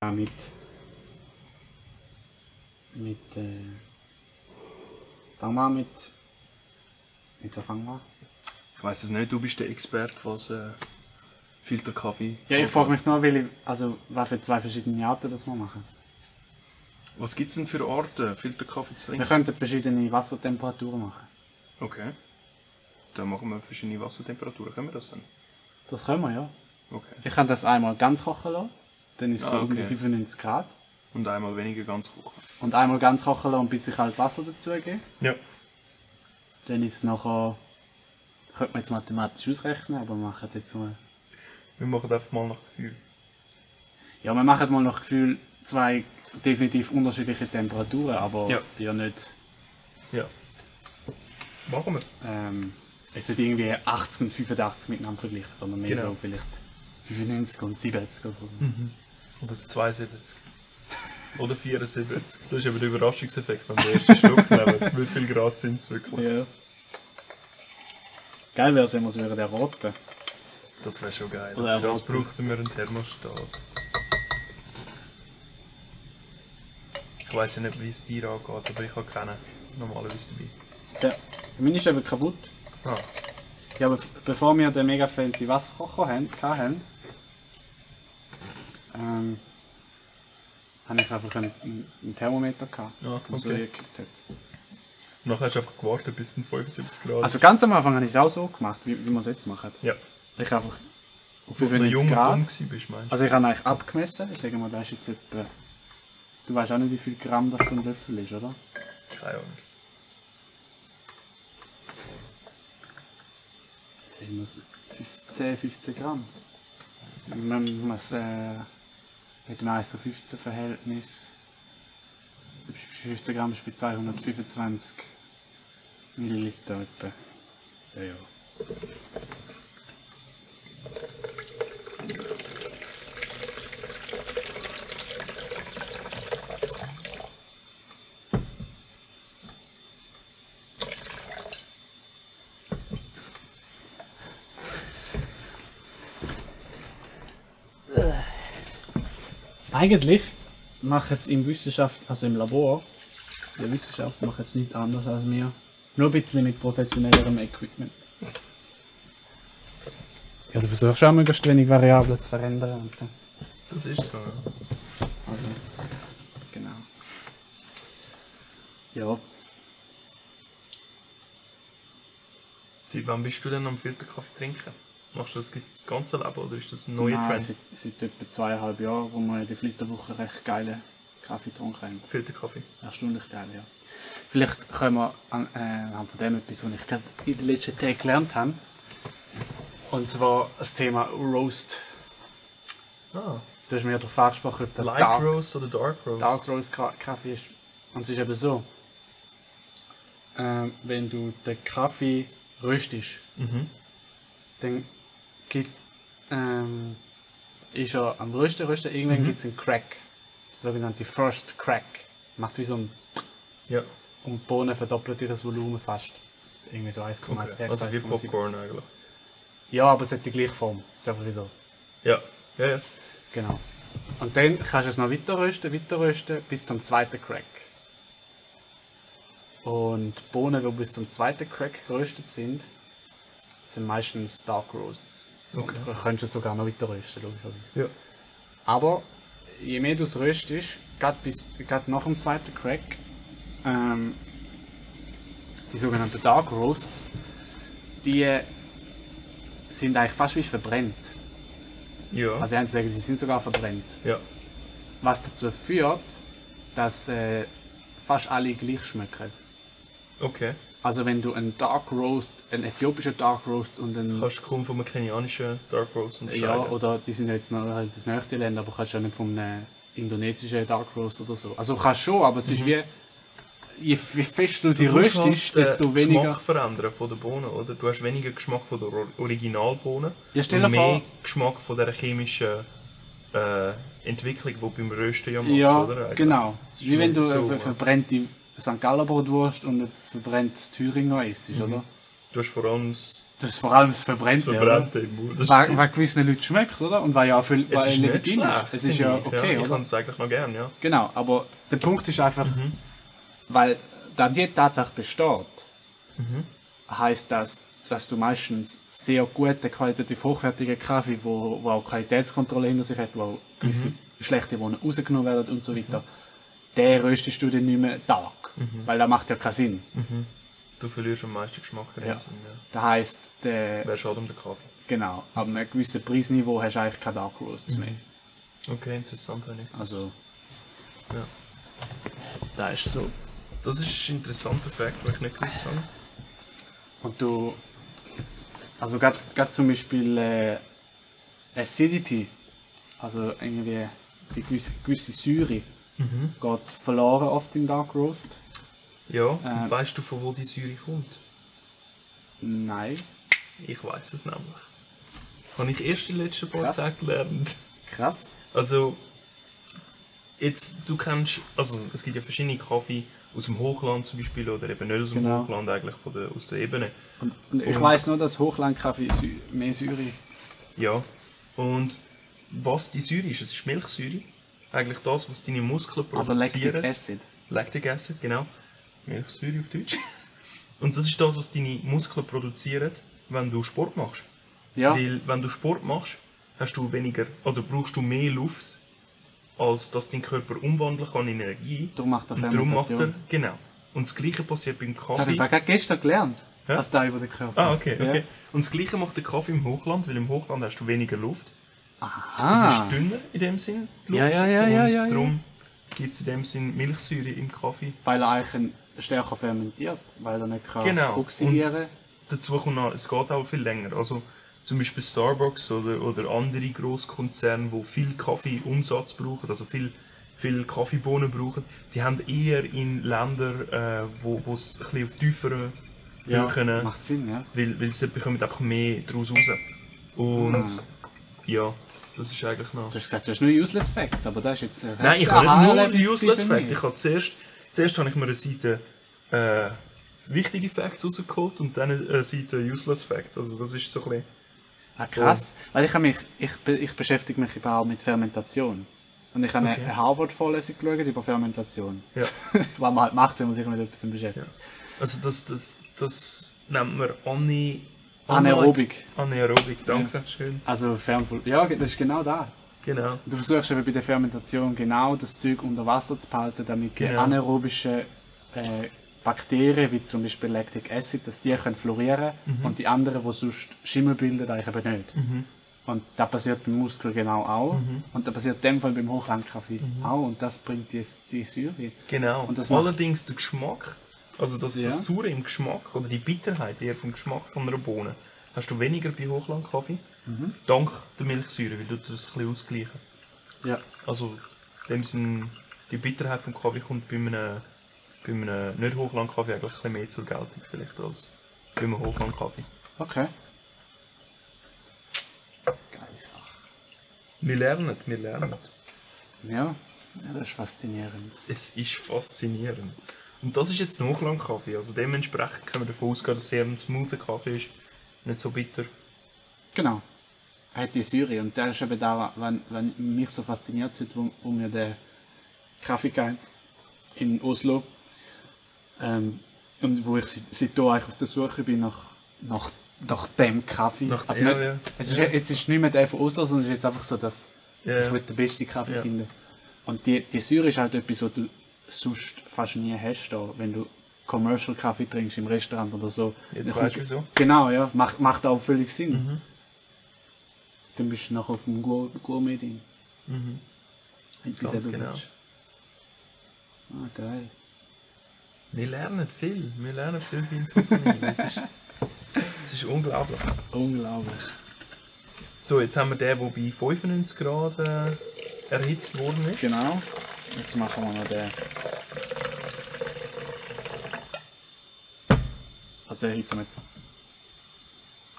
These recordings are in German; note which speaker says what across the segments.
Speaker 1: auch mit, mit, äh, fang mal mit, mit so fang mal.
Speaker 2: Ich weiß es nicht, du bist der Experte, was äh, Filterkaffee.
Speaker 1: Ja, ich frage mich nur, weil ich, also, was für zwei verschiedene Arten das wir machen.
Speaker 2: Was gibt es denn für Arten, Filterkaffee zu
Speaker 1: Wir
Speaker 2: trinken?
Speaker 1: könnten verschiedene Wassertemperaturen machen.
Speaker 2: Okay. Dann machen wir verschiedene Wassertemperaturen. Können wir das dann?
Speaker 1: Das können wir, ja.
Speaker 2: Okay.
Speaker 1: Ich kann das einmal ganz kochen lassen, dann ist es
Speaker 2: Ah,
Speaker 1: so um die
Speaker 2: okay.
Speaker 1: 95 Grad.
Speaker 2: Und einmal weniger ganz hoch.
Speaker 1: Und einmal ganz kochen lassen und ein bisschen kaltes Wasser dazugeben.
Speaker 2: Ja.
Speaker 1: Dann ist es nachher, könnte man jetzt mathematisch ausrechnen, aber wir machen es jetzt mal.
Speaker 2: Wir machen einfach mal nach Gefühl.
Speaker 1: Ja, wir machen mal nach Gefühl zwei definitiv unterschiedliche Temperaturen, aber ja,
Speaker 2: Ja.
Speaker 1: nicht,
Speaker 2: Ja. Machen wir.
Speaker 1: ähm, jetzt nicht irgendwie 80 und 85 miteinander vergleichen, sondern mehr
Speaker 2: Genau. Mhm.
Speaker 1: so vielleicht 95 und 70 oder so.
Speaker 2: Oder 72. Oder 74. Das ist eben der Überraschungseffekt, wenn wir ersten Schluck nehmen, wie viel Grad sind es wirklich.
Speaker 1: Ja. Geil wäre es, wenn wir es würden erraten.
Speaker 2: Das wäre schon geil.
Speaker 1: Oder
Speaker 2: Für das
Speaker 1: Erwartung.
Speaker 2: brauchten wir einen Thermostat. Ich weiß ja nicht, wie es dir angeht, aber ich habe keinen normalerweise dabei.
Speaker 1: Ja. Meine ist eben kaputt.
Speaker 2: Ah,
Speaker 1: Ja, aber bevor wir den mega fancy Wasserkocher haben, hatten, ähm, habe ich einfach einen, einen Thermometer gehabt,
Speaker 2: Ah,
Speaker 1: der so
Speaker 2: okay.
Speaker 1: gekippt hat.
Speaker 2: nachher hast du einfach gewartet bis es 75 Grad
Speaker 1: Also ganz am Anfang habe ich es auch so gemacht, wie, wie wir es jetzt machen.
Speaker 2: Ja.
Speaker 1: Ich habe einfach auf
Speaker 2: Wenn du
Speaker 1: 95
Speaker 2: jung und
Speaker 1: Grad.
Speaker 2: dumm gewesen bist, meinst du?
Speaker 1: Also ich habe eigentlich abgemessen. Ich sage mal, das ist jetzt etwa. Du weißt auch nicht, wie viel Gramm das so ein Löffel ist, oder?
Speaker 2: Keine Ahnung.
Speaker 1: Sagen wir so 15, 15 Gramm. Wenn man es äh, mit dem 1 zu 15 Verhältnis. Also bei 15 Gramm ist bei 225 Milliliter etwa. Ja, ja. Eigentlich macht es im Wissenschaft, also im Labor, in der Wissenschaft macht es nicht anders als wir. Nur ein bisschen mit professionellerem Equipment. Ja, du versuchst auch möglichst wenig Variablen zu verändern. Und dann,
Speaker 2: Das ist so, ja.
Speaker 1: also, genau. Ja,
Speaker 2: Seit wann bist du denn am vierten Kaffee trinken? Machst du das das ganze Leben oder ist das ein neuer
Speaker 1: nein,
Speaker 2: Trend?
Speaker 1: seit, seit etwa zweieinhalb Jahren, wo wir in der Flitterwoche recht geilen Kaffee getrunken haben.
Speaker 2: Vierter Kaffee.
Speaker 1: Erstaunlich geil, ja. Vielleicht können wir an, äh, anhand von dem etwas, was ich gerade in den letzten Tagen gelernt habe. Und zwar das Thema Roast.
Speaker 2: Ah,
Speaker 1: Du hast mir ja darauf angesprochen, ob das
Speaker 2: Light
Speaker 1: Dark,
Speaker 2: Roast oder Dark Roast?
Speaker 1: Dark Roast Ka- Kaffee ist. Und es ist eben so, ähm, wenn du den Kaffee röstest,
Speaker 2: Mhm.
Speaker 1: dann gibt, ähm, ist er am Rösten, Rösten, irgendwann gibt es einen Crack. Das sogenannte First Crack. Macht wie so ein
Speaker 2: Ja,
Speaker 1: Und die Bohnen verdoppelt ihr das Volumen fast. Irgendwie so 1,6,
Speaker 2: okay. Also wie
Speaker 1: 1,7.
Speaker 2: Popcorn eigentlich.
Speaker 1: Ja, aber es hat die gleiche Form. Ist einfach wie so.
Speaker 2: Ja, ja, ja.
Speaker 1: Genau. Und dann kannst du es noch weiter rösten, weiter rösten, bis zum zweiten Crack. Und die Bohnen, die bis zum zweiten Crack geröstet sind, sind meistens Dark Roasts.
Speaker 2: Okay.
Speaker 1: Und Du könntest sogar noch weiter rösten, logischerweise.
Speaker 2: Ja.
Speaker 1: Aber je mehr du es röstest, gerade bis gerade nach dem zweiten Crack, ähm, die sogenannten Dark Roasts, die äh, sind eigentlich fast wie verbrennt.
Speaker 2: Ja.
Speaker 1: Also ich sagen, sie sind sogar verbrennt.
Speaker 2: ja.
Speaker 1: Was dazu führt, dass äh, fast alle gleich schmecken.
Speaker 2: Okay.
Speaker 1: Also wenn du einen Dark Roast, einen äthiopischen Dark Roast und einen
Speaker 2: Kannst du kaum vom kenianischen Dark Roast unterscheiden?
Speaker 1: Ja, oder die sind ja jetzt noch relativ nahe die Länder, aber kannst ja nicht vom äh, indonesischen Dark Roast oder so. Also kannst schon, aber es ist wie, je, je fest du sie
Speaker 2: Mhm. Du
Speaker 1: röstest,
Speaker 2: musst halt den
Speaker 1: desto weniger.
Speaker 2: Geschmack verändern von der Bohnen, oder? Du hast weniger Geschmack von der Or- Originalbohnen.
Speaker 1: Ja, stell dir
Speaker 2: und mehr
Speaker 1: vor-
Speaker 2: Geschmack von der chemischen äh, Entwicklung, die beim Rösten ja macht,
Speaker 1: Ja,
Speaker 2: oder? Also, Eigentlich.
Speaker 1: genau.
Speaker 2: Es ist
Speaker 1: Wie wenn
Speaker 2: nicht
Speaker 1: du
Speaker 2: so,
Speaker 1: eine
Speaker 2: äh,
Speaker 1: ver- verbrennte St. Galler Bratwurst und eine verbrennte Thüringer isst, oder?
Speaker 2: Du hast vor allem das,
Speaker 1: Das ist vor allem das
Speaker 2: Mhm. das
Speaker 1: Verbrennte.
Speaker 2: Verbrannte im Mund. Das
Speaker 1: Oder? Was,
Speaker 2: stimmt.
Speaker 1: was gewissen Leuten schmeckt, oder? Und was ja auch für
Speaker 2: es
Speaker 1: was
Speaker 2: ist nicht
Speaker 1: legitim
Speaker 2: schlecht,
Speaker 1: ist. Es ist
Speaker 2: finde
Speaker 1: ja
Speaker 2: ich.
Speaker 1: okay,
Speaker 2: ich
Speaker 1: oder?
Speaker 2: kann es eigentlich noch gern, ja.
Speaker 1: Genau, aber der Punkt ist einfach, weil da die Tatsache besteht, heißt das, dass du meistens sehr gute, qualitativ hochwertige Kaffee, wo, wo auch Qualitätskontrolle hinter sich hat, wo auch gewisse schlechte Wohnen rausgenommen werden und so weiter, der röstest du dann nicht mehr Tag, weil das macht ja keinen Sinn.
Speaker 2: Du verlierst am meisten Geschmack. in dem
Speaker 1: Ja.
Speaker 2: Sinn, ja.
Speaker 1: Das heisst, der,
Speaker 2: Wäre schade um den Kaffee.
Speaker 1: genau, ab einem gewissen Preisniveau hast du eigentlich keine Dark Roasts mehr.
Speaker 2: Okay, interessant, Henning.
Speaker 1: Also,
Speaker 2: Ja.
Speaker 1: das ist so.
Speaker 2: Das ist ein interessanter Fakt, den ich nicht gewusst habe.
Speaker 1: Und du. Also, gerade zum Beispiel äh, Acidity, also irgendwie die gewisse, gewisse Säure,
Speaker 2: Mhm.
Speaker 1: geht verloren oft im Dark Roast.
Speaker 2: Ja, und
Speaker 1: Ähm.
Speaker 2: weißt du, von wo die Säure kommt?
Speaker 1: Nein,
Speaker 2: Ich weiß es nämlich. Habe ich erst die letzten paar
Speaker 1: Krass.
Speaker 2: Tage gelernt.
Speaker 1: krass.
Speaker 2: Also, jetzt, du kennst, also es gibt ja verschiedene Kaffee aus dem Hochland zum Beispiel oder eben nicht aus dem
Speaker 1: Genau.
Speaker 2: Hochland, eigentlich von der, aus der Ebene.
Speaker 1: Und, und ich
Speaker 2: Und-
Speaker 1: weiß nur, dass Hochlandkaffee Sü- mehr Säure.
Speaker 2: Ja. Und was die Säure ist, es ist Milchsäure. Eigentlich das, was deine Muskeln
Speaker 1: Also Lactic
Speaker 2: produzieren.
Speaker 1: Acid.
Speaker 2: Lactic Acid, genau. Milchsäure auf Deutsch. Und das ist das, was deine Muskeln produzieren, wenn du Sport machst.
Speaker 1: Ja,
Speaker 2: Weil wenn du Sport machst, hast du weniger oder brauchst du mehr Luft, als dass dein Körper umwandeln kann in Energie.
Speaker 1: Darum macht er
Speaker 2: Und darum macht er,
Speaker 1: Fermentation.
Speaker 2: genau. Und das gleiche passiert beim
Speaker 1: das habe
Speaker 2: Kaffee.
Speaker 1: ich gerade gestern gelernt.
Speaker 2: Hä?
Speaker 1: Was da über den Körper.
Speaker 2: Ah, okay,
Speaker 1: Ja.
Speaker 2: okay. Und das gleiche macht der Kaffee im Hochland, weil im Hochland hast du weniger Luft.
Speaker 1: Ah,
Speaker 2: Es ist dünner in dem Sinn, die
Speaker 1: Ja, ja, ja, ja,
Speaker 2: und
Speaker 1: ja, ja.
Speaker 2: darum gibt es in dem Sinn Milchsäure im Kaffee.
Speaker 1: weil er eigentlich ein- stärker fermentiert, weil er nicht kann
Speaker 2: Genau.
Speaker 1: oxidieren
Speaker 2: Dazu kommt noch, es geht auch viel länger. Also zum Beispiel Starbucks oder, oder andere Großkonzerne, die viel Kaffeeumsatz brauchen, also viel, viel Kaffeebohnen brauchen, die haben eher in Ländern, äh, wo wo es ein bisschen auf tieferen
Speaker 1: Ja,
Speaker 2: Höhen,
Speaker 1: macht Sinn, ja.
Speaker 2: weil, weil sie bekommen einfach mehr daraus raus. Und
Speaker 1: Ah.
Speaker 2: ja, das ist eigentlich noch...
Speaker 1: Du hast gesagt, du hast nur Useless Facts, aber das ist jetzt... ein
Speaker 2: Nein, ich
Speaker 1: reines
Speaker 2: habe nicht
Speaker 1: Aha-Erlebnis
Speaker 2: nur Useless
Speaker 1: bei mir.
Speaker 2: Facts. Ich habe zuerst, zuerst habe ich mir eine Seite äh, wichtige Facts rausgeholt und dann eine Seite Useless Facts. Also das ist so ein bisschen...
Speaker 1: Ah, krass. Weil ich, habe mich, ich, be- ich beschäftige mich überhaupt mit Fermentation. Und ich habe eine-
Speaker 2: Okay.
Speaker 1: eine Harvard-Vorlesung geschaut über Fermentation.
Speaker 2: Ja.
Speaker 1: Was man halt macht, wenn man sich mit etwas beschäftigt.
Speaker 2: Also das, das, das nennt man Ani...
Speaker 1: Anaerobik.
Speaker 2: Anaerobik, danke. Schön.
Speaker 1: Also Fernfol... Ja, das ist genau das.
Speaker 2: Genau.
Speaker 1: Du versuchst eben bei der Fermentation genau das Zeug unter Wasser zu behalten, damit die
Speaker 2: Genau.
Speaker 1: anaerobischen äh, Bakterien, wie zum Beispiel Lactic Acid, dass die können florieren und die anderen, die sonst Schimmel bilden, eigentlich eben nicht. Und das passiert beim Muskel genau auch. Und das passiert in dem Fall beim Hochlandkaffee auch. Und das bringt die, die Säure.
Speaker 2: Genau.
Speaker 1: Und das macht-
Speaker 2: Allerdings der Geschmack, also das,
Speaker 1: Ja.
Speaker 2: das Saure im Geschmack oder die Bitterheit eher vom Geschmack von einer Bohne, hast du weniger bei Hochlandkaffee,
Speaker 1: Mhm.
Speaker 2: dank der Milchsäure, weil du das ein bisschen ausgleichen.
Speaker 1: Ja.
Speaker 2: Also, in dem Sinn, die Bitterheit vom Kaffee kommt bei einem, bei einem nicht Hochlandkaffee eigentlich ein bisschen mehr zur Geltung vielleicht als bei einem Hochlandkaffee.
Speaker 1: Okay. Geile Sache.
Speaker 2: Wir lernen, wir lernen.
Speaker 1: Ja. ja, das ist faszinierend.
Speaker 2: Es ist faszinierend. Und das ist jetzt ein Hochlandkaffee, also dementsprechend können wir davon ausgehen, dass es eher ein smoother Kaffee ist, nicht so bitter.
Speaker 1: Genau. Er hat die Säure und der ist eben da, wenn, wenn mich so fasziniert hat, wo, wo mir der Grafiker in Oslo ähm, und wo ich seit- seitdem eigentlich auf der Suche bin nach, nach, nach dem Kaffee.
Speaker 2: Nach
Speaker 1: also
Speaker 2: der,
Speaker 1: nicht,
Speaker 2: ja.
Speaker 1: es ist,
Speaker 2: Ja.
Speaker 1: Jetzt ist nicht mehr der von Oslo, sondern es ist jetzt einfach so, dass
Speaker 2: Ja, ja.
Speaker 1: ich will den besten Kaffee
Speaker 2: Ja.
Speaker 1: finden Und die, die Säure ist halt etwas, was du sonst fast nie hast, da, wenn du Commercial Kaffee trinkst im Restaurant oder so. Dann
Speaker 2: Jetzt weißt du
Speaker 1: kommt-
Speaker 2: wieso. Mhm.
Speaker 1: Genau, ja. Macht, macht auch völlig Sinn. Dann bist du nachher auf dem Gour- Gourmet-Ding. Mhm. Wenn du
Speaker 2: Ganz
Speaker 1: selber
Speaker 2: genau.
Speaker 1: willst. Ah, geil.
Speaker 2: Wir lernen viel, wir lernen viel beim Tutorial. es, ist, es ist unglaublich.
Speaker 1: Unglaublich.
Speaker 2: So, jetzt haben wir den, der bei 95 Grad äh, erhitzt worden ist.
Speaker 1: Genau. Jetzt machen wir noch den. Also den hitzen wir jetzt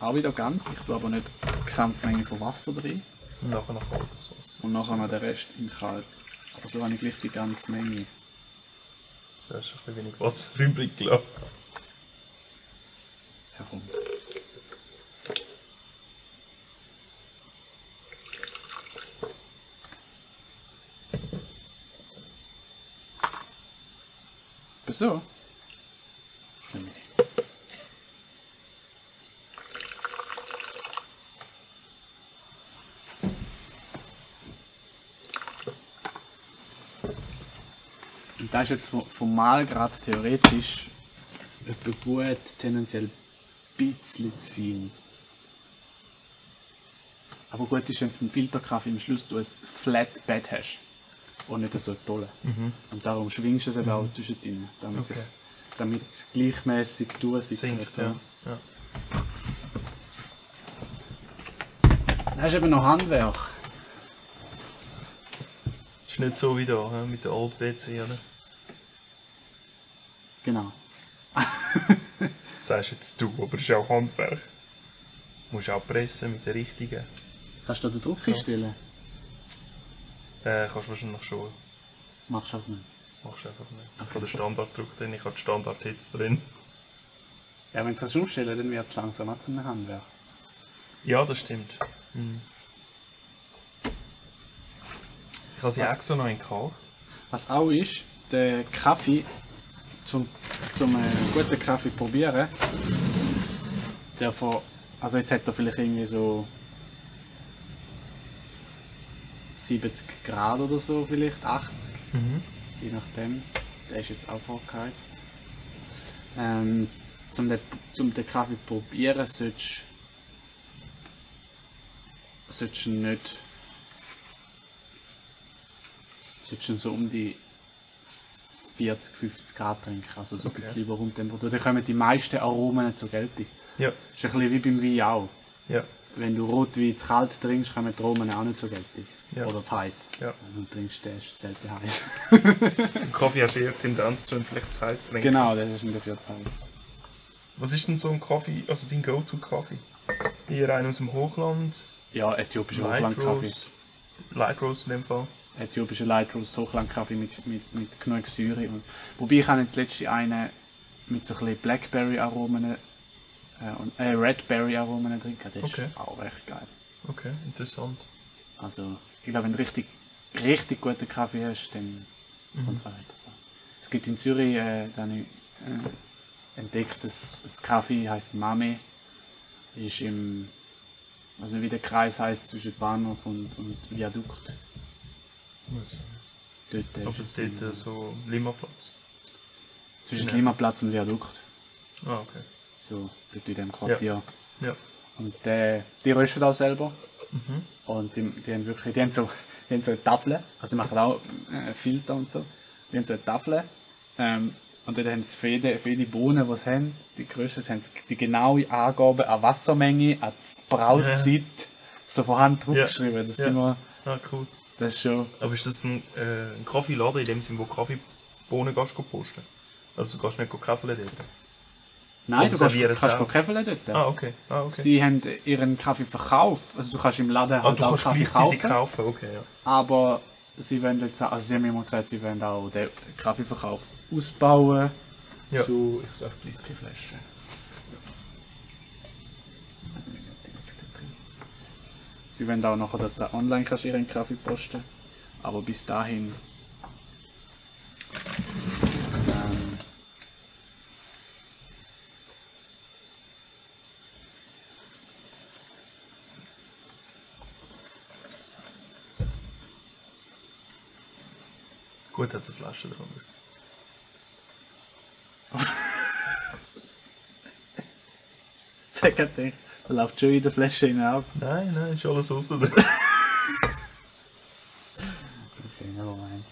Speaker 1: auch wieder ganz. Ich tue aber nicht die Gesamtmenge von Wasser drin.
Speaker 2: Und nachher noch kaltes Wasser.
Speaker 1: Und nachher noch den Rest in kalt. Aber so habe ich gleich die ganze Menge.
Speaker 2: Zuerst ein bisschen wenig Wasser übrig gelassen.
Speaker 1: Ja, komm. Wieso? Stimmt nicht. Und das ist jetzt fo- formal gerade theoretisch etwa gut, tendenziell ein bisschen zu viel. Aber gut ist, wenn du mit dem Filterkaffee am Schluss du ein Flatbed hast und nicht so tolle. Und darum schwingst du es eben auch zwischendrin, damit
Speaker 2: Mhm. Okay.
Speaker 1: es damit es gleichmäßig durchsickert.
Speaker 2: Sinkt, ja. ja.
Speaker 1: Dann hast du eben noch Handwerk.
Speaker 2: Ist nicht so wie da, hä, mit der Old PC, oder?
Speaker 1: Genau.
Speaker 2: Das sagst jetzt du, aber es ist auch Handwerk. Du musst auch pressen mit der richtigen.
Speaker 1: Kannst du da den Druck
Speaker 2: Ja.
Speaker 1: einstellen?
Speaker 2: Äh, kannst wahrscheinlich schon.
Speaker 1: Machst du auch nicht.
Speaker 2: Machst einfach nicht. Ich habe den Standarddruck drin, ich habe die Standardhits drin.
Speaker 1: Ja, wenn du es umstellen dann wird es langsam auch zum Handwerk.
Speaker 2: Ja, das stimmt. Mhm. Ich habe sie
Speaker 1: Was-
Speaker 2: extra noch in Kalk.
Speaker 1: Was auch ist, der Kaffee, zum, zum äh, guten Kaffee probieren, der von, also jetzt hat er vielleicht irgendwie so 70 Grad oder so, vielleicht 80, je nachdem. Der ist jetzt auch vorgeheizt. Ähm, zum, den, zum den Kaffee probieren solltest solltest du nicht solltest du ihn so um die 40, 50 Grad trinken, also so
Speaker 2: Okay.
Speaker 1: ein bisschen über Raumtemperatur. Dann kommen die meisten Aromen nicht zur Geltung.
Speaker 2: Ja,
Speaker 1: Das ist ein bisschen wie beim Wein auch.
Speaker 2: ja,
Speaker 1: Wenn du Rotwein zu kalt trinkst, kommen die Aromen auch nicht zur Geltung.
Speaker 2: Ja.
Speaker 1: Oder zu heiß.
Speaker 2: ja.
Speaker 1: Wenn du trinkst, der ist selten heiß.
Speaker 2: Im Kaffee hast du eher Tendenz zu, ihn vielleicht zu heiß zu trinken.
Speaker 1: genau, der ist ungefähr zu heiß.
Speaker 2: Was ist denn so ein Kaffee, also dein Go-To-Kaffee? Eher einen aus dem Hochland,
Speaker 1: Ja, äthiopischer
Speaker 2: Light
Speaker 1: Hochlandkaffee.
Speaker 2: Roast. Light Roast in dem Fall.
Speaker 1: äthiopischer Light Roast Hochlandkaffee mit, mit, mit genug Säure. Und, wobei ich habe jetzt letzte einen mit so ein bisschen Blackberry-Aromen äh, und äh, Redberry-Aromen drin gehabt. Der
Speaker 2: Okay.
Speaker 1: ist auch recht geil.
Speaker 2: Okay, interessant.
Speaker 1: Also, ich glaube, wenn du richtig, richtig guten Kaffee hast, dann kommt
Speaker 2: Mhm.
Speaker 1: es weiter. Es gibt in Zürich, äh, da habe ich äh, entdeckt, dass das Kaffee heißt Mame. Ist im, also wie der Kreis heißt zwischen Bahnhof und, und Viadukt.
Speaker 2: Was?
Speaker 1: Dort, äh,
Speaker 2: Aber
Speaker 1: ist es
Speaker 2: dort
Speaker 1: im-
Speaker 2: äh, so Limaplatz.
Speaker 1: zwischen
Speaker 2: Ja.
Speaker 1: Klimaplatz und Viadukt.
Speaker 2: Ah, okay.
Speaker 1: So, dort in dem Quartier.
Speaker 2: Ja.
Speaker 1: Und äh, die rösten auch selber.
Speaker 2: Mhm.
Speaker 1: Und die, die haben wirklich, die haben so, die haben so Tafeln, also die machen auch äh, Filter und so. Die haben so Tafeln ähm, und dort haben sie für jede, für jede Bohne, die sie haben, die geröstet, haben sie die genaue Angabe an Wassermenge, an die Brautzeit, so von Hand draufgeschrieben. Das,
Speaker 2: Ja.
Speaker 1: sind wir,
Speaker 2: Ah, cool.
Speaker 1: das ist schon,
Speaker 2: Aber ist das ein, äh, ein Kaffeeladen in dem Sinn, wo du Kaffeebohnen gehst du posten? Also du gehst nicht kaufen dort?
Speaker 1: nein,
Speaker 2: Und
Speaker 1: du kannst,
Speaker 2: servieren
Speaker 1: kannst
Speaker 2: sie
Speaker 1: du
Speaker 2: auch.
Speaker 1: Käferle dort.
Speaker 2: Ah, okay. Ah, okay.
Speaker 1: Sie haben ihren Kaffeeverkauf, also du kannst im Laden
Speaker 2: ah,
Speaker 1: halt
Speaker 2: du
Speaker 1: auch
Speaker 2: kannst
Speaker 1: Kaffee
Speaker 2: gleichzeitig
Speaker 1: kaufen.
Speaker 2: kaufen, okay, ja.
Speaker 1: Aber sie wollen jetzt, auch- also sie haben mir immer gesagt, sie wollen auch den Kaffeeverkauf ausbauen
Speaker 2: Ja.
Speaker 1: zu, ich sag, Whiskyflaschen. Also, ich glaub, die liegt da drin. Sie wollen auch nachher, dass du online kannst ihren Kaffee posten aber bis dahin ähm,
Speaker 2: Gut, hat es eine Flasche drunter.
Speaker 1: zeig hat den, da läuft schon wieder Flasche hinauf.
Speaker 2: Nein, nein, ist alles raus, oder?
Speaker 1: Okay, never mind.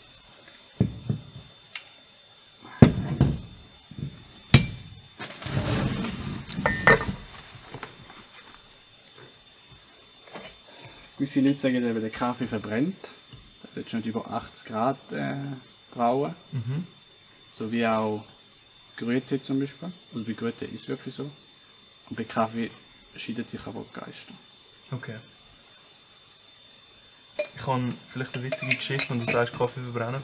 Speaker 1: Gewisse Leute sagen eben, der Kaffee verbrennt. Das jetzt nicht über 80 Grad äh, brauen. So wie auch Grüte zum Beispiel. Und bei Grüte ist es wirklich so. Und bei Kaffee scheiden sich aber die Geister.
Speaker 2: Okay. Ich habe vielleicht eine witzige Geschichte, wenn du sagst, Kaffee verbrennen.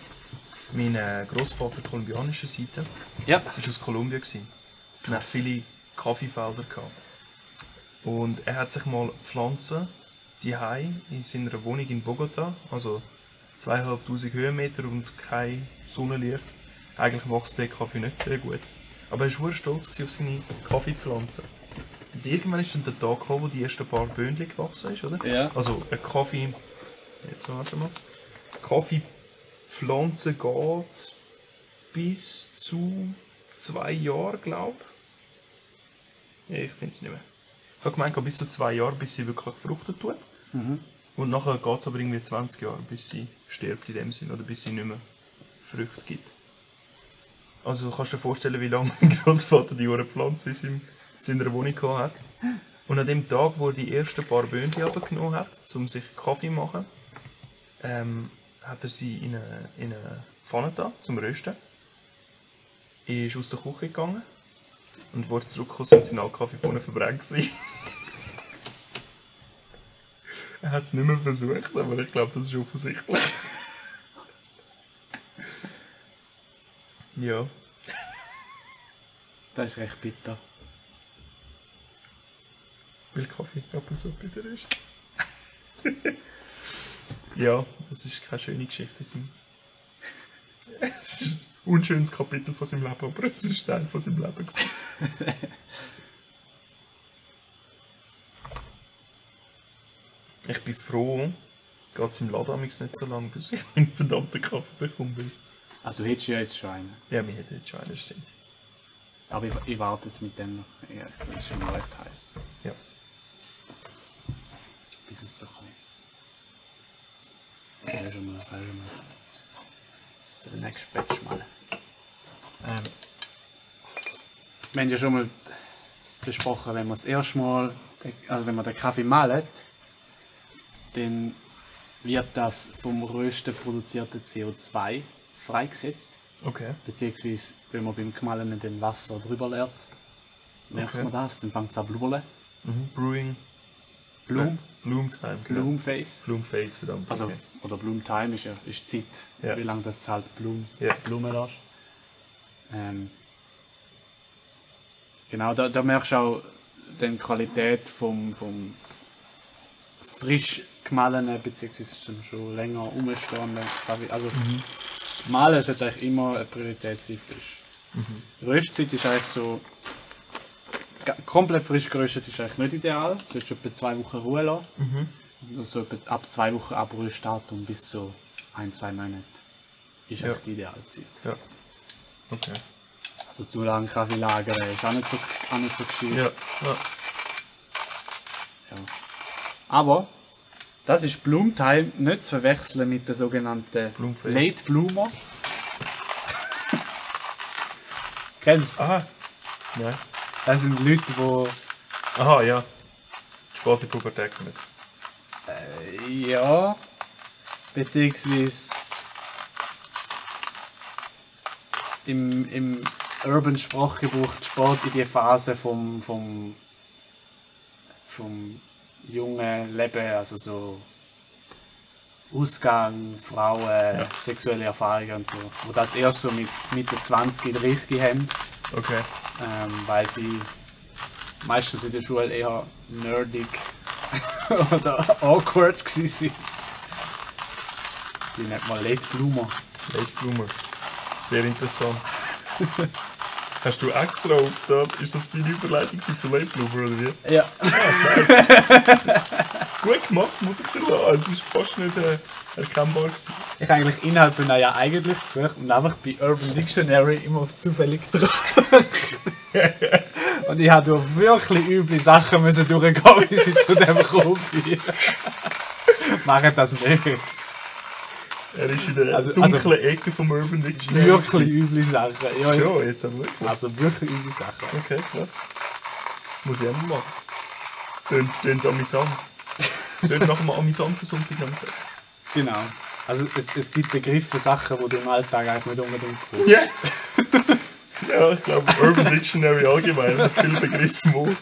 Speaker 2: Mein äh, Großvater kolumbianischer Seite
Speaker 1: Ja.
Speaker 2: war aus Kolumbien. Gewesen. Dann hat es viele Kaffeefelder gehabt. Und er hat sich mal Pflanzen, die Hai in seiner Wohnung in Bogota, also 2500 Höhenmeter und kein Sonnenlicht. Eigentlich wächst der Kaffee nicht sehr gut. Aber er war sehr stolz gewesen auf seine Kaffeepflanzen. Und irgendwann ist dann der Tag gekommen, wo die ersten paar Böhnchen gewachsen ist, oder?
Speaker 1: Ja.
Speaker 2: Also ein Kaffee. Jetzt warte mal. Kaffeepflanze geht bis zu zwei Jahren, glaube ich. Ja, Ich finde es nicht mehr. Ich habe gemeint, bis zu zwei Jahre, bis sie wirklich fruchtet tut. Und nachher geht es aber irgendwie 20 Jahre, bis sie stirbt in dem Sinn oder bis sie nicht mehr Früchte gibt. Also kannst du dir vorstellen, wie lange mein Großvater die Ohrenpflanze in seinem- seiner Wohnung gehabt hat. Und an dem Tag, wo er die ersten paar Böhnchen abgenommen hat, um sich Kaffee zu machen, ähm, hat er sie in eine, in eine Pfanne da zum Rösten. Er ist aus der Küche gegangen und wo er zurückgekommen sind, sind alle Kaffeebohnen verbrannt. gewesen. er hat es nicht mehr versucht, aber ich glaube, das ist offensichtlich. ja.
Speaker 1: Das ist recht bitter.
Speaker 2: Weil Kaffee ab und zu bitter ist. ja, das ist keine schöne Geschichte. Sim. Es ist ein unschönes Kapitel von seinem Leben, aber es ist Teil von seinem Leben. gewesen. ich bin froh, geht es im Laden amigs nicht so lange, bis ich meinen verdammten Kaffee bekommen will.
Speaker 1: Also du hättest ja jetzt schon einen.
Speaker 2: Ja, mir hätte jetzt schon einer, stimmt.
Speaker 1: Aber ich, ich warte jetzt mit dem noch. Ja, es ist schon mal recht heiß.
Speaker 2: Ja.
Speaker 1: Bis es so kommt. Das wäre schon mal, das wäre schon mal. Für den nächsten Batch mal. Ähm, wir haben ja schon mal besprochen, wenn man das erste Mal, den- also wenn man den Kaffee mahlt, dann wird das vom Rösten produzierte CO2 freigesetzt.
Speaker 2: Okay.
Speaker 1: Beziehungsweise, wenn man beim Gemahlen den Wasser drüber leert, merkt
Speaker 2: Okay.
Speaker 1: man das, dann fängt es an blubbern.
Speaker 2: Mhm. Brewing.
Speaker 1: Bloom,
Speaker 2: Bloom Time, genau.
Speaker 1: Bloomface.
Speaker 2: Bloomface, verdammt.
Speaker 1: Also,
Speaker 2: okay.
Speaker 1: oder Bloomtime ist ja ist die Zeit,
Speaker 2: Ja.
Speaker 1: wie lange das halt Blum,
Speaker 2: Ja.
Speaker 1: Blumen lässt. Ähm, genau, da, da merkst du auch die Qualität vom, vom frisch gemahlenen, beziehungsweise schon länger umstehenden Kaffee. Also, Malen sollte eigentlich immer eine Priorität sein. Frisch. Röstzeit ist eigentlich so. ga- Komplett frisch geröstet ist eigentlich nicht ideal. Du solltest etwa zwei Wochen Ruhe lassen. Und so etwa ab zwei Wochen Abrührdatum bis so ein, zwei Monate ist
Speaker 2: Ja.
Speaker 1: eigentlich die Idealzeit.
Speaker 2: Ja. Okay.
Speaker 1: Also zu lange Kaffee lagern ist auch nicht so, auch nicht so gescheit.
Speaker 2: Ja. ja.
Speaker 1: Ja. Aber das ist Bloomtime nicht zu verwechseln mit der sogenannten
Speaker 2: Bloomface.
Speaker 1: Late Bloomer. Kennst du?
Speaker 2: Aha. Nein.
Speaker 1: Das sind Leute, die
Speaker 2: Aha, ja. Späte Pubertät kommt.
Speaker 1: Ja. Beziehungsweise im, im Urban Sprachgebrauch die Sport in die Phase vom, vom, vom jungen Leben, also so Ausgang, Frauen, sexuelle Erfahrungen und so, wo das erst so mit Mitte 20, 30 haben
Speaker 2: Okay.
Speaker 1: ähm, weil sie meistens in der Schule eher nerdig oder awkward gewesen sind. Die nennt man Late Bloomer.
Speaker 2: Late Bloomer. Sehr interessant. Hast du extra auf das? Ist das deine Überleitung gewesen zu Late Bloomer oder wie?
Speaker 1: Ja.
Speaker 2: Gut gemacht, muss ich dir lassen. Es ist fast nicht äh, erkennbar gewesen.
Speaker 1: Ich habe eigentlich innerhalb von einem Jahr eigentlich gesucht und einfach bei Urban Dictionary immer auf zufällig drauf. und ich habe durch wirklich üble Sachen müssen durchgehen, bis ich zu dem gekommen bin. Machen das nicht.
Speaker 2: Er ist in der
Speaker 1: Also-
Speaker 2: dunklen
Speaker 1: also-
Speaker 2: Ecke vom Urban Dictionary.
Speaker 1: Wirklich üble Sachen. Ja,
Speaker 2: gewesen.
Speaker 1: ja.
Speaker 2: Schon, jetzt aber wirklich.
Speaker 1: Also wirklich üble Sachen.
Speaker 2: Okay, krass. Muss ich auch mal machen. Tönt, tönt amüsant. Tönt nach einem amüsanten Sonntagnachmittag.
Speaker 1: Genau. Also es, es gibt Begriffe für Sachen, die du im Alltag eigentlich nicht unbedingt brauchst.
Speaker 2: Ja. ja, ich glaube, Urban Dictionary allgemein hat viele Begriffe, wo.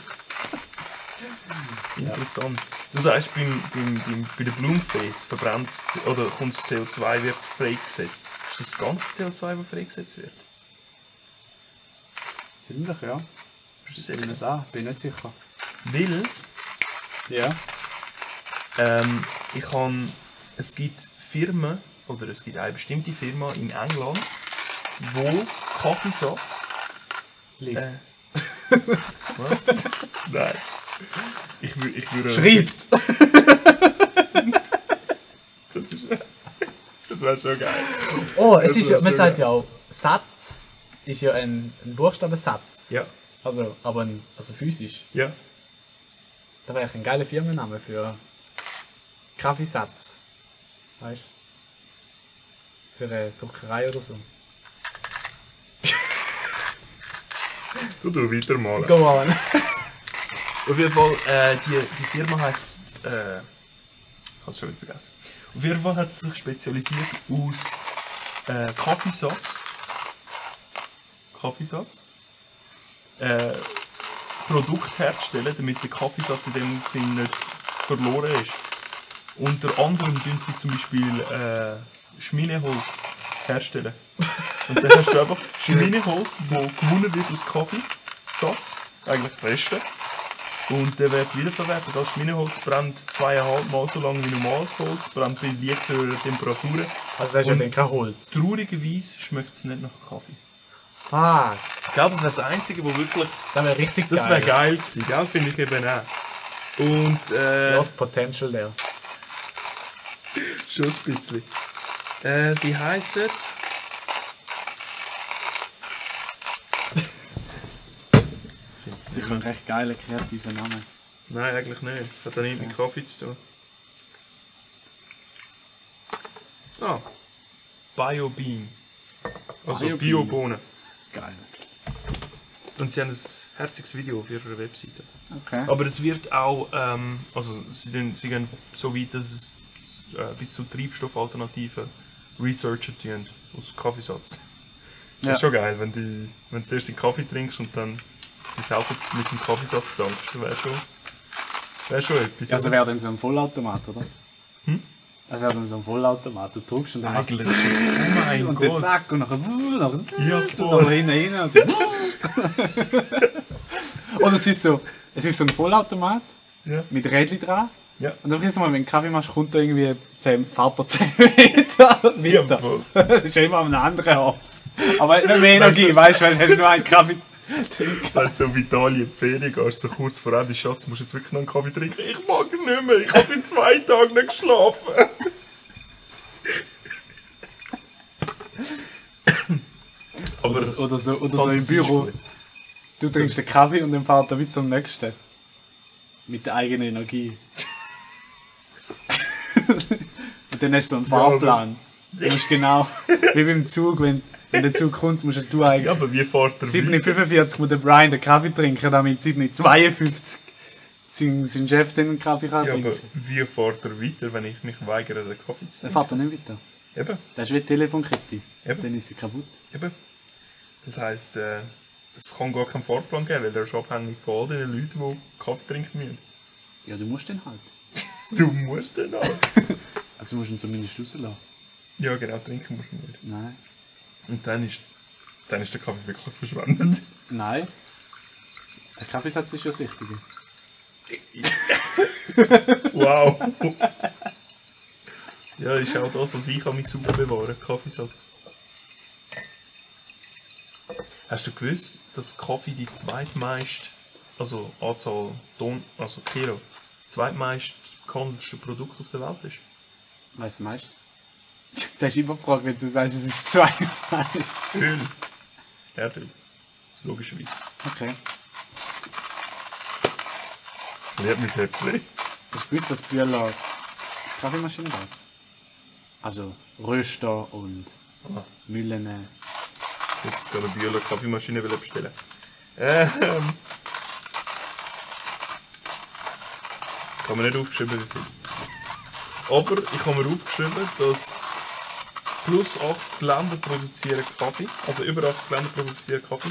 Speaker 2: Interessant. Du sagst, beim, beim, beim, bei der Bloomface verbrennt es- oder kommt das CO2 wird freigesetzt. Ist das das ganze CO2, das freigesetzt wird?
Speaker 1: Ziemlich, ja. Bin
Speaker 2: sicher.
Speaker 1: es auch, bin nicht sicher.
Speaker 2: Weil
Speaker 1: Ja.
Speaker 2: ähm, ich han, es gibt Firmen, oder es gibt eine bestimmte Firma in England, wo Kaffeesatz
Speaker 1: Liest.
Speaker 2: Äh. Was? Nein. Ich würde. Ich würd,
Speaker 1: Schreibt!
Speaker 2: Das, ist- das wäre schon geil.
Speaker 3: Oh, es ist ja,
Speaker 2: Das
Speaker 3: man
Speaker 2: wär's
Speaker 3: sagt ja auch, Satz ist ja ein, ein Buchstabensatz.
Speaker 2: Ja,
Speaker 3: Also, aber ein, also physisch.
Speaker 2: ja.
Speaker 3: Da wäre ich ein geiler Firmenname für Kaffeesatz. Weißt du? Für eine Druckerei oder so.
Speaker 2: Du du weitermalen.
Speaker 3: Go on.
Speaker 2: Auf jeden Fall, äh, die, die Firma heisst. Äh, ich hab's schon wieder vergessen. Auf jeden Fall hat sie sich spezialisiert aus äh, Kaffeesatz. Kaffeesatz. Äh, Produkt herzustellen, damit der Kaffeesatz in dem Sinn nicht verloren ist. Unter anderem tun sie zum Beispiel äh, Schmineholz herstellen. Und dann hast du einfach Schmineholz, wo gewonnen wird aus Kaffeesatz, eigentlich Reste. Und der wird wiederverwertet. Das Schmineholz brennt zweieinhalb Mal so lange wie normales Holz, brennt bei leicht höheren Temperaturen.
Speaker 3: Also, das ist ja
Speaker 2: Und-
Speaker 3: dann kein Holz.
Speaker 2: Traurigerweise schmeckt es nicht nach Kaffee.
Speaker 3: Fuck.
Speaker 2: Gell, das wäre das Einzige, wo wirklich.
Speaker 3: Das wäre richtig
Speaker 2: Das
Speaker 3: geil.
Speaker 2: wäre geil gewesen, gell? Finde ich eben auch. Und äh,
Speaker 3: Lost Potential there.
Speaker 2: schon ein bisschen. Äh, sie heißen.
Speaker 1: Sicher ein recht geiler, kreativer Name.
Speaker 2: Nein, eigentlich nicht. Das hat ja nichts mit Kaffee zu tun. Ah. Biobean. Also
Speaker 1: Biobean.
Speaker 2: Biobohnen.
Speaker 1: Geil.
Speaker 2: Und sie haben ein herziges Video auf ihrer Webseite.
Speaker 1: Okay.
Speaker 2: Aber es wird auch, ähm, also sie, den, sie gehen so weit, dass es äh, bis zu Treibstoffalternativen researchen tun aus Kaffeesatz. Das
Speaker 1: Ja.
Speaker 2: ist schon geil, wenn, die, wenn du zuerst den Kaffee trinkst und dann das Auto mit dem Kaffeesatz dampfst. Das wäre schon, wär schon etwas.
Speaker 1: Also
Speaker 2: oder?
Speaker 1: wäre dann so ein Vollautomat, oder? Hm? Also wäre dann so ein Vollautomat. Du drückst und dann macht
Speaker 2: Eigentlich. Oh mein
Speaker 1: und dann
Speaker 2: Gott.
Speaker 1: zack und nachher wuh, nachher
Speaker 2: Ja,
Speaker 1: und nachher
Speaker 2: voll.
Speaker 1: hin, hin und dann wuh. Und es ist so, es ist so ein Vollautomat
Speaker 2: Ja.
Speaker 1: mit Rädchen dran.
Speaker 2: Ja.
Speaker 1: Und dann jedes Mal, wenn du Kaffee machst, kommt da irgendwie 10, fährt er 10 Meter
Speaker 2: Ja,
Speaker 1: weiter.
Speaker 2: voll.
Speaker 1: das ist ja immer am anderen Ort. Aber nicht mehr Energie, weißt du, weil du hast nur einen Kaffee.
Speaker 2: Wenn du Halt so in Italien in die Ferien gehst, so kurz vor Ende, Schatz, musst du jetzt wirklich noch einen Kaffee trinken? Ich mag ihn nicht mehr, ich habe seit zwei Tagen nicht geschlafen. Aber
Speaker 1: Oder, oder so, oder so
Speaker 2: Fantasie
Speaker 1: im
Speaker 2: ist
Speaker 1: Büro.
Speaker 2: gut.
Speaker 1: Du trinkst den Kaffee und dann fährt er wie zum nächsten. Mit der eigenen Energie. und dann hast du einen
Speaker 2: aber-
Speaker 1: Fahrplan. Du musst genau, wie beim Zug, wenn, wenn der Zug kommt, musst du
Speaker 2: Ja,
Speaker 1: eigentlich.
Speaker 2: aber wie fährt er
Speaker 1: 7.45 muss der Brian den Kaffee trinken, damit 7.52 sein, sein Chef den Kaffee kann
Speaker 2: Ja, aber
Speaker 1: trinken.
Speaker 2: wie fährt er weiter, wenn ich mich weigere, den Kaffee zu
Speaker 1: Dann
Speaker 2: trinken?
Speaker 1: fährt er nicht weiter.
Speaker 2: Eben,
Speaker 1: Das ist wie die Telefonkette.
Speaker 2: Eben.
Speaker 1: Dann ist sie kaputt.
Speaker 2: eben. Das heisst, äh, es kann gar keinen Fahrplan geben, weil er ist abhängig von all den Leuten, die Kaffee trinken müssen.
Speaker 1: Ja, du musst den halt.
Speaker 2: Du musst den auch.
Speaker 1: Also musst du ihn zumindest rauslassen.
Speaker 2: ja, genau, trinken musst du nicht.
Speaker 1: Nein.
Speaker 2: Und dann ist, dann ist der Kaffee wirklich verschwendet.
Speaker 1: Nein. Der Kaffeesatz ist ja das Wichtige.
Speaker 2: Wow! ja, ist auch das, was ich mich aufbewahren Kaffeesatz. Hast du gewusst, dass Kaffee die zweitmeist, also Anzahl Ton, also Kilo, zweitmeist gehandelste Produkt auf der Welt ist?
Speaker 1: Weißt du meist? Das ist immer die Frage, wenn du sagst, es ist zweimal.
Speaker 2: Öl. Erdöl. Logischerweise.
Speaker 1: Okay.
Speaker 2: Leert mein Häppchen.
Speaker 1: Hast du gewusst, dass Bühler Kaffeemaschinen baut? Also Röster und
Speaker 2: Ah,
Speaker 1: Mühlen.
Speaker 2: jetzt gerade eine Bühler Kaffeemaschine bestellen. Ähm. Ich habe mir nicht aufgeschrieben, wie viel. Aber ich habe mir aufgeschrieben, dass plus 80 Länder produzieren Kaffee, also über 80 Länder produzieren Kaffee.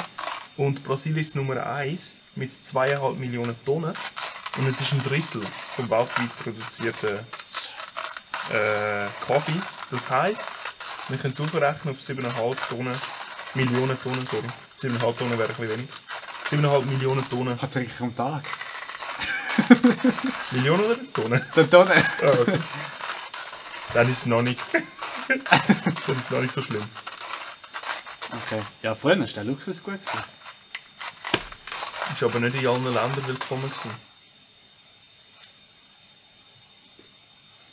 Speaker 2: Und Brasilien ist Nummer 1 mit 2,5 Millionen Tonnen. Und es ist ein Drittel vom weltweit produzierten äh, Kaffee. Das heisst, wir können es aufrechnen auf 7,5 Tonnen, Millionen Tonnen, sorry. 7,5 Tonnen wäre ein bisschen wenig. 7,5 Millionen Tonnen.
Speaker 1: Hat er am Tag?
Speaker 2: Millionen oder Tonnen?
Speaker 1: Der Tonne.
Speaker 2: Ah, okay. Dann ist es noch nicht. Dann ist es noch nicht so schlimm.
Speaker 1: Okay. Ja, früher war der Luxus gut. Gewesen.
Speaker 2: Ist aber nicht in allen Ländern willkommen gewesen.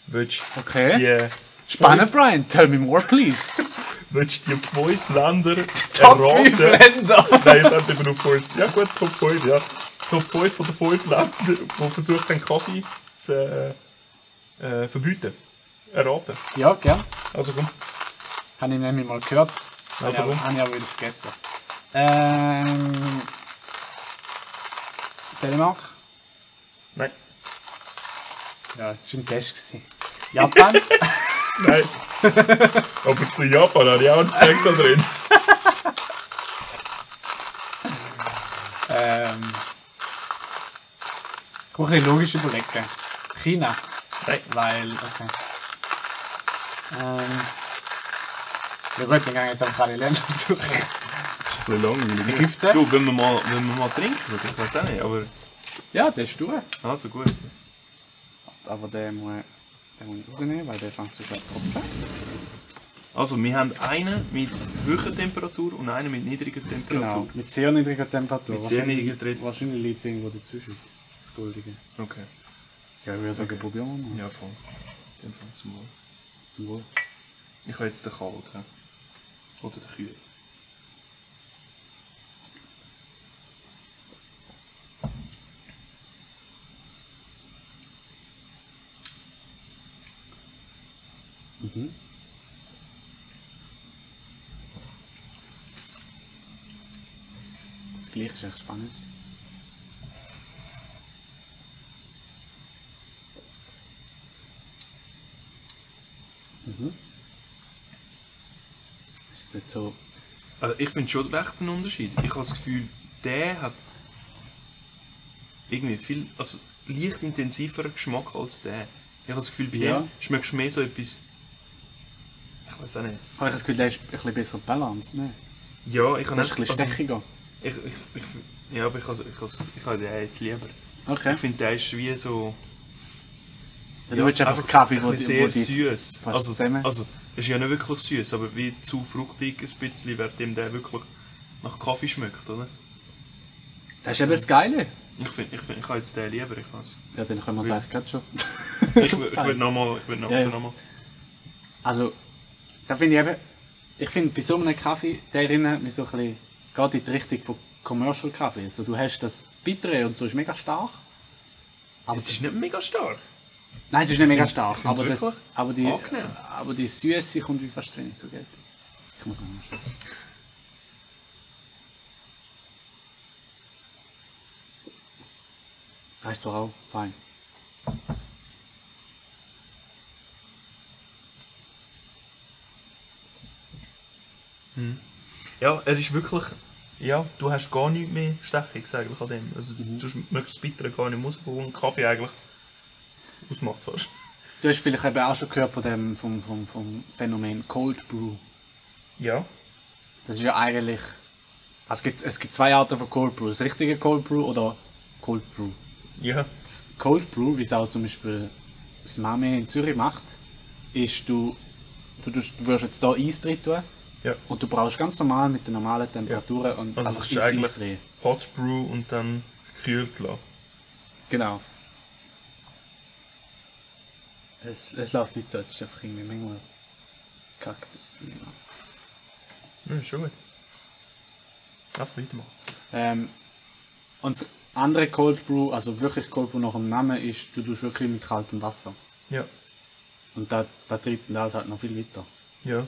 Speaker 2: Willst du
Speaker 1: Okay.
Speaker 2: die,
Speaker 1: Spannend, Brian. Tell me more, please.
Speaker 2: willst du die fünf Länder
Speaker 1: fünf
Speaker 2: erraten?
Speaker 1: Länder.
Speaker 2: Nein, jetzt hat eben nur fünf. Ja gut, Top 5, ja. Top 5 von den fünf Ländern, die versucht haben, Kaffee zu äh, äh, verbieten. Erraten.
Speaker 1: Ja, gell.
Speaker 2: Also komm.
Speaker 1: Habe ich nämlich mal gehört. Also,
Speaker 2: Also komm.
Speaker 1: ja, habe ich aber wieder vergessen. Ähm. Dänemark?
Speaker 2: Nein.
Speaker 1: Ja, ist ein Test. gewesen. Japan?
Speaker 2: Nein. Aber zu Japan habe ich auch einen Fact da drin.
Speaker 1: ähm. Ich muss ein bisschen logisch überlegen. China?
Speaker 2: Nein.
Speaker 1: Weil. Okay. Ähm. Ja gut, dann gehe ich jetzt einfach alle Länder suchen.
Speaker 2: Ein bisschen langweilig.
Speaker 1: Ägypten?
Speaker 2: Du, wenn wir mal, wenn wir mal trinken würden, ich weiß auch nicht, aber...
Speaker 1: Ja, der ist durch.
Speaker 2: Also gut.
Speaker 1: Aber den muss, den muss ich rausnehmen, weil der fängt zu schnell zu tropfen.
Speaker 2: Also, wir haben einen mit höherer Temperatur und einen mit niedriger Temperatur.
Speaker 1: Genau, mit sehr niedriger Temperatur.
Speaker 2: Mit sehr niedriger Temperatur.
Speaker 1: Wahrscheinlich liegt es irgendwo dazwischen. Das Goldige.
Speaker 2: Okay.
Speaker 1: Ja, ich würde sagen, probieren wir mal.
Speaker 2: Ja, voll. Dann fang zum Wohl.
Speaker 1: Zum Wohl.
Speaker 2: Ich habe jetzt den Kalt, hä? Oder den Kühl.
Speaker 1: Mhm. Das Gleiche ist echt spannend. Mhm. Ist das so... Ah,
Speaker 2: Also, ich finde schon recht einen Unterschied. Ich habe das Gefühl, der hat irgendwie viel, also leicht intensiveren Geschmack als der. Ich habe das Gefühl, bei
Speaker 1: Ja.
Speaker 2: dem schmeckst du mehr so etwas. Ich weiß auch
Speaker 1: Aber
Speaker 2: nicht.
Speaker 1: ich habe das Gefühl, der ist ein bisschen besser balanced, ne?
Speaker 2: Ja, ich habe also,
Speaker 1: Der ist ein bisschen stechiger.
Speaker 2: ich, ich, ich, ja, aber ich habe ich, has- ich habe den eh jetzt lieber.
Speaker 1: Okay.
Speaker 2: Ich finde, der ist wie so.
Speaker 1: Du willst einfach einen Kaffee, wo die... wo
Speaker 2: sehr
Speaker 1: die-
Speaker 2: süß.
Speaker 1: fast
Speaker 2: Also,
Speaker 1: zusammen-
Speaker 2: also, ist ja nicht wirklich süß, aber wie zu fruchtig ein bisschen, wird dem der wirklich nach Kaffee schmeckt, oder?
Speaker 1: Das ist eben das Geile.
Speaker 2: Ich finde, ich, find, ich habe jetzt den lieber, ich weiß.
Speaker 1: Ja, dann können wir es eigentlich gerade schon.
Speaker 2: Ich wür- ich würde nochmal, ich würde noch,
Speaker 1: Ja, ja.
Speaker 2: noch mal.
Speaker 1: Also, da finde ich eben, ich finde bei so einem Kaffee, der erinnert mich so ein bisschen, gerade in die Richtung von Commercial Kaffee. Also du hast das Bittere und so, ist mega stark. Aber
Speaker 2: Es ist nicht mega stark.
Speaker 1: nein, es ist nicht mega
Speaker 2: find's-
Speaker 1: stark,
Speaker 2: ich find's
Speaker 1: aber, das,
Speaker 2: wirklich
Speaker 1: aber die,
Speaker 2: angenehm.
Speaker 1: aber die Süße kommt wie fast zu wenig zu Geld. Ich muss nochmal schauen. Das ist doch auch fein.
Speaker 2: Ja, er ist wirklich. Ja, du hast gar nichts mehr Stechiges eigentlich an dem. Also,
Speaker 1: Mhm.
Speaker 2: du möchtest das Bittere gar nicht raus, wo ein Kaffee eigentlich ausmacht fast.
Speaker 1: Du hast vielleicht eben auch schon gehört von dem vom, vom, vom Phänomen Cold Brew.
Speaker 2: Ja.
Speaker 1: Das ist ja eigentlich. Also es, gibt, es gibt zwei Arten von Cold Brew. Das richtige Cold Brew oder Cold Brew.
Speaker 2: Ja.
Speaker 1: Das Cold Brew, wie es auch zum Beispiel das Mami in Zürich macht, ist, du, du, tust- du wirst jetzt hier Eis drin tun
Speaker 2: Ja.
Speaker 1: und du brauchst ganz normal mit der normalen Temperatur und
Speaker 2: Also,
Speaker 1: einfach
Speaker 2: es ist
Speaker 1: ins Eis
Speaker 2: eigentlich
Speaker 1: drehen.
Speaker 2: Hot Brew und dann gekühlt lassen.
Speaker 1: Genau. Es, es läuft nicht da, es ist einfach irgendwie manchmal kackt das Thema.
Speaker 2: Ja, ist schon gut. Einfach weitermachen.
Speaker 1: Ähm, und das andere Cold Brew, also wirklich Cold Brew nach dem Namen, ist, du tust wirklich mit kaltem Wasser.
Speaker 2: Ja.
Speaker 1: Und da, da treibt das halt noch viel weiter.
Speaker 2: Ja.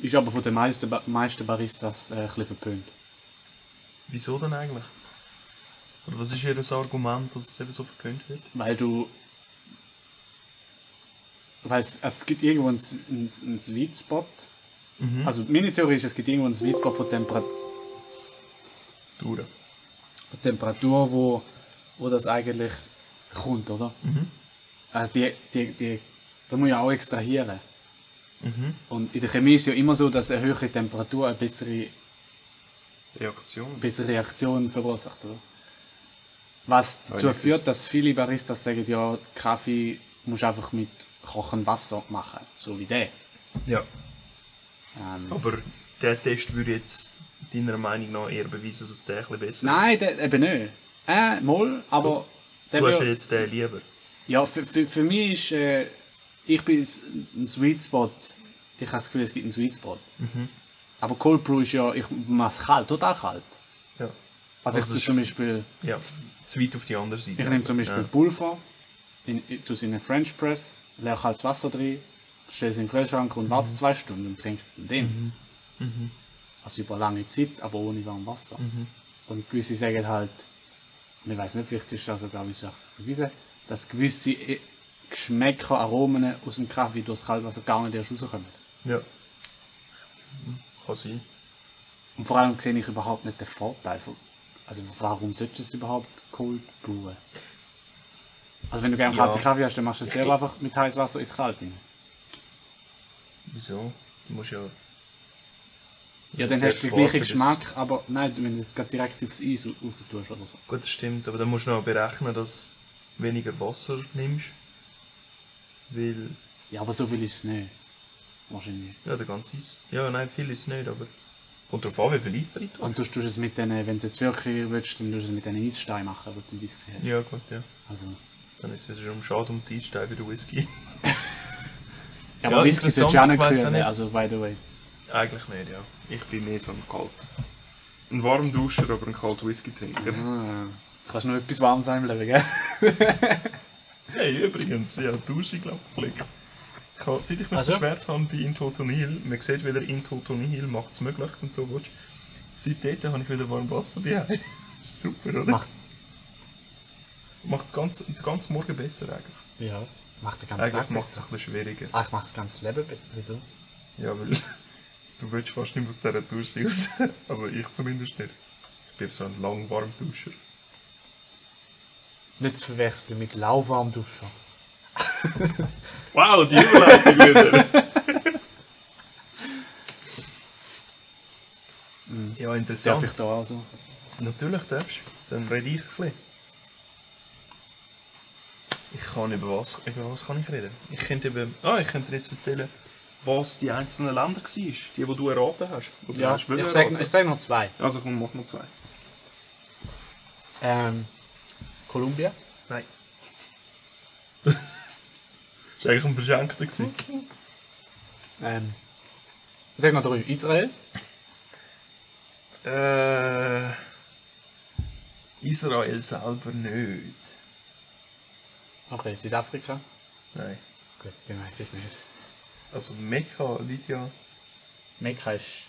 Speaker 1: Ist aber von den meisten, Ba- meisten Baristas äh, ein bisschen verpönt.
Speaker 2: Wieso denn eigentlich? Oder was ist ihr Argument, dass es eben so verkündet wird?
Speaker 1: Weil du. Weil es, also es gibt irgendwo einen, S- einen, S- einen Sweet Spot. Also meine Theorie ist, es gibt irgendwo einen Sweet Spot von, Temperat
Speaker 2: Dure.
Speaker 1: von Temperatur, wo, wo das eigentlich kommt, oder?
Speaker 2: Mhm.
Speaker 1: Also die, die, die, da muss ja auch extrahieren.
Speaker 2: Mhm.
Speaker 1: Und in der Chemie ist ja immer so, dass eine höhere Temperatur eine bessere
Speaker 2: Reaktion.
Speaker 1: bis Reaktionen verursacht, oder? Was dazu
Speaker 4: nicht
Speaker 1: führt,
Speaker 4: gewusst.
Speaker 1: dass viele Baristas sagen, ja, Kaffee musst du einfach mit kochendem Wasser machen, so wie der.
Speaker 2: Ja.
Speaker 1: Ähm,
Speaker 2: Aber der Test würde jetzt deiner Meinung nach eher beweisen, dass der ein bisschen besser
Speaker 1: nein, der, eben nicht. Äh, mal, aber
Speaker 2: ist.
Speaker 1: der
Speaker 2: Du hast ja
Speaker 1: wird-
Speaker 2: jetzt den lieber.
Speaker 1: Ja, für, für, für mich ist, äh, ich bin s- ein Sweet Spot. Ich habe das Gefühl, es gibt einen Sweet Spot.
Speaker 2: Mhm.
Speaker 1: Aber Cold Brew ist ja, ich mache es kalt, total kalt.
Speaker 2: Ja.
Speaker 1: Also,
Speaker 2: Also es
Speaker 1: ich tue
Speaker 2: ist-
Speaker 1: zum Beispiel,
Speaker 2: Ja. Zu weit auf die andere Seite.
Speaker 1: ich nehme zum Beispiel Pulver, in, ich tue es in eine French Press, leere kaltes Wasser drin, stelle es in den Kühlschrank und warte zwei Stunden und trinke den. Also über lange Zeit, aber ohne warmes Wasser. Und gewisse sagen halt, und ich weiß nicht, vielleicht ist das sogar wissenschaftlich bewiesen, dass gewisse äh, Geschmäcker, Aromen aus dem Kaffee durchs Kaltwasser gar nicht erst rauskommen.
Speaker 2: Ja. ja. Kann sein.
Speaker 1: Und vor allem sehe ich überhaupt nicht den Vorteil von. Also warum solltest du es überhaupt cold brewen? Also wenn du gerne
Speaker 2: Ja.
Speaker 1: kalten Kaffee hast, dann machst du es selber einfach mit heißem Wasser ins Kalte.
Speaker 2: Wieso? Du musst ja.
Speaker 1: Ja, dann
Speaker 2: Zuerst
Speaker 1: hast du den
Speaker 2: warten,
Speaker 1: gleichen
Speaker 2: bis-
Speaker 1: Geschmack, aber nein, wenn du es gerade direkt aufs Eis au- rauf tust oder so.
Speaker 2: Gut, das stimmt, aber dann musst du noch berechnen, dass du weniger Wasser nimmst. Weil.
Speaker 1: Ja, aber so viel ist es nicht. Wahrscheinlich.
Speaker 2: Ja, der ganze Eis. Ja, nein, viel ist es nicht, aber. Kommt drauf an, wie viel Eis drin
Speaker 1: Und sonst tust du es mit denen, wenn du es jetzt wirklich willst, dann tust du es mit diesen Eissteinen machen, die du im Disc hast.
Speaker 2: Ja, gut, ja.
Speaker 1: Also,
Speaker 2: Dann ist es wieder um schade um die Eissteine wie der Whisky.
Speaker 1: ja, aber Whisky
Speaker 2: interessant,
Speaker 1: solltest du auch nicht
Speaker 2: ich weiss auch
Speaker 1: kühlen,
Speaker 2: nicht.
Speaker 1: also by the way.
Speaker 2: Eigentlich nicht, ja. Ich bin mehr so ein Kalt.
Speaker 4: Ein warm Duscher, aber ein kalten Whisky-Trinker.
Speaker 1: Du kannst noch etwas warm sein im Leben, gell?
Speaker 2: Hey, übrigens, ich habe die Dusche gepflegt. Seit ich mich
Speaker 1: Also?
Speaker 2: beschwert habe bei Intotonil, man sieht wieder, Intotonil macht es möglich und so willst. Seit dort habe ich wieder warm Wasser daheim. Ist Super, oder?
Speaker 1: Macht-
Speaker 2: Macht es ganz, den ganzen Morgen besser eigentlich.
Speaker 3: Ja. Macht den ganzen
Speaker 2: Eigentlich
Speaker 3: Tag
Speaker 2: macht es
Speaker 3: besser.
Speaker 2: ein bisschen schwieriger.
Speaker 1: Ah,
Speaker 3: Ach, ich mach das ganze Leben besser. Wieso?
Speaker 2: Ja, weil du willst fast nicht mehr aus dieser Dusche raus. Also ich zumindest nicht. Ich bin so ein lang warm Duscher.
Speaker 3: Nicht zu verwechseln mit lauwarm duschen.
Speaker 4: Wow, die Überleitung wieder!
Speaker 2: Ja,
Speaker 1: Darf
Speaker 2: interessant.
Speaker 1: ich da auch so?
Speaker 2: Natürlich darfst du. Dann rede ich ein bisschen. Ich kann über was, über was kann ich reden? Ich könnte, über, ah, ich könnte dir jetzt erzählen, was die einzelnen Länder waren. Die, die du erraten hast. Oder
Speaker 1: Ja,
Speaker 2: hast du wollen
Speaker 1: ich sag-
Speaker 2: erraten?
Speaker 3: Ich sag noch zwei.
Speaker 4: Also komm, mach noch zwei.
Speaker 3: Ähm, Kolumbien.
Speaker 2: Nein. Das war eigentlich ein Verschenkter. gewesen.
Speaker 3: Ähm, ich sag noch drei. Israel.
Speaker 2: Äh, Israel selber nicht.
Speaker 3: Okay, Südafrika.
Speaker 2: Nein.
Speaker 3: Gut, dann weiß ich es nicht.
Speaker 2: Also Mekka liegt ja.
Speaker 3: Mekka ist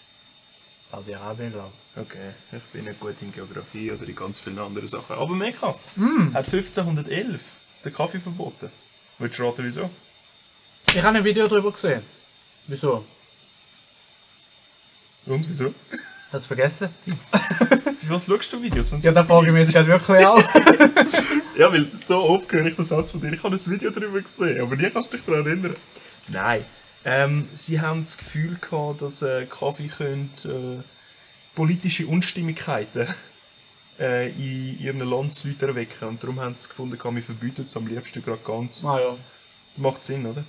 Speaker 3: Saudi-Arabien, glaube
Speaker 2: Okay, ich bin nicht gut in Geografie oder in ganz vielen anderen Sachen. Aber Mekka
Speaker 3: Hm.
Speaker 2: hat 1511 den Kaffee verboten. Willst du raten, wieso?
Speaker 3: ich. Ich habe ein Video darüber gesehen. Wieso?
Speaker 2: Und wieso?
Speaker 3: Hast du es vergessen?
Speaker 2: Für was schaust du Videos? wenn's-
Speaker 3: Ja, da frage ich mich jetzt gerade wirklich auch.
Speaker 2: ja, weil so oft höre ich den Satz von dir. Ich habe ein Video darüber gesehen, aber nie kannst du dich daran erinnern. Nein. Ähm, sie haben das Gefühl gehabt, dass äh, Kaffee könnte, äh, politische Unstimmigkeiten äh, in ihren Landsleuten erwecken. Und darum haben sie gefunden, kann wir verbieten es am liebsten gerade ganz.
Speaker 3: ah, ja.
Speaker 2: Macht Sinn, oder?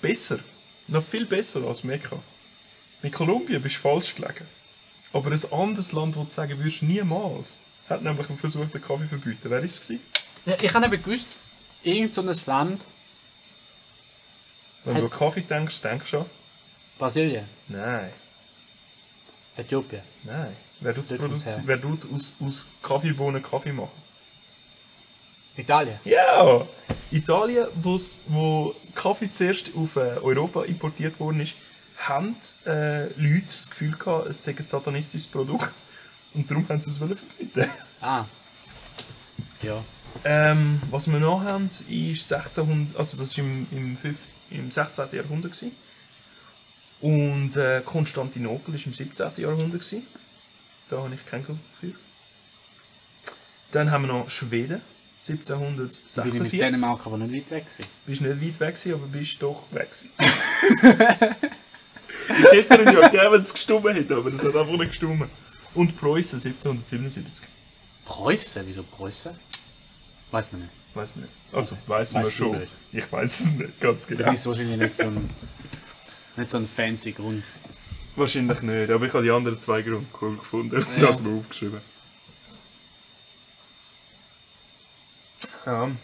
Speaker 2: Besser. Noch viel besser als Mekka. Mit Kolumbien bist du falsch gelegen. Aber ein anderes Land, wo du sagen würdest, niemals, hat nämlich einen Versuch, den Kaffee zu verbieten. Wer war es? gewesen?
Speaker 1: Ja, ich habe eben gewusst, irgend so ein Land,
Speaker 2: Wenn du an Kaffee denkst, denkst du an...
Speaker 1: Brasilien,
Speaker 2: Nein,
Speaker 1: Äthiopien.
Speaker 2: nein. Wer tut,
Speaker 1: Dort kommt's
Speaker 2: produzi-
Speaker 1: her.
Speaker 2: wer tut aus, aus Kaffeebohnen Kaffee machen?
Speaker 1: Italien.
Speaker 2: Ja! Italien, wo's, wo Kaffee zuerst auf äh, Europa importiert worden ist, haben äh, Leute das Gefühl gehabt, es sei ein satanistisches Produkt. Und darum haben sie es wollen verbieten.
Speaker 1: Ah. Ja.
Speaker 2: Ähm, was wir noch haben, ist 1600, also das war im, im, 5, im 16. Jahrhundert. Gewesen. Und äh, Konstantinopel war im 17. Jahrhundert. Gewesen. Da habe ich keinen Grund dafür. Dann haben wir noch Schweden,
Speaker 1: Bin ich mit
Speaker 2: 1746.
Speaker 1: Dänemark aber nicht weit weg gewesen.
Speaker 2: Bist nicht weit weg, gewesen, aber bist doch weg. gewesen. ich hätte ihm ja gegeben, wenn es gestummen hätte, aber das hat einfach nicht gestummen. Und Preußen 1777.
Speaker 1: Preußen? Wieso Preußen? Weiß man nicht.
Speaker 2: Weiß man nicht. Also,
Speaker 1: Weiss
Speaker 2: weiß man
Speaker 1: du
Speaker 2: schon.
Speaker 1: nicht.
Speaker 2: Ich weiß es nicht ganz
Speaker 1: Das
Speaker 2: genau.
Speaker 1: ist wahrscheinlich nicht so ein, nicht so ein fancy Grund.
Speaker 4: Wahrscheinlich nicht, aber ich habe die anderen zwei Gründe cool gefunden und das mal aufgeschrieben. Ja.
Speaker 2: Ähm,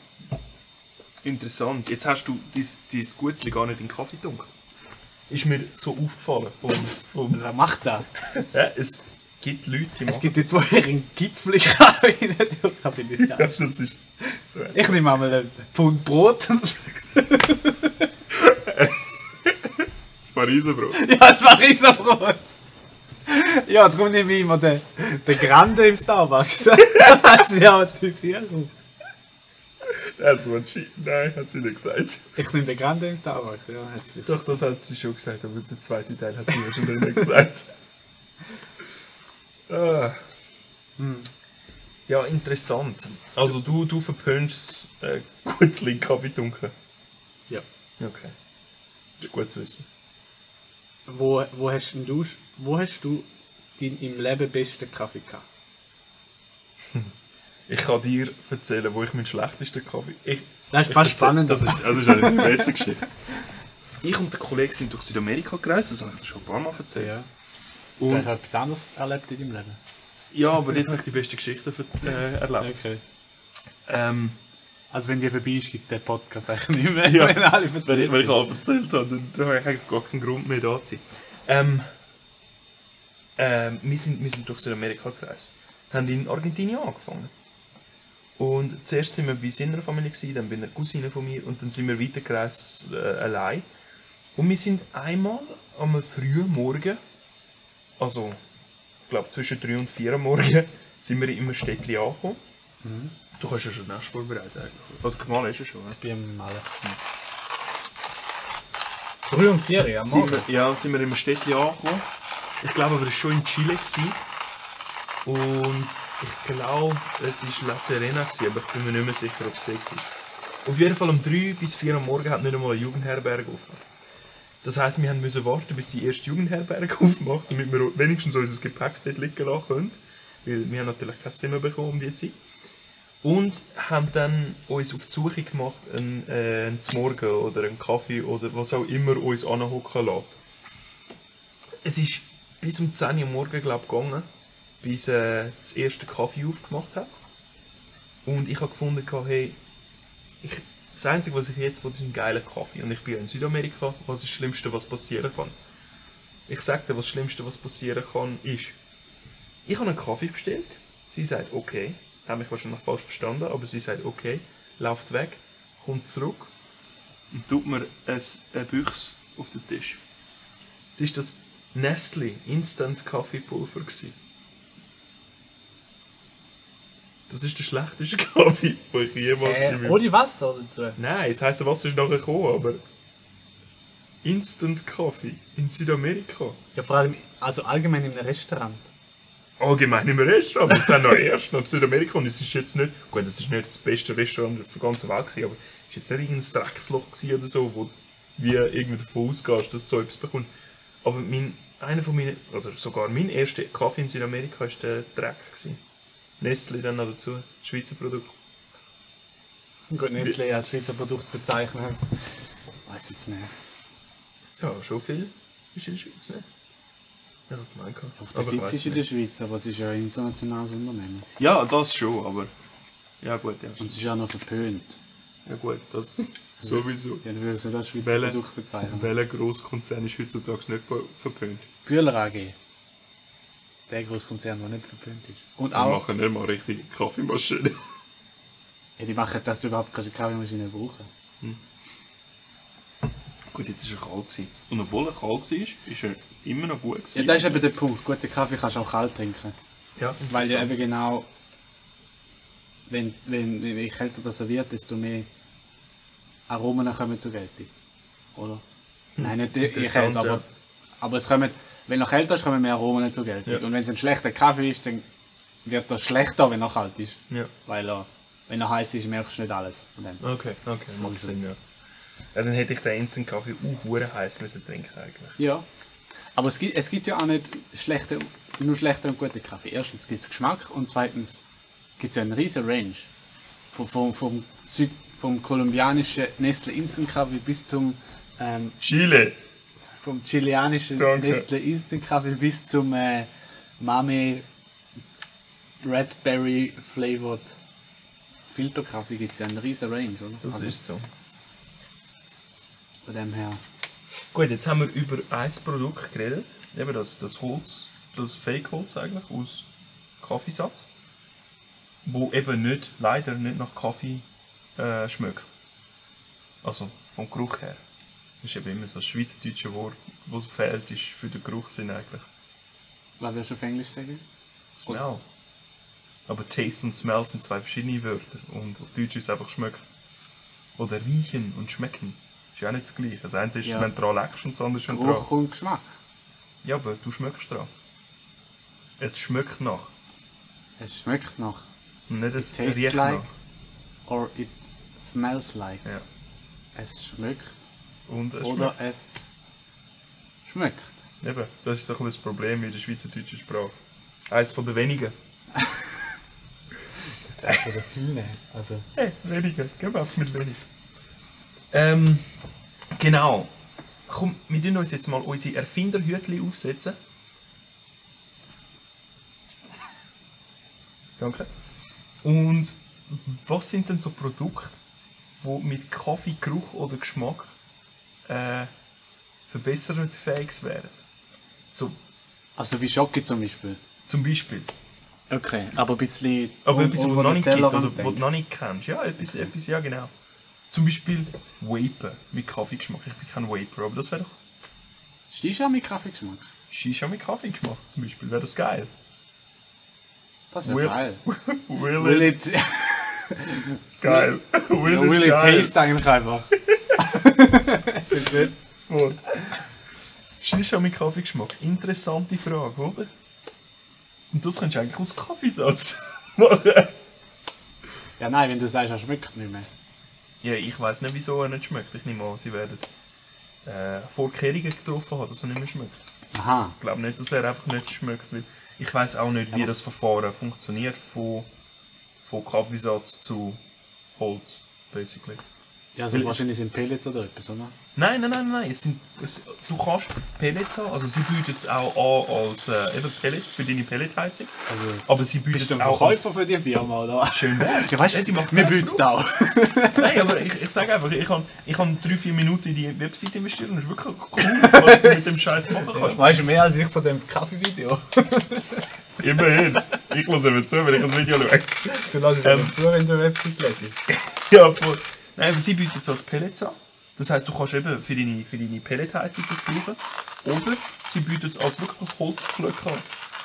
Speaker 2: Interessant. Jetzt hast du dein Gutzli gar nicht in den Kaffee getunkt. Ist mir so aufgefallen. Vom, vom
Speaker 1: Wer macht das?
Speaker 2: ja, es gibt Leute, die
Speaker 1: Es
Speaker 2: machen
Speaker 1: gibt Leute, die ihren Gipfel rein tun. Da bin ich
Speaker 2: das.
Speaker 1: gar
Speaker 2: Das ist so.
Speaker 1: Ich nehme einmal einen Pfund Brot.
Speaker 4: Das Pariser Brot.
Speaker 1: ja, das war Risenbrot. Ja, darum nehme ich immer den, den Grande im Starbucks. das ist ja die Firma.
Speaker 2: Also, man schi- Nein, hat sie nicht gesagt.
Speaker 1: Ich nehme den Grande im Starbucks, ja, hat sie
Speaker 2: Doch, das hat sie schon gesagt, aber der zweite Teil hat sie ja schon nicht gesagt. Ah. Hm. Ja, interessant. Also du, du verpönst äh, gutes Link Kaffee dunkel.
Speaker 1: Ja.
Speaker 2: Okay. Das ist gut zu wissen.
Speaker 1: Wo, wo hast denn du, wo hast du deinen im Leben besten Kaffee gehabt?
Speaker 2: Ich kann dir erzählen, wo ich meinen schlechtesten Kaffee... Ich,
Speaker 1: Das ist
Speaker 2: ich
Speaker 1: fast
Speaker 2: erzähl-
Speaker 1: spannender.
Speaker 2: Das ist,
Speaker 4: Das ist eine die beste Geschichte. Ich und der Kollege sind durch Südamerika gereist, das habe ich dir schon ein paar Mal erzählt.
Speaker 1: Ja. Du hast
Speaker 4: Und,
Speaker 1: halt etwas anderes erlebt in deinem Leben.
Speaker 4: ja, aber dort habe ich die beste Geschichte ver- äh, erlebt.
Speaker 1: Okay.
Speaker 4: Ähm,
Speaker 1: Also wenn die vorbei ist, gibt es den Podcast eigentlich nicht mehr,
Speaker 4: Ja.
Speaker 1: wenn alle
Speaker 4: Wenn ich,
Speaker 1: erzählen.
Speaker 4: wenn ich alles erzählt habe, dann, dann habe ich eigentlich gar keinen Grund mehr da zu sein.
Speaker 2: ähm, ähm, wir, sind, wir sind durch Südamerika gereist. Haben in Argentinien angefangen. Und zuerst sind wir bei seiner Familie, gewesen, dann bei einer Cousine von mir und dann sind wir weitergereist äh, allein. Und wir sind einmal am frühen Morgen, also ich glaube zwischen 3 und 4 am Morgen, sind wir in einem Städtchen angekommen.
Speaker 4: Du kannst ja schon den Nest vorbereiten eigentlich. Oder gemahlen ist ja schon, ne?
Speaker 1: Ich bin am Malen.
Speaker 3: 3 und 4 ja,
Speaker 4: Sind
Speaker 3: morgen.
Speaker 4: wir, ja, sind wir in einem Städtchen angekommen. Ich glaube aber, es war schon in Chile. Gewesen. Und ich glaube, es war La Serena, gewesen, aber ich bin mir nicht mehr sicher, ob es das war.
Speaker 2: Auf jeden Fall um 3 bis 4 Uhr am Morgen hat nicht einmal eine Jugendherberge offen. Das heisst, wir haben müssen warten, bis die erste Jugendherberge aufmacht, damit wir wenigstens unser Gepäck dort liegen lassen können. Weil wir haben natürlich kein Zimmer bekommen um die Zeit. Und haben dann uns auf die Suche gemacht, einen, äh, einen Zmorgen oder einen Kaffee oder was auch immer uns anhocken lässt. Es ist bis um 10 Uhr am morgen, glaube ich, gegangen, bis äh, das erste Kaffee aufgemacht hat. Und ich habe gefunden, hey, ich, das Einzige, was ich jetzt will, ist ein geiler Kaffee. Und ich bin ja in Südamerika. Was ist das Schlimmste, was passieren kann? Ich sag dir, was das Schlimmste, was passieren kann, ist, ich habe einen Kaffee bestellt. Sie sagt, okay. Haben mich wahrscheinlich falsch verstanden, aber sie sagt, okay. Läuft weg, kommt zurück.
Speaker 4: Und tut mir ein, ein Büchs auf den Tisch.
Speaker 2: Jetzt ist das Nestle Instant Kaffeepulver gsi. Das ist der schlechteste Kaffee, den ich jemals in
Speaker 3: Äh,
Speaker 2: meinem-
Speaker 3: ohne Wasser dazu.
Speaker 2: Nein, das heisst, was ist nachher gekommen, aber. Instant Kaffee in Südamerika.
Speaker 3: Ja, vor allem, also allgemein im Restaurant.
Speaker 2: Allgemein im Restaurant, aber dann noch erst nach Südamerika und es ist jetzt nicht. Gut, es ist nicht das beste Restaurant auf der ganzen Welt, gewesen, aber es ist jetzt nicht irgendein Drecksloch gewesen oder so, wo wir irgendwie davon ausgehst, dass so etwas bekommt. Aber mein, einer von meinen, oder sogar mein erster Kaffee in Südamerika war der Dreck. Gewesen. Nestle dann noch dazu, Schweizer Produkt.
Speaker 3: Gut, Nestle als Schweizer Produkt bezeichnen.
Speaker 1: Weiß jetzt nicht.
Speaker 2: Ja, schon viel ist in der Schweiz, ne? Ja, gemeint. gehabt.
Speaker 1: Auf der
Speaker 2: Aber ich
Speaker 1: Sitz
Speaker 2: weiss
Speaker 1: ist in
Speaker 2: nicht.
Speaker 1: der Schweiz, aber es ist ja ein internationales Unternehmen.
Speaker 4: Ja, das schon, aber. Ja, gut, ja.
Speaker 1: Und es ist auch noch verpönt.
Speaker 4: Ja, gut, das sowieso.
Speaker 1: Ja, dann würde ich so das Schweizer
Speaker 4: Welle.
Speaker 1: Produkt bezeichnen.
Speaker 4: Welcher Grosskonzern ist heutzutage nicht be- verpönt?
Speaker 1: Bühler AG. Der Großkonzern, der nicht verpönt ist. Und
Speaker 4: Wir
Speaker 1: auch,
Speaker 4: machen nicht mal richtige Kaffeemaschine.
Speaker 1: ja, die machen, dass du überhaupt keine Kaffeemaschine brauchen
Speaker 4: Gut, jetzt war er kalt. Gewesen. Und obwohl er kalt war, ist er immer noch gut.
Speaker 1: Ja,
Speaker 4: Gewesen.
Speaker 1: das ist eben der Punkt. Guten Kaffee kannst du auch kalt trinken.
Speaker 2: Ja,
Speaker 1: Weil ja eben genau, wenn, wenn, wenn je kälter das so wird, desto mehr Aromen kommen zur Geltung. Oder? Nein, nicht je
Speaker 2: Interessant,
Speaker 1: kälter, aber,
Speaker 2: ja.
Speaker 1: Hm. aber es kommen, wenn er kälter ist, kommen mehr Aromen zur Geltung.
Speaker 2: Ja.
Speaker 1: Und wenn es ein schlechter Kaffee ist, dann wird er schlechter, wenn er kalt ist.
Speaker 2: Ja.
Speaker 1: Weil er, wenn er heiß ist, merkst du nicht alles. Von dem.
Speaker 2: Okay, okay, macht Sinn, ja. ja. Dann hätte ich den Instant Kaffee auch hure heiß müssen trinken eigentlich.
Speaker 1: Ja. Aber es gibt, es gibt ja auch nicht schlechte nur schlechter und guter Kaffee. Erstens gibt es Geschmack und zweitens gibt es ja eine riesen Range. Vom, vom, vom, Süd, vom kolumbianischen Nestle Instant Kaffee bis zum ähm,
Speaker 2: Chile!
Speaker 1: vom chilenischen
Speaker 2: Danke.
Speaker 1: Nestle Instant Kaffee bis zum äh, Mame Red Berry Flavored Filterkaffee gibt es ja eine riesen Range, oder?
Speaker 2: Das
Speaker 1: Also
Speaker 2: ist so.
Speaker 1: Von dem her.
Speaker 2: Gut, jetzt haben wir über ein Produkt geredet. Eben das, das Holz, das Fake-Holz eigentlich aus Kaffeesatz. Wo eben nicht, leider nicht nach Kaffee äh, schmeckt. Also vom Geruch her. Das ist eben immer so das schweizerdeutsche Wort, was fehlt, ist für den Geruchssinn eigentlich.
Speaker 1: Was wirst du auf Englisch sagen?
Speaker 2: Smell. Aber Taste und Smell sind zwei verschiedene Wörter. Und auf Deutsch ist es einfach schmecken. Oder riechen und schmecken. Ist ja auch nicht das gleiche. Das eine ist,
Speaker 1: Ja.
Speaker 2: wenn du dran leckst und das andere ist, wenn du dran
Speaker 1: Geruch und Geschmack.
Speaker 2: Ja, aber du schmeckst dran. Es schmeckt nach.
Speaker 1: Es schmeckt nach.
Speaker 2: Und nicht es
Speaker 1: tastes
Speaker 2: riecht
Speaker 1: like.
Speaker 2: nach.
Speaker 1: Or it smells like.
Speaker 2: Ja.
Speaker 1: Es schmeckt.
Speaker 2: Und es
Speaker 1: oder
Speaker 2: schmeckt.
Speaker 1: es schmeckt.
Speaker 2: Eben, das ist so ein bisschen das Problem in der schweizerdeutschen Sprache. Eines von den wenigen.
Speaker 3: Das ist schon der Fine. Also,
Speaker 2: Hey, wenigen. Gehen wir einfach mit wenig. Ähm, genau. Komm, wir tun uns jetzt mal unsere Erfinderhütli aufsetzen. Danke. Und was sind denn so Produkte, die mit Kaffee, Geruch oder Geschmack äh, verbesserungsfähig wären? So,
Speaker 1: Also wie Schocke zum Beispiel.
Speaker 2: zum Beispiel.
Speaker 1: Okay, aber ein bisschen.
Speaker 2: Aber
Speaker 1: un-
Speaker 2: etwas, was
Speaker 1: unter
Speaker 2: du noch
Speaker 1: den
Speaker 2: nicht gibt oder
Speaker 1: Tellerrand
Speaker 2: was du noch nicht kennst. Ja, etwas, etwas ja genau. Zum Beispiel Vapen mit Kaffeegeschmack. Ich bin kein Vaper, aber das wäre doch
Speaker 1: denken. Ist die schon mit Kaffeegeschmack?
Speaker 2: Shisha mit Kaffeegeschmack zum Beispiel. Wäre das geil.
Speaker 1: Das wäre
Speaker 2: Will-
Speaker 1: geil.
Speaker 2: Will,
Speaker 1: Will
Speaker 2: it,
Speaker 1: it,
Speaker 2: geil. Will,
Speaker 1: will it
Speaker 2: geil.
Speaker 1: taste eigentlich einfach?
Speaker 2: Voll. Shisha mit Kaffeegeschmack. Interessante Frage, oder? Und das könntest du eigentlich aus Kaffeesatz machen.
Speaker 1: Ja, nein, wenn du sagst, er schmeckt nicht mehr.
Speaker 2: Ja, ich weiß nicht, wieso er nicht schmeckt. Ich nehme an, sie werden äh, Vorkehrungen getroffen haben, dass er nicht mehr schmeckt.
Speaker 1: Aha.
Speaker 2: Ich glaube nicht, dass er einfach nicht schmeckt. Weil ich weiß auch nicht, wie das Verfahren funktioniert von, von Kaffeesatz zu Holz, basically.
Speaker 1: Ja,
Speaker 2: Will
Speaker 1: so
Speaker 2: it-
Speaker 1: wahrscheinlich sind Pellets oder etwas, oder?
Speaker 2: Nein, nein, nein, nein. Es sind, es, du kannst Pellets haben. Also sie bieten es auch an als äh, eben Pellets für deine Pelletheizung.
Speaker 1: Also,
Speaker 2: Aber sie bieten
Speaker 1: bist du
Speaker 2: es
Speaker 1: ein
Speaker 2: auch als...
Speaker 1: Verkäufer für die Firma, oder was?
Speaker 2: Schön wär's.
Speaker 1: Ja, weißt
Speaker 2: Ja, die
Speaker 1: du,
Speaker 2: macht
Speaker 1: wir
Speaker 2: keinen
Speaker 1: bieten auch.
Speaker 2: Nein, aber ich, ich sage einfach, ich habe ich hab drei, vier Minuten in die Website investiert und es ist wirklich cool, was du mit dem Scheiß machen kannst.
Speaker 3: weißt du mehr als ich von dem Kaffee-Video?
Speaker 2: Immerhin. Ich muss eben zu, wenn ich das Video schaue.
Speaker 3: Du lass es
Speaker 2: Ähm.
Speaker 3: ähm. zu, wenn du eine Website lesest.
Speaker 2: Ja, voll. Nein, aber sie bieten es als Pellets an. Das heisst, du kannst eben für deine, für deine Pelletheizung das brauchen. Oder sie bieten es als wirklich Holzpflöcke an,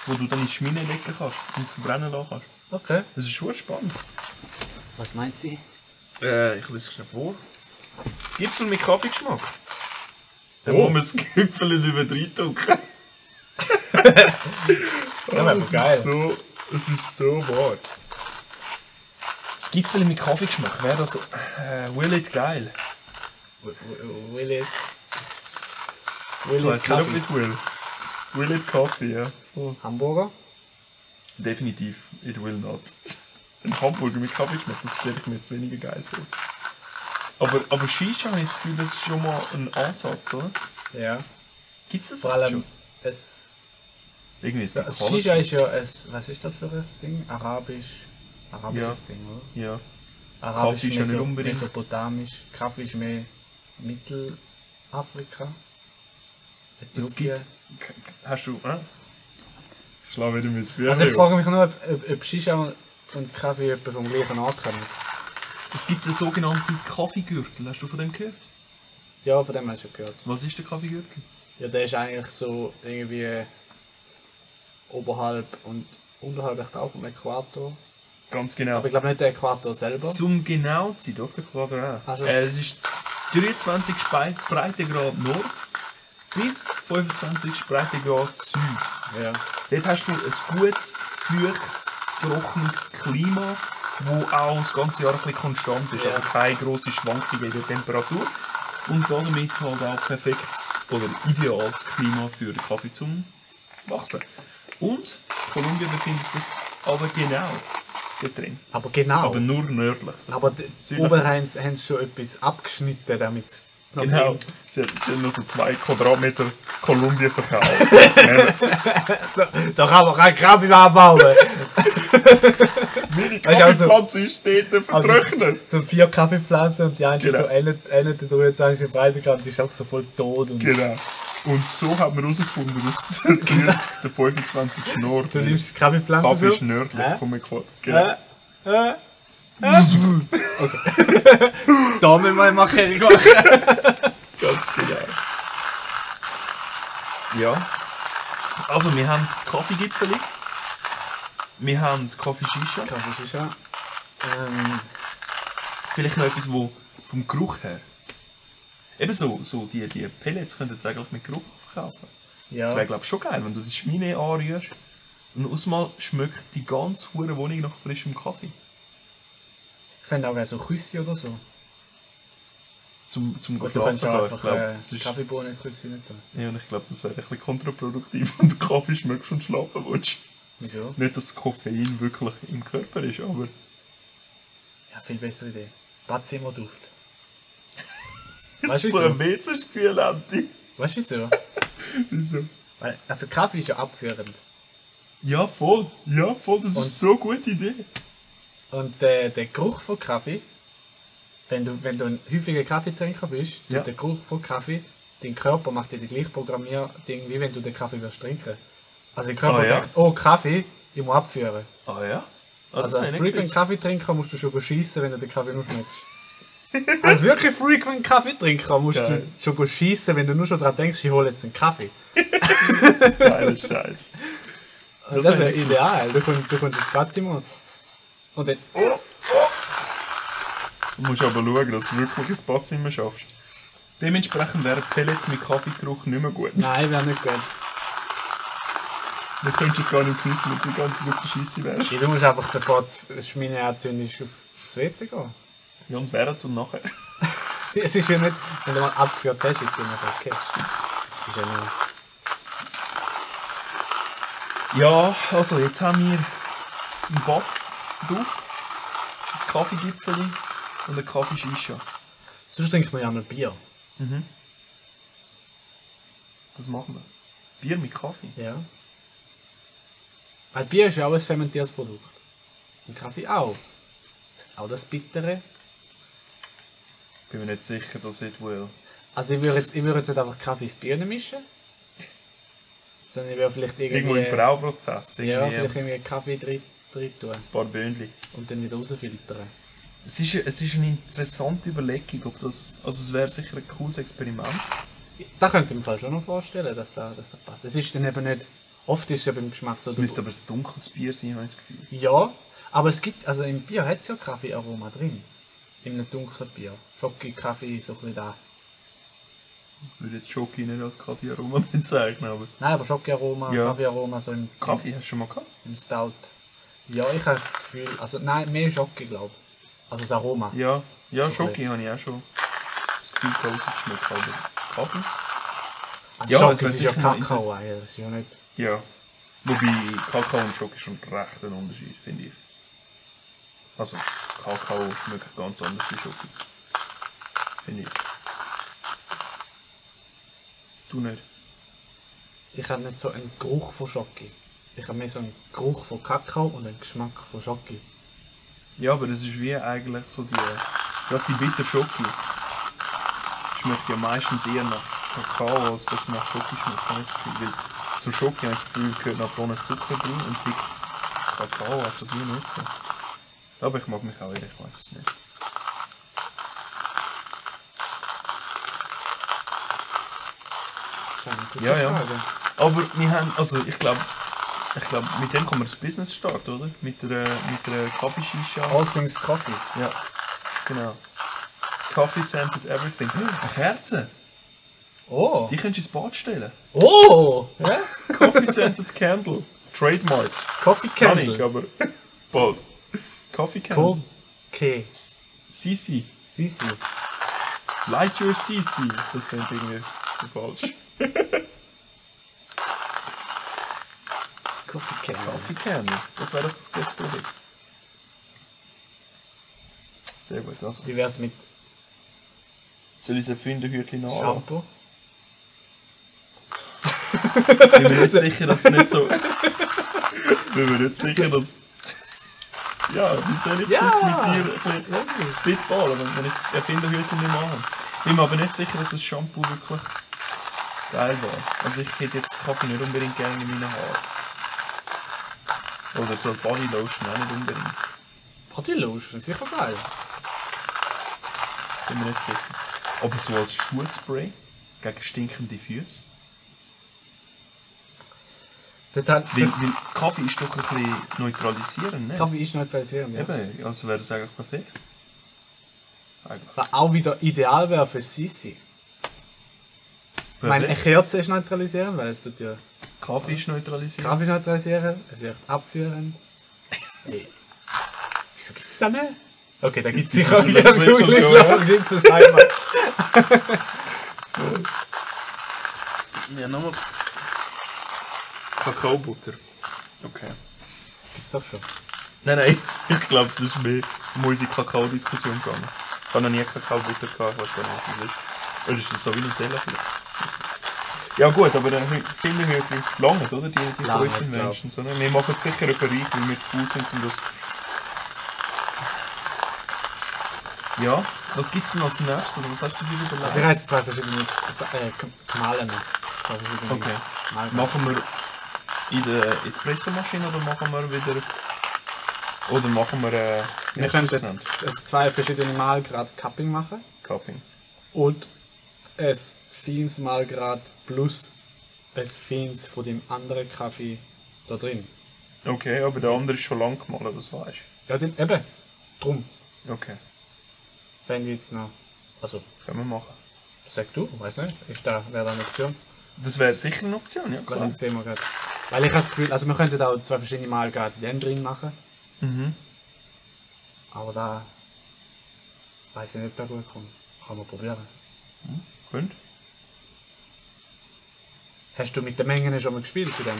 Speaker 2: wo du dann ins Schmine legen kannst und verbrennen lassen kannst.
Speaker 3: Okay.
Speaker 2: Das ist schon spannend.
Speaker 1: Was meint sie?
Speaker 2: Äh, ich lese es schnell vor. Gipfel mit Kaffeegeschmack. Da
Speaker 3: Oh.
Speaker 2: muss man das Gipfel nicht über reindrücken.
Speaker 3: Das wäre
Speaker 2: Oh, Das
Speaker 3: geil.
Speaker 2: ist so, das ist so wahr. Das Gipfel mit Kaffeegeschmack, wäre das äh, will it geil?
Speaker 3: W- w- Will it. Will it
Speaker 2: Weiss nicht, ob
Speaker 3: Kaffee?
Speaker 2: it will. Will it Kaffee, ja. Voll.
Speaker 3: Hamburger?
Speaker 2: Definitiv, it will not. Ein Hamburger mit Kaffeegeschmack, das stelle ich mir jetzt weniger geil vor. Aber, aber Shisha habe ich das Gefühl, das ist schon mal ein Ansatz, oder?
Speaker 3: Ja.
Speaker 2: Gibt es das
Speaker 3: Vor
Speaker 2: schon?
Speaker 3: allem. Es,
Speaker 2: Irgendwie ist
Speaker 3: das Shisha ist ja ein. Was ist das für ein Ding? Arabisch. Arabisches
Speaker 2: Ja.
Speaker 3: Ding, oder?
Speaker 2: Ja.
Speaker 3: Arabisch
Speaker 2: Kaffee ist ja nicht
Speaker 3: Meso-
Speaker 2: unbedingt.
Speaker 3: Mesopotamisch. Kaffee ist mehr Mittelafrika.
Speaker 2: Es
Speaker 3: Äthiopien.
Speaker 2: gibt. K- k- Hast du. Äh? Ich schlage wieder mein Bier.
Speaker 3: Also ich
Speaker 2: rein.
Speaker 3: frage mich nur, ob, ob, ob Shisha und, und Kaffee etwa vom gleichen Ort kommen.
Speaker 2: es gibt den sogenannten Kaffeegürtel. Hast du von dem gehört?
Speaker 3: Ja, von dem hast du schon gehört.
Speaker 2: Was ist der Kaffeegürtel?
Speaker 3: Ja, der ist eigentlich so irgendwie oberhalb und unterhalb echt auch vom Äquator.
Speaker 2: Ganz genau.
Speaker 3: Aber ich glaube nicht der Äquator selber.
Speaker 2: Zum genau zu sein, doch, der Quadrat.
Speaker 3: Also-
Speaker 2: Äh, es ist 23 Spei- Breitengrad Nord bis 25 Breitengrad Süd.
Speaker 3: Ja.
Speaker 2: Dort hast du ein gutes, feuchtes, trockenes Klima, wo auch das ganze Jahr ein bisschen konstant ist.
Speaker 3: Ja.
Speaker 2: Also keine grossen Schwankungen in der Temperatur. Und damit halt auch perfektes oder ideales Klima für den Kaffee zum Wachsen. Und Kolumbien befindet sich aber genau dort drin.
Speaker 1: Aber genau.
Speaker 3: Oh.
Speaker 2: Aber nur nördlich.
Speaker 1: Aber d-
Speaker 2: Zürich.
Speaker 1: oben haben sie haben sie schon etwas abgeschnitten, damit sie noch
Speaker 2: Genau.
Speaker 1: drin-
Speaker 2: Sie, sie haben nur so zwei Quadratmeter Kolumbien verkauft. Merkt's.
Speaker 1: Da kann man keinen Kaffee anbauen.
Speaker 2: Meine
Speaker 1: Weißt du, also-
Speaker 2: Kaffeepflanze ist dort vertrocknet.
Speaker 1: so vier Kaffeepflanzen und die eine
Speaker 2: Genau.
Speaker 1: ist so eine, eine der 23 Breitegrad, die ist auch so voll tot. Und
Speaker 2: Genau. Und so haben wir herausgefunden, dass der 25 Nord
Speaker 1: Du nimmst die Kaffeepflanze
Speaker 2: Kaffee ist
Speaker 1: so.
Speaker 2: nördlich
Speaker 1: Hä?
Speaker 2: vom Äquator. Genau.
Speaker 1: Äh, äh, äh. okay. da müssen wir machen. machen.
Speaker 2: Ganz genau. Ja. Also, wir haben Kaffeegipfeli. Wir haben Kaffeeshisha.
Speaker 1: Kaffee ist ja. Ähm,
Speaker 2: Vielleicht noch etwas, wo vom Geruch her. Eben so, so die, die Pellets könnten jetzt eigentlich mit Geruch verkaufen. Das
Speaker 1: ja.
Speaker 2: wäre, glaube ich, schon geil, wenn du die Schmine anrührst und ausmal schmeckt die ganze hure Wohnung nach frischem Kaffee.
Speaker 1: Ich fände auch gerne so Küsse oder so.
Speaker 2: Zum, zum
Speaker 1: Oder du könntest auch
Speaker 2: gehen.
Speaker 1: einfach
Speaker 2: Ich glaube,
Speaker 1: äh,
Speaker 2: das ist,
Speaker 1: Kaffeebohnen ins Küsse nicht tun.
Speaker 2: ja, und ich glaube, das wäre ein bisschen kontraproduktiv, wenn du Kaffee schmeckst und schlafen willst.
Speaker 1: Wieso?
Speaker 2: Nicht, dass Koffein wirklich im Körper ist, aber
Speaker 1: Ja, viel bessere Idee. Badzimmerduft. Weißt
Speaker 2: es
Speaker 1: du,
Speaker 2: ist so
Speaker 1: wieso?
Speaker 2: ein WC-Spiel, Anti.
Speaker 1: Weißt du wieso?
Speaker 2: Wieso?
Speaker 1: Weil, also Kaffee ist ja abführend.
Speaker 2: Ja, voll. Ja, voll. Das
Speaker 1: Und-
Speaker 2: ist so eine gute Idee.
Speaker 1: Und äh, der Geruch von Kaffee, wenn du, wenn du ein häufiger Kaffeetrinker bist,
Speaker 2: Ja.
Speaker 1: tut der Geruch von Kaffee, dein Körper macht dir die gleiche Programmierding, wie wenn du den Kaffee wirst trinken. Also der Körper
Speaker 2: Ah, ja.
Speaker 1: denkt, oh Kaffee, ich muss abführen.
Speaker 2: Ah ja? Ah, das
Speaker 1: Also als
Speaker 2: habe ich nicht
Speaker 1: Frequent
Speaker 2: gewusst.
Speaker 1: Kaffeetrinker musst du schon schießen, wenn du den Kaffee nur schmeckst. als wirklich Frequent Kaffeetrinker musst
Speaker 2: Geil.
Speaker 1: du schon schießen, wenn du nur schon dran denkst, ich hole jetzt einen Kaffee.
Speaker 2: Geiler Scheiß.
Speaker 1: Also Das,
Speaker 2: Das
Speaker 1: wäre
Speaker 2: hab ich
Speaker 1: ideal. Du kommst, du kommst ins Badzimmer und- und dann.
Speaker 2: Du musst aber schauen, dass du wirklich ein Badzimmer schaffst. Dementsprechend wären Pellets mit Kaffeegeruch nicht mehr gut.
Speaker 1: Nein, wäre nicht gut.
Speaker 2: Du könntest es gar nicht geniessen, wenn du die ganze Zeit auf der Scheisse wärst.
Speaker 1: Ja, du musst einfach, bevor du das Schmine anzündest, auf- aufs WC gehen.
Speaker 2: Ja, und während und nachher.
Speaker 1: Es ist ja nicht, wenn du mal abgeführt hast, ist es ja nicht okay. Es ist ja nur...
Speaker 2: Ja, also jetzt haben wir einen Badduft, ein Kaffeegipfel und einen Kaffeeshisha.
Speaker 1: Sonst trinkt man ja mal Bier.
Speaker 2: Das machen wir. Bier mit Kaffee.
Speaker 1: Ja. Weil Bier ist ja auch ein fermentiertes Produkt. Und Kaffee auch. Das hat auch das Bittere.
Speaker 2: Bin mir nicht sicher, dass ich will.
Speaker 1: Also ich würde jetzt, ich würde jetzt nicht einfach Kaffee ins Bier nicht mischen. Sondern ich würde vielleicht
Speaker 2: Irgendwo
Speaker 1: irgendwie...
Speaker 2: im Brauprozess.
Speaker 1: Ja,
Speaker 2: Irgendwie
Speaker 1: vielleicht irgendwie Kaffee drin, drin tun.
Speaker 2: ein paar Böhnchen.
Speaker 1: Und dann wieder rausfiltern.
Speaker 2: Es ist, es ist eine interessante Überlegung, ob das. Also es wäre sicher ein cooles Experiment.
Speaker 1: Da könnte ich mir im Fall schon noch vorstellen, dass da, dass das passt. Es ist dann eben nicht. Oft ist es ja beim Geschmack so.
Speaker 2: Es müsste aber ein dunkles Bier sein, habe ich das Gefühl.
Speaker 1: ja, aber es gibt, also im Bier hat es ja Kaffeearoma drin. In einem dunklen Bier. Schoki, Kaffee, so ein bisschen da.
Speaker 2: Ich würde jetzt Schoki nicht als Kaffeearoma bezeichnen, aber.
Speaker 1: Nein, aber Schokiaroma,
Speaker 2: Ja.
Speaker 1: Kaffeearoma, so im,
Speaker 2: Kaffee hast du schon mal gehabt?
Speaker 1: im Stout. Ja, ich habe das Gefühl, also nein, mehr Schoki, glaube ich. Also das Aroma.
Speaker 2: Ja, ja
Speaker 1: Schon
Speaker 2: Schoki habe ich auch schon das Gefühl, dass es schmeckt, aber Kaffee?
Speaker 1: Also
Speaker 2: Ja,
Speaker 1: Schoki,
Speaker 2: es
Speaker 1: es ist ja
Speaker 2: sicher noch
Speaker 1: Kakao, ja, das ist ja nicht.
Speaker 2: Ja. Wobei Kakao und Schoki schon recht ein Unterschied, finde ich. Also, Kakao schmeckt ganz anders wie Schoki. Finde ich. Du nicht.
Speaker 1: Ich habe nicht so einen Geruch von Schoki. Ich habe mehr so einen Geruch von Kakao und einen Geschmack von Schoki.
Speaker 2: Ja, aber das ist wie eigentlich so die. Gerade die bitter Schoki. Schmeckt ja meistens eher nach Kakao, als dass sie nach Schoki schmeckt, habe ich das Gefühl. Weil zur Schoki habe ich das Gefühl, gehört noch Tonnen Zucker drin und bei Kakao hast du das wie nicht so. Aber ich mag mich auch eher, ich weiß es nicht.
Speaker 1: Schon eine gute
Speaker 2: Ja, ja.
Speaker 1: Frage.
Speaker 2: Aber wir haben, also ich glaube, ich glaube, mit dem kann man das Business starten, oder? Mit der, mit der Kaffeeshisha.
Speaker 1: All Things Coffee.
Speaker 2: Ja, genau. Coffee sampled everything. Eine Kerze!
Speaker 1: Oh!
Speaker 2: Die könntest du ins Bad stellen.
Speaker 1: Oh!
Speaker 2: Coffee Scented Candle. Trademark.
Speaker 1: Coffee
Speaker 2: Kann ich,
Speaker 1: Candle.
Speaker 2: aber bald. Coffee Candle.
Speaker 1: Okay.
Speaker 2: Sisi.
Speaker 1: Sisi.
Speaker 2: Light your Sisi. Das klingt irgendwie falsch.
Speaker 1: Kaffee
Speaker 2: Kaffee Candy. Das wäre doch das gute Produkt. Sehr gut. Also,
Speaker 1: Wie wär's mit
Speaker 2: soll ich es erfinden, Hütchen nach?
Speaker 1: Shampoo?
Speaker 2: bin mir nicht sicher, dass es nicht so. bin mir nicht sicher, dass. Ja, wie soll ich
Speaker 1: Ja!
Speaker 2: sonst mit dir ein bisschen spitballen, wenn wir jetzt erfinden heute nicht machen? Ich bin mir aber nicht sicher, dass das Shampoo wirklich geil war. Also ich hätte jetzt Kaffee nicht unbedingt gerne in meinen Haaren. Oder so eine Body Lotion auch nicht unbedingt.
Speaker 1: Bodylotion, sicher geil.
Speaker 2: Bin mir nicht sicher. Aber so als Schuhspray gegen stinkende Füße.
Speaker 1: Dort hat,
Speaker 2: Weil,
Speaker 1: der
Speaker 2: weil Kaffee ist doch ein bisschen neutralisierend, ne?
Speaker 1: Kaffee ist neutralisierend, ja.
Speaker 2: Eben, also wäre das eigentlich perfekt. Eigentlich.
Speaker 1: Was auch wieder ideal wäre für Sissi. Ich meine, eine Kerze ist neutralisierend, weil es tut ja
Speaker 2: Kaffee ist neutralisiert.
Speaker 1: grafisch neutralisieren, es wirkt abführend. Ey. Wieso gibt's das nicht? Okay, da gibt's sicher
Speaker 2: gibt's das
Speaker 1: irgendwo,
Speaker 2: sicher schon,
Speaker 1: da gibt's es einfach.
Speaker 2: Ja, nochmal. Kakaobutter. Okay.
Speaker 1: Gibt's doch schon.
Speaker 2: Nein, nein, ich glaube, es ist mehr um unsere Kakao-Diskussion gegangen. Ich habe noch nie Kakaobutter gehabt, ich weiß gar nicht, was es ist. Oder ist das so wie Nutella vielleicht? Ja gut, aber dann hö- finden wir wirklich lange, oder? Die, die
Speaker 1: Lange,
Speaker 2: verrückten
Speaker 1: ich glaub.
Speaker 2: Menschen. So, ne? Wir machen sicher jemanden reich, weil wir zu faul sind, um das... Ja, was gibt es denn als nächstes? Oder was hast du dir überlegt?
Speaker 1: Also ich habe jetzt zwei verschiedene äh, K- Kanäle noch. Zwei verschiedene
Speaker 2: Okay.
Speaker 1: Kanäle.
Speaker 2: Machen wir in der Espressomaschine oder machen wir wieder. Oder machen wir. Äh, wie
Speaker 1: Wir
Speaker 2: hast du
Speaker 1: können dort
Speaker 2: das genannt?
Speaker 1: also zwei verschiedene Mal gerade Cupping machen
Speaker 2: Cupping.
Speaker 1: und es feins Mal gerade plus es feins von dem anderen Kaffee da drin.
Speaker 2: Okay, aber der andere ist schon lang gemalt, das weißt
Speaker 1: Ja, den, eben. Drum.
Speaker 2: du. Okay,
Speaker 1: Fände ich jetzt noch. Also,
Speaker 2: können wir machen.
Speaker 1: sag du, weiß nicht. Ist da, wäre da eine Option?
Speaker 2: Das wäre sicher eine Option, ja
Speaker 1: Weil
Speaker 2: klar.
Speaker 1: dann sehen wir gerade. Weil ich habe das Gefühl, also wir könnten auch zwei verschiedene Mal gerade den drin machen.
Speaker 2: Mhm.
Speaker 1: Aber da. Weiß ich nicht, ob da gut kommt. Kann man probieren.
Speaker 2: Könnt?
Speaker 1: Hast du mit den Mengen schon mal gespielt bei dem?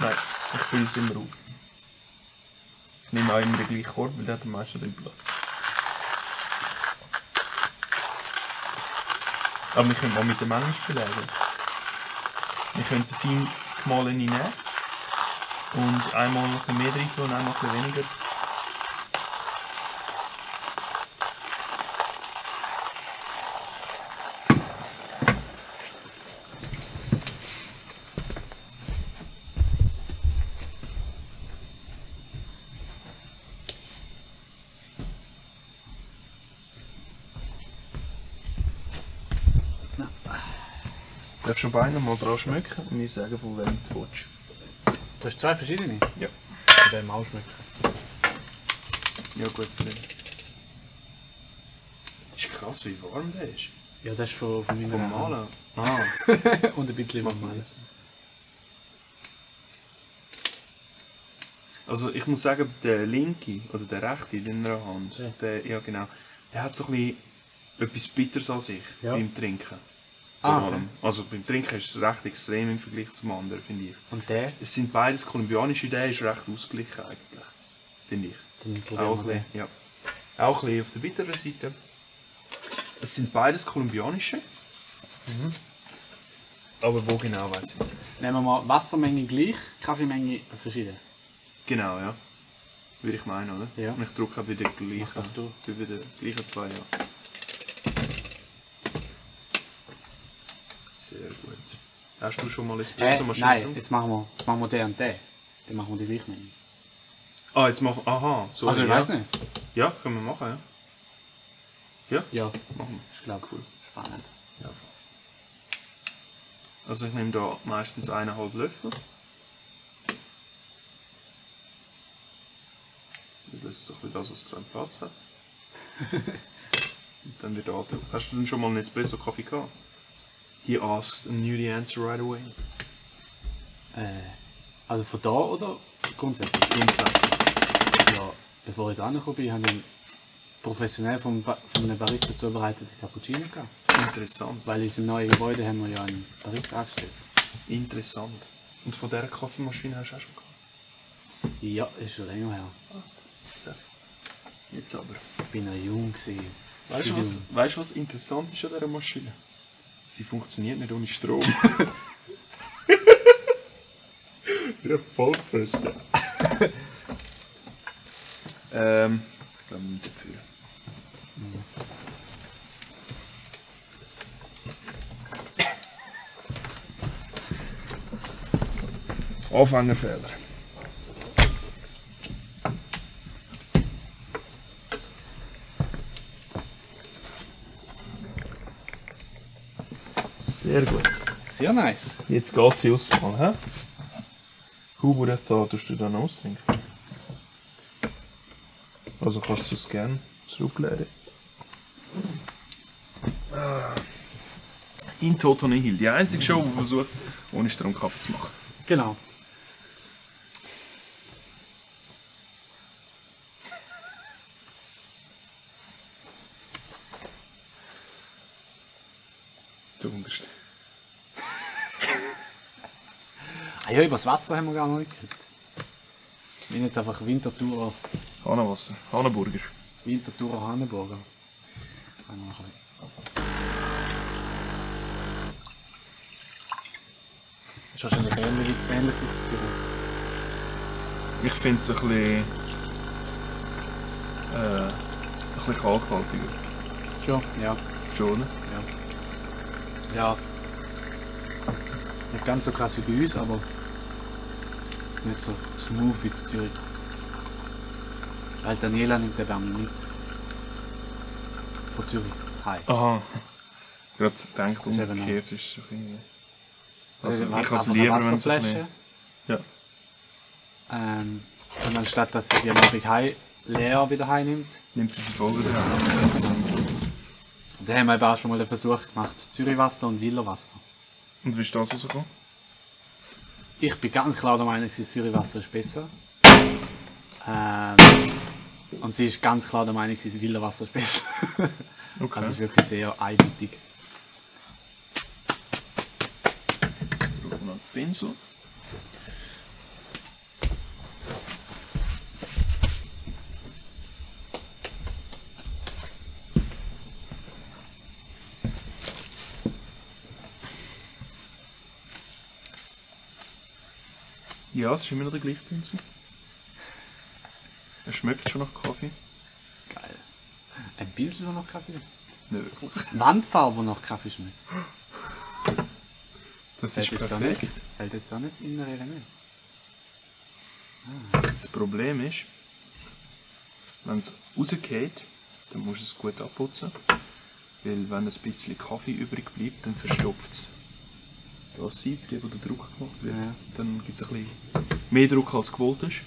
Speaker 2: Nein, ich fülle es immer auf. Ich nehme auch immer den gleichen Korb, weil der hat am meisten den Platz. Aber wir können auch mit der Menge spielen. Also. Wir können den fein gemahlen nehmen. Und einmal ein bisschen mehr rein tun und einmal ein bisschen weniger. Du darfst schon bei einem mal dran schmecken und mir sagen, von wem du willst.
Speaker 5: Du hast zwei verschiedene.
Speaker 2: Ja.
Speaker 1: Bei dem auch schmeckt.
Speaker 2: Ja gut, vielleicht. Ist krass, wie warm der ist.
Speaker 5: Ja, das ist von, von meiner
Speaker 2: Vom
Speaker 5: Hand.
Speaker 2: Malen. Ah.
Speaker 5: Und ein bisschen vom Malen.
Speaker 2: Also ich muss sagen, der linke oder der rechte in deiner Hand,
Speaker 5: Ja.
Speaker 2: der, ja genau, der hat so ein bisschen etwas Bitters an sich
Speaker 5: Ja.
Speaker 2: beim Trinken. Vor
Speaker 5: Ah, okay.
Speaker 2: allem. Also beim Trinken ist es recht extrem im Vergleich zum anderen, finde ich.
Speaker 5: Und der?
Speaker 2: Es sind beides kolumbianische, der ist recht ausgeglichen eigentlich, finde ich.
Speaker 5: Dann
Speaker 2: Auch ein
Speaker 5: probieren wir
Speaker 2: bisschen, ja. Auch ein bisschen auf der bitteren Seite. Es sind beides kolumbianische.
Speaker 5: Mhm.
Speaker 2: Aber wo genau, weiß ich nicht.
Speaker 5: den. Nehmen wir mal Wassermenge gleich, Kaffeemenge verschieden.
Speaker 2: Genau, ja. Würde ich meinen, oder?
Speaker 5: Ja.
Speaker 2: Und ich drücke auch wieder gleich.
Speaker 5: doch du.
Speaker 2: Über die gleichen zwei, ja. Sehr gut. Hast du schon mal
Speaker 5: Äh,
Speaker 2: Espresso-Maschine?
Speaker 5: nein, jetzt machen, wir, jetzt machen wir den und den. Dann machen wir die gleiche Menge.
Speaker 2: Ah, jetzt machen Aha, sorry.
Speaker 5: Also ich
Speaker 2: ja.
Speaker 5: weiß nicht.
Speaker 2: Ja, können wir machen, ja. Ja?
Speaker 5: Ja,
Speaker 2: Machen
Speaker 5: ich glaube, cool. Spannend.
Speaker 2: wir. Ja. Also ich nehme da meistens eineinhalb Löffel. Das ist so ein bisschen das, was dran Platz hat. Und dann wird angedrückt. Hast du denn schon mal einen Espresso-Kaffee gehabt? He asks and knew the answer right away.
Speaker 5: Äh, also von da oder grundsätzlich?
Speaker 2: Grundsätzlich.
Speaker 5: Ja, bevor ich da angekommen bin, habe ich einen professionell vom ba von einem Barista zubereiteten Cappuccino gehabt.
Speaker 2: Interessant.
Speaker 5: Weil in unserem neuen Gebäude haben wir ja einen Barista angestellt.
Speaker 2: Interessant.
Speaker 6: Und von dieser Kaffeemaschine hast du auch schon gehabt.
Speaker 1: Ja, ist schon länger her.
Speaker 6: Sehr. Jetzt aber.
Speaker 1: Ich bin noch jung. Gewesen.
Speaker 6: Weißt du,
Speaker 1: Studium.
Speaker 6: was, weißt, du, was interessant ist an dieser Maschine? Sie funktioniert nicht ohne Strom. ja, voll fest.
Speaker 2: Ähm, ich glaube nicht dafür. Anfängerfehler.
Speaker 6: Sehr gut.
Speaker 1: Sehr nice.
Speaker 6: Jetzt geht's in Auswahl, hä? Who would have thought, dass du da noch austrinken? Also kannst du es gerne zurückleeren.
Speaker 2: Ah. In Toto Nihil, die einzige Show, die versucht, ohne Strom Kaffee zu machen.
Speaker 1: Genau.
Speaker 2: Der unterste.
Speaker 1: Ah ja, über das Wasser haben wir gar noch nicht gekriegt. Ich bin jetzt einfach Winterthur,
Speaker 2: Hanawasser, Hanaburger.
Speaker 1: Winterthur Hanenburger. Kann man noch ein bisschen. Ist wahrscheinlich ähnlich, ähnlich wie zu Zürich.
Speaker 2: Ich finde es ein bisschen. Äh, ein bisschen kalkhaltiger.
Speaker 1: Schon? Ja.
Speaker 2: Schon, ne?
Speaker 1: Ja. Ja. Nicht ganz so krass wie bei uns, aber nicht so smooth wie in Zürich. Weil Daniela nimmt den Wärme mit. Von Zürich. Hi.
Speaker 2: Aha. Gerade das denkt
Speaker 1: Das ist eben
Speaker 2: umgekehrt ist. doch irgendwie-
Speaker 1: Äh,
Speaker 2: Also, ich
Speaker 1: warte,
Speaker 2: kann es
Speaker 1: einfach eine
Speaker 2: lieber, wenn es ein
Speaker 1: Wasserflasche.
Speaker 2: bisschen. Ja.
Speaker 1: Ähm, und anstatt dass sie sie am Abend heim- leer wieder heimnimmt.
Speaker 2: Nimmt sie sie voll wieder her.
Speaker 1: Und da haben wir eben auch schon mal den Versuch gemacht. Zürichwasser und Willerwasser.
Speaker 2: Und wie ist das rausgekommen?
Speaker 1: Ich bin ganz klar der Meinung, gewesen, Zürichwasser ist besser. Ähm, und sie ist ganz klar der Meinung, gewesen, Willerwasser ist besser.
Speaker 2: Okay.
Speaker 1: Also es ist wirklich sehr eindeutig.
Speaker 2: Ich brauche noch einen Pinsel. Ja, es ist immer noch der gleiche Pinsel. Er schmeckt schon nach Kaffee.
Speaker 1: Geil. Ein bisschen, wo noch Kaffee
Speaker 2: Nicht wirklich.
Speaker 1: Wandfarbe, wo noch Kaffee schmeckt.
Speaker 2: Das
Speaker 1: Hält
Speaker 2: ist
Speaker 1: jetzt, auch nicht,
Speaker 2: perfekt.
Speaker 1: hält jetzt auch nicht das innere Element.
Speaker 2: Das Problem ist, wenn es rausgeht, dann musst du es gut abputzen. Weil wenn ein bisschen Kaffee übrig bleibt, dann verstopft es. Das sieht, die, wo der Druck gemacht wird,
Speaker 1: Ja.
Speaker 2: dann gibt es ein bisschen mehr Druck als gewollt ist.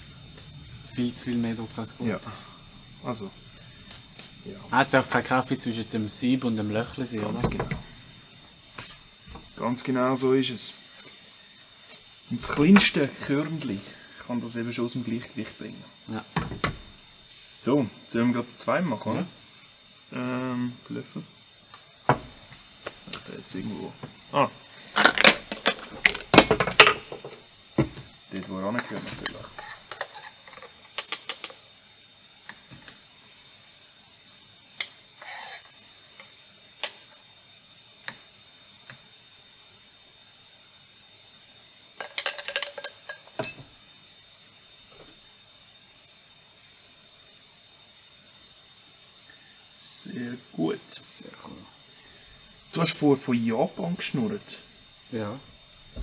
Speaker 1: Viel zu viel mehr Druck als gut.
Speaker 2: Ja. Also,
Speaker 1: Ah, es darf kein Kaffee zwischen dem Sieb und dem Löchli sein,
Speaker 2: ganz
Speaker 1: oder?
Speaker 2: genau. Ganz genau so ist es. Und das kleinste Körnchen kann das eben schon aus dem Gleichgewicht bringen.
Speaker 1: Ja.
Speaker 2: So, jetzt sollen wir gerade zwei machen, oder? Ähm, den Löffel. Ach, der jetzt irgendwo. Ah. Dort, wo er angehört, natürlich. Sehr gut.
Speaker 1: Sehr cool.
Speaker 2: Du hast vorher von Japan geschnurrt.
Speaker 1: Ja.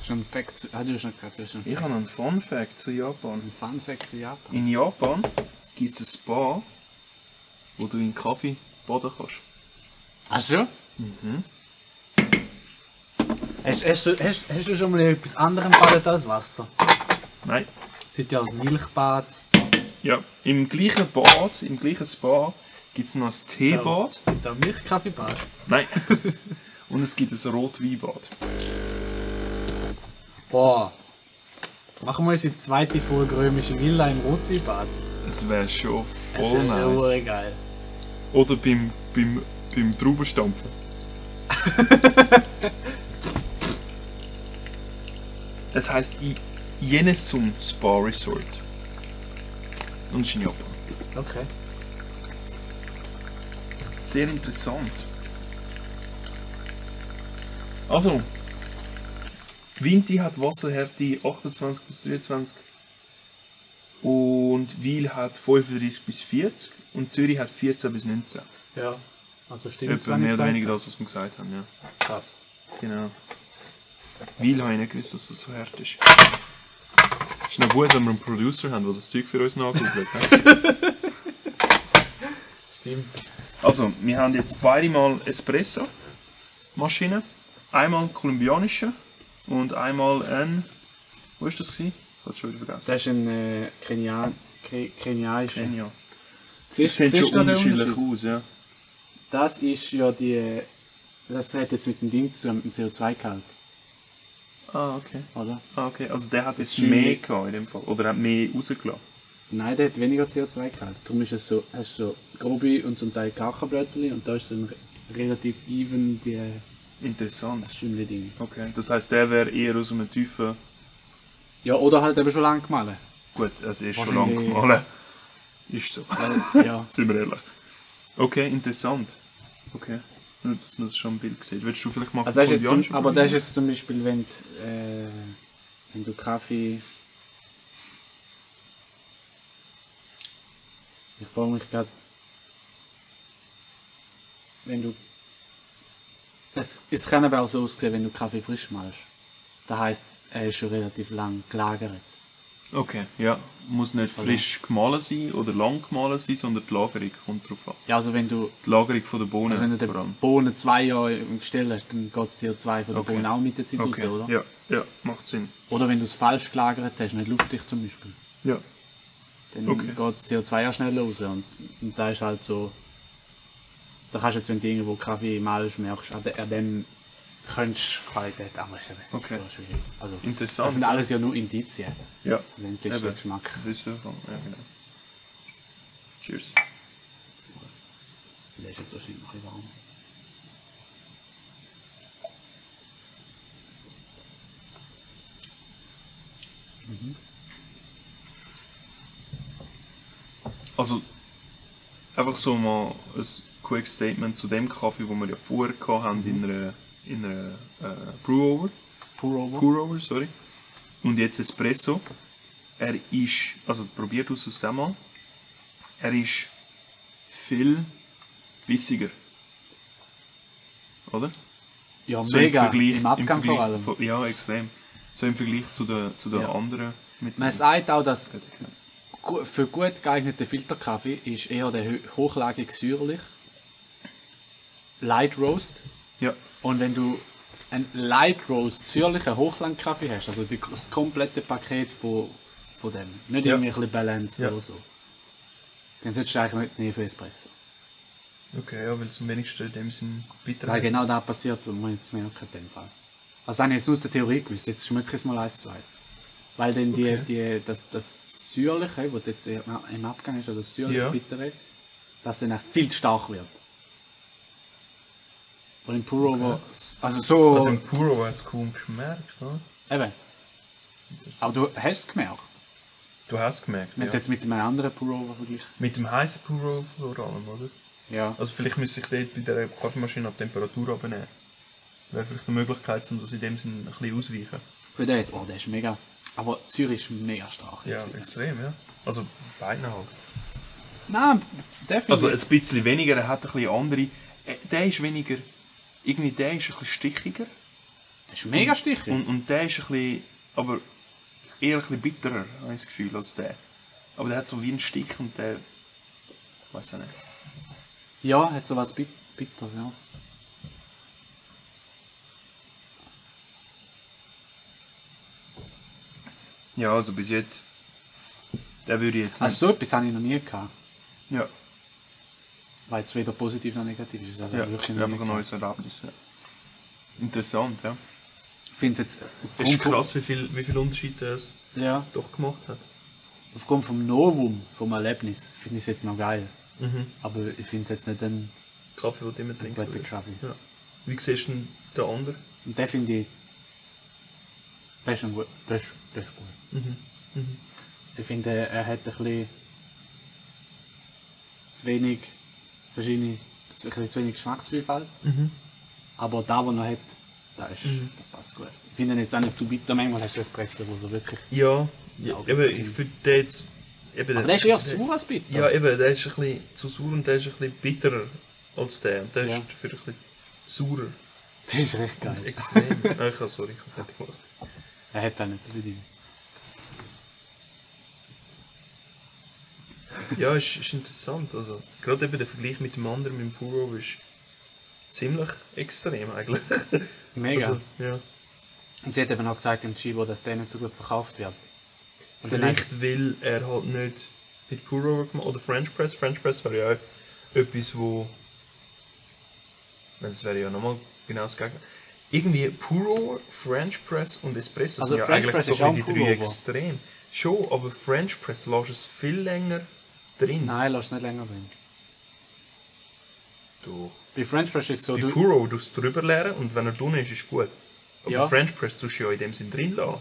Speaker 1: Schon ein Fact zu. Ah, du hast noch gesagt, du hast einen
Speaker 2: Ich habe einen Fun Fact zu Japan.
Speaker 1: Fun Fact zu Japan.
Speaker 2: In Japan gibt es ein Spa, wo du in Kaffee baden kannst.
Speaker 1: Ach so? Mhm. Hast, hast, du, hast, hast du schon mal in etwas anderem badet als Wasser?
Speaker 2: Nein.
Speaker 1: Seit ja Milchbad.
Speaker 2: Ja, im gleichen Bad, im gleichen Spa gibt es noch ein Teebad.
Speaker 1: Gibt es auch Milchkaffeebad?
Speaker 2: Nein. Und es gibt ein Rotweinbad.
Speaker 7: Boah. Machen wir unsere zweite Folge römische Villa im Rotweinbad.
Speaker 2: Das wäre schon
Speaker 7: Das
Speaker 2: voll
Speaker 7: ist ja hure
Speaker 2: Oh, nice.
Speaker 7: geil.
Speaker 2: Oder beim, beim, beim Traubenstampfen. Es heisst I- Jenesum Spa Resort. Und es ist in Japan.
Speaker 8: Okay.
Speaker 2: Sehr interessant. Also, Winti hat Wasserhärte 28 bis 23 und Wiel hat 35 bis 40 und Zürich hat 14 bis 19.
Speaker 8: Ja. Also stimmt,
Speaker 2: Etwa mehr oder weniger das, was wir gesagt haben, ja.
Speaker 8: Krass.
Speaker 2: Genau. Weil habe ich nicht gewusst, dass das so hart ist. Ist noch gut, wenn wir einen Producer haben, der das Zeug für uns nachguckt. he?
Speaker 8: Stimmt.
Speaker 2: also, wir haben jetzt beide mal Espresso-Maschinen. Einmal kolumbianische und einmal ein. Wo ist das? Gewesen? Ich habe es schon wieder vergessen.
Speaker 1: Das ist ein äh, Kenian, Ke kenianischer.
Speaker 2: Kenia. Sie
Speaker 1: Siehst-
Speaker 2: sehen
Speaker 1: siehst
Speaker 2: schon
Speaker 1: du den
Speaker 2: unterschiedlich
Speaker 1: Unterschied?
Speaker 2: aus, ja.
Speaker 1: Das ist ja die. äh, Das hat jetzt mit dem Ding zu tun, mit dem CO2-Gehalt,
Speaker 2: Ah, okay.
Speaker 1: oder?
Speaker 2: Ah, okay. Also, der hat
Speaker 1: ist
Speaker 2: jetzt mehr
Speaker 1: schwierig.
Speaker 2: gehabt in dem Fall. Oder hat mehr rausgelassen.
Speaker 1: Nein, der hat weniger CO2-Gehalt. Darum ist es so, hast du so grobe und zum Teil Kachelblättchen und da ist so ein re- relativ even die
Speaker 2: Interessant.
Speaker 1: schöne Ding.
Speaker 2: Okay. Das heisst, der wäre eher aus einem tiefen.
Speaker 1: Ja, oder halt eben schon lang gemahlen.
Speaker 2: Gut, es ist schon lange
Speaker 1: Wahrscheinlich-
Speaker 2: gemahlen. Ist so,
Speaker 1: ja.
Speaker 2: sind wir ehrlich. Okay, interessant. Okay. Nur, dass man das schon im Bild sieht. Willst du vielleicht mal
Speaker 1: Also das ist jetzt
Speaker 2: Kolumbianisch
Speaker 1: zum, aber das ist
Speaker 2: probieren?
Speaker 1: jetzt zum Beispiel, wenn, du, äh, wenn du Kaffee... Ich frage mich gerade... Wenn du... Es, es kann aber auch so aussehen, wenn du Kaffee frisch malst. Das heisst, er ist schon relativ lang gelagert.
Speaker 2: Okay, ja. Muss nicht
Speaker 1: Also-
Speaker 2: frisch gemahlen sein oder lang gemahlen sein, sondern die Lagerung kommt drauf an.
Speaker 1: Ja, also wenn du,
Speaker 2: Die Lagerung von der Bohnen
Speaker 1: also wenn du
Speaker 2: vor allem.
Speaker 1: den Bohnen zwei Jahre im Gestell hast, dann geht das CO2 von der
Speaker 2: Okay.
Speaker 1: Bohnen auch mit der Zeit
Speaker 2: Okay,
Speaker 1: raus, oder?
Speaker 2: ja, ja, macht Sinn.
Speaker 1: Oder wenn du es falsch gelagert hast, nicht luftdicht zum Beispiel.
Speaker 2: Ja.
Speaker 1: dann
Speaker 2: Okay.
Speaker 1: geht das CO2 ja schneller raus. Und, und da ist halt so. Da kannst du jetzt, wenn du irgendwo Kaffee malst, merkst, an, de, an dem könntest du Qualität anrichten.
Speaker 2: Okay.
Speaker 1: Also,
Speaker 2: Interessant.
Speaker 1: das sind alles ja nur Indizien.
Speaker 2: ja.
Speaker 1: Das ist endlich der
Speaker 2: Eben.
Speaker 1: Geschmack.
Speaker 2: Wissen wir, ja, genau. Cheers.
Speaker 1: Der ist jetzt wahrscheinlich noch ein bisschen warm.
Speaker 2: Also, einfach so mal ein quick Statement zu dem Kaffee, wo wir ja vorher gehabt haben
Speaker 1: Mhm.
Speaker 2: in einer, in einer äh, Brewover,
Speaker 1: Pour over.
Speaker 2: Pourover, sorry. Und jetzt Espresso. Er ist, also probiert aus aus dem an. Er ist viel bissiger. Oder?
Speaker 1: Ja,
Speaker 2: So
Speaker 1: mega. Im,
Speaker 2: Vergleich-
Speaker 1: Abgang
Speaker 2: Vergleich
Speaker 1: vor allem.
Speaker 2: von- ja, extrem. So im Vergleich zu den, zu den
Speaker 1: Ja.
Speaker 2: anderen. Mit
Speaker 1: Man sagt auch, dass gu- für gut geeigneten Filterkaffee ist eher der hö- hochlagig säuerlich. Light Roast,
Speaker 2: ja,
Speaker 1: Und wenn du einen Light Roast Zürcher Hochlandkaffee hast, also die, das komplette Paket von, von dem, nicht
Speaker 2: Ja.
Speaker 1: irgendwie ein bisschen balanced
Speaker 2: Ja.
Speaker 1: oder so, dann solltest du eigentlich nicht nehmen für Espresso.
Speaker 2: okay, ja, weil es am wenigsten in dem Sinn bitter
Speaker 1: Weil genau das passiert, was man jetzt merkt in dem Fall. Also habe ich jetzt aus der Theorie gewusst, jetzt schmecke ich es mal eins zu eins. Weil dann die, die, das, das Säuerliche, was jetzt eher im- im Abgang ist, oder das säuerliche
Speaker 2: Ja.
Speaker 1: Bittere, dass dann auch viel zu stark wird. Und im Purover, also so,
Speaker 2: Also im Puro hast du kaum geschmeckt, ne?
Speaker 1: eben. Aber du hast es gemerkt.
Speaker 2: Du hast gemerkt,
Speaker 1: Wenn
Speaker 2: ja.
Speaker 1: ja. jetzt mit einem anderen Pullover verglichen.
Speaker 2: Mit dem heißen Puro vor allem, oder?
Speaker 1: Ja.
Speaker 2: Also vielleicht müsste ich dort bei der Kaffeemaschine die Temperatur abnehmen. Wäre vielleicht eine Möglichkeit, um das in dem Sinn ein bisschen auszuweichen.
Speaker 1: Für den jetzt, oh, der ist mega. Aber Zürich ist mega stark.
Speaker 2: Ja,
Speaker 1: jetzt wieder.
Speaker 2: extrem, ja. Also beiden halt.
Speaker 1: Nein, definitiv.
Speaker 2: Also ein bisschen weniger, er hat ein bisschen andere... äh, Der ist weniger... Irgendwie der ist ein bisschen stichiger.
Speaker 1: der ist mega stichig.
Speaker 2: Und, und der ist ein bisschen... Aber eher ein bisschen bitterer, habe ich das Gefühl, als der. Aber der hat so wie einen Stick und der... Ich weiß auch nicht.
Speaker 1: ja, hat so was Bit Bitters, ja.
Speaker 2: Ja, also bis jetzt... Der würde ich jetzt nicht...
Speaker 1: Also so etwas habe ich noch nie gehabt.
Speaker 2: Ja,
Speaker 1: Weil es weder positiv noch negativ ist. Also
Speaker 2: ja.
Speaker 1: wirklich noch
Speaker 2: einfach
Speaker 1: nie
Speaker 2: ein
Speaker 1: gehabt.
Speaker 2: neues Erlebnis. Ja. Interessant, ja.
Speaker 1: Ich finde es jetzt
Speaker 2: Es ist
Speaker 1: aufgrund,
Speaker 2: krass, wie viel, wie viel Unterschied es
Speaker 1: Von, ja,
Speaker 2: doch gemacht hat.
Speaker 1: aufgrund vom Novum, vom Erlebnis, finde ich es jetzt noch geil. Aber ich finde es jetzt nicht ein...
Speaker 2: Kaffee, den du immer trinken
Speaker 1: Guter
Speaker 2: würdest.
Speaker 1: Kaffee.
Speaker 2: Ja. Wie siehst du denn den anderen?
Speaker 1: Und den finde ich Das ist, ein gut, das ist, das ist gut.
Speaker 2: Mhm.
Speaker 1: Ich finde, er hat ein bisschen zu wenig verschiedene, ein bisschen zu wenig Geschmacksvielfalt.
Speaker 2: Mhm.
Speaker 1: Aber da, wo er hat, das, ist, das passt gut. Ich finde ihn jetzt auch nicht zu bitter. Manchmal hast du Espresso, wo so wirklich...
Speaker 2: Ja, ja eben, ich finde den jetzt... Eben,
Speaker 1: Aber der ist eher sauer als bitter.
Speaker 2: Ja, eben, der ist ein bisschen zu sauer und der ist ein bisschen bitterer als der. Und der
Speaker 1: Ja.
Speaker 2: ist dafür ein bisschen saurer.
Speaker 1: Das ist recht geil.
Speaker 2: Extrem. ah, ich habe, sorry, ich habe fertig gemacht.
Speaker 1: Er hat auch nicht so viel Dinge.
Speaker 2: Ja, ist, ist interessant. Also, gerade eben der Vergleich mit dem anderen, mit dem Puro, ist ziemlich extrem eigentlich.
Speaker 1: Mega.
Speaker 2: Also, ja.
Speaker 1: Und sie hat eben auch gesagt im Chibo, dass der nicht so gut verkauft wird. Und dann hat,
Speaker 2: Vielleicht, weil er halt nicht mit Puro gemacht oder French Press. French Press wäre ja auch etwas, wo. Nein, Das wäre ja nochmal genau das Gegenteil. Irgendwie Puro, French Press und Espresso
Speaker 1: Also
Speaker 2: sind ja
Speaker 1: French
Speaker 2: eigentlich
Speaker 1: Press
Speaker 2: so
Speaker 1: ist auch
Speaker 2: die
Speaker 1: ein
Speaker 2: drei
Speaker 1: Pullover.
Speaker 2: extrem. Schon, aber French Press lässt es viel länger drin.
Speaker 1: nein, lass es nicht länger drin.
Speaker 2: Du.
Speaker 1: Bei French Press ist es so,
Speaker 2: Bei
Speaker 1: du,
Speaker 2: Puro tust du drüber leeren und wenn er drin ist, ist gut. Aber
Speaker 1: Ja. Mm,
Speaker 2: French Press tust du ja in dem Sinn drin lassen.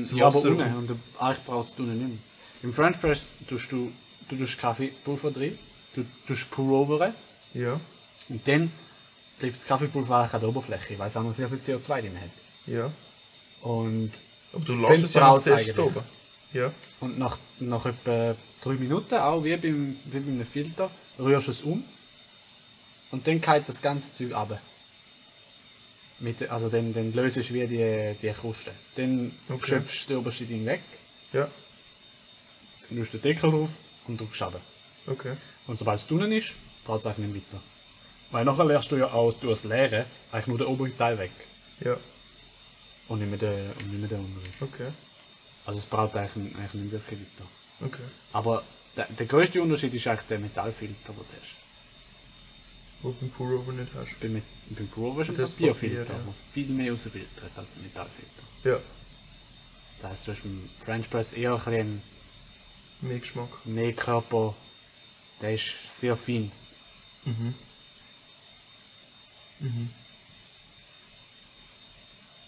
Speaker 2: Das
Speaker 1: ja, aber
Speaker 2: Wasser-
Speaker 1: unten. Und du- eigentlich brauchst du ihn nicht mehr. Im French Press tust du, du tust Kaffeepulver drin, du tust Pullover
Speaker 2: Ja,
Speaker 1: und dann bleibt das Kaffeepulver eigentlich an der Oberfläche, weil es auch noch sehr viel CO2 drin hat.
Speaker 2: ja.
Speaker 1: Und,
Speaker 2: Aber du lässt es ja
Speaker 1: Temperatur
Speaker 2: noch zuerst
Speaker 1: eigentlich.
Speaker 2: oben. Ja.
Speaker 1: und nach, nach etwa drei Minuten, auch wie beim, wie bei einem Filter, rührst du es um und dann geht das ganze Zeug ab. Mit, also dann, dann löst du wie die, die Kruste. Dann
Speaker 2: Okay.
Speaker 1: schöpfst du den obersten Ding weg,
Speaker 2: Ja,
Speaker 1: dann tust du den Deckel drauf und drückst runter.
Speaker 2: okay.
Speaker 1: Und sobald es drinnen ist, braucht es eigentlich nicht weiter. Weil nachher leerst du ja auch durchs Leeren eigentlich nur den oberen Teil weg.
Speaker 2: Ja,
Speaker 1: Und nicht mehr den, und nicht mehr den unteren.
Speaker 2: okay.
Speaker 1: Also es braucht eigentlich, eigentlich nicht wirklich weiter.
Speaker 2: Okay.
Speaker 1: Aber der, der größte Unterschied ist eigentlich der Metallfilter, den du hast.
Speaker 2: Wo du den Pullover nicht hast.
Speaker 1: Beim, Met- beim Prover ist ein
Speaker 2: Das
Speaker 1: Papierfilter,
Speaker 2: Papier,
Speaker 1: der
Speaker 2: ja.
Speaker 1: viel mehr rausfiltert als ein Metallfilter.
Speaker 2: Ja,
Speaker 1: Das heisst, du hast beim French Press eher ein bisschen
Speaker 2: mehr Geschmack.
Speaker 1: mehr Körper. Der ist sehr fein.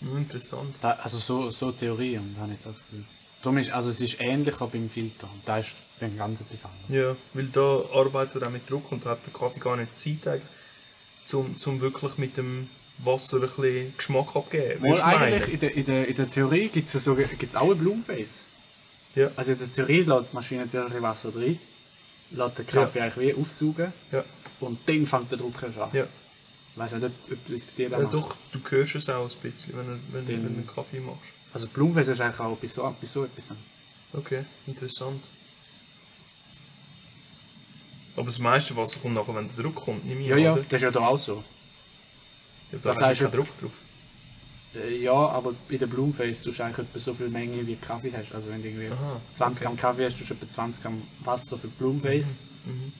Speaker 2: Hm, Interessant.
Speaker 1: Da, also so, so Theorie und habe ich jetzt auch das Gefühl. Darum ist, also es ist ähnlicher beim Filter. Und da ist dann ganz etwas anderes.
Speaker 2: Ja, weil da arbeitet er auch mit Druck und hat der Kaffee gar nicht Zeit, eigentlich, zum, zum wirklich mit dem Wasser ein bisschen Geschmack abgeben.
Speaker 1: Wohl
Speaker 2: Würdest du
Speaker 1: eigentlich,
Speaker 2: meinen?
Speaker 1: in der, in der, in der Theorie gibt es so, gibt's auch ein Blumenface.
Speaker 2: Ja.
Speaker 1: Also in der Theorie lässt die Maschine natürlich ein Wasser drin, lässt den Kaffee eigentlich wie aufsaugen
Speaker 2: Ja,
Speaker 1: und dann fängt der Druck erst an.
Speaker 2: ja.
Speaker 1: Ich weiss nicht, ob, ob das bei dir
Speaker 2: ja
Speaker 1: ja,
Speaker 2: doch, du hörst es auch ein bisschen, wenn du, wenn, du-
Speaker 1: Den-
Speaker 2: wenn du einen Kaffee machst.
Speaker 1: Also Blumenface ist eigentlich auch bei so, bei so etwas.
Speaker 2: Okay, interessant. Aber das meiste Wasser kommt nachher, wenn der Druck kommt, nicht
Speaker 1: Ja,
Speaker 2: mehr,
Speaker 1: ja,
Speaker 2: oder?
Speaker 1: das ist ja da auch so.
Speaker 2: Ja, da
Speaker 1: das
Speaker 2: hast du ja
Speaker 1: heißt
Speaker 2: keinen
Speaker 1: ja-
Speaker 2: Druck drauf.
Speaker 1: Äh, Ja, aber bei der Blumenface tust du eigentlich etwa so viel Menge wie Kaffee hast. Also wenn du irgendwie
Speaker 2: Aha,
Speaker 1: 20 Gramm Kaffee hast, tust du etwa 20 Gramm Wasser für die Blumenface.
Speaker 2: mhm.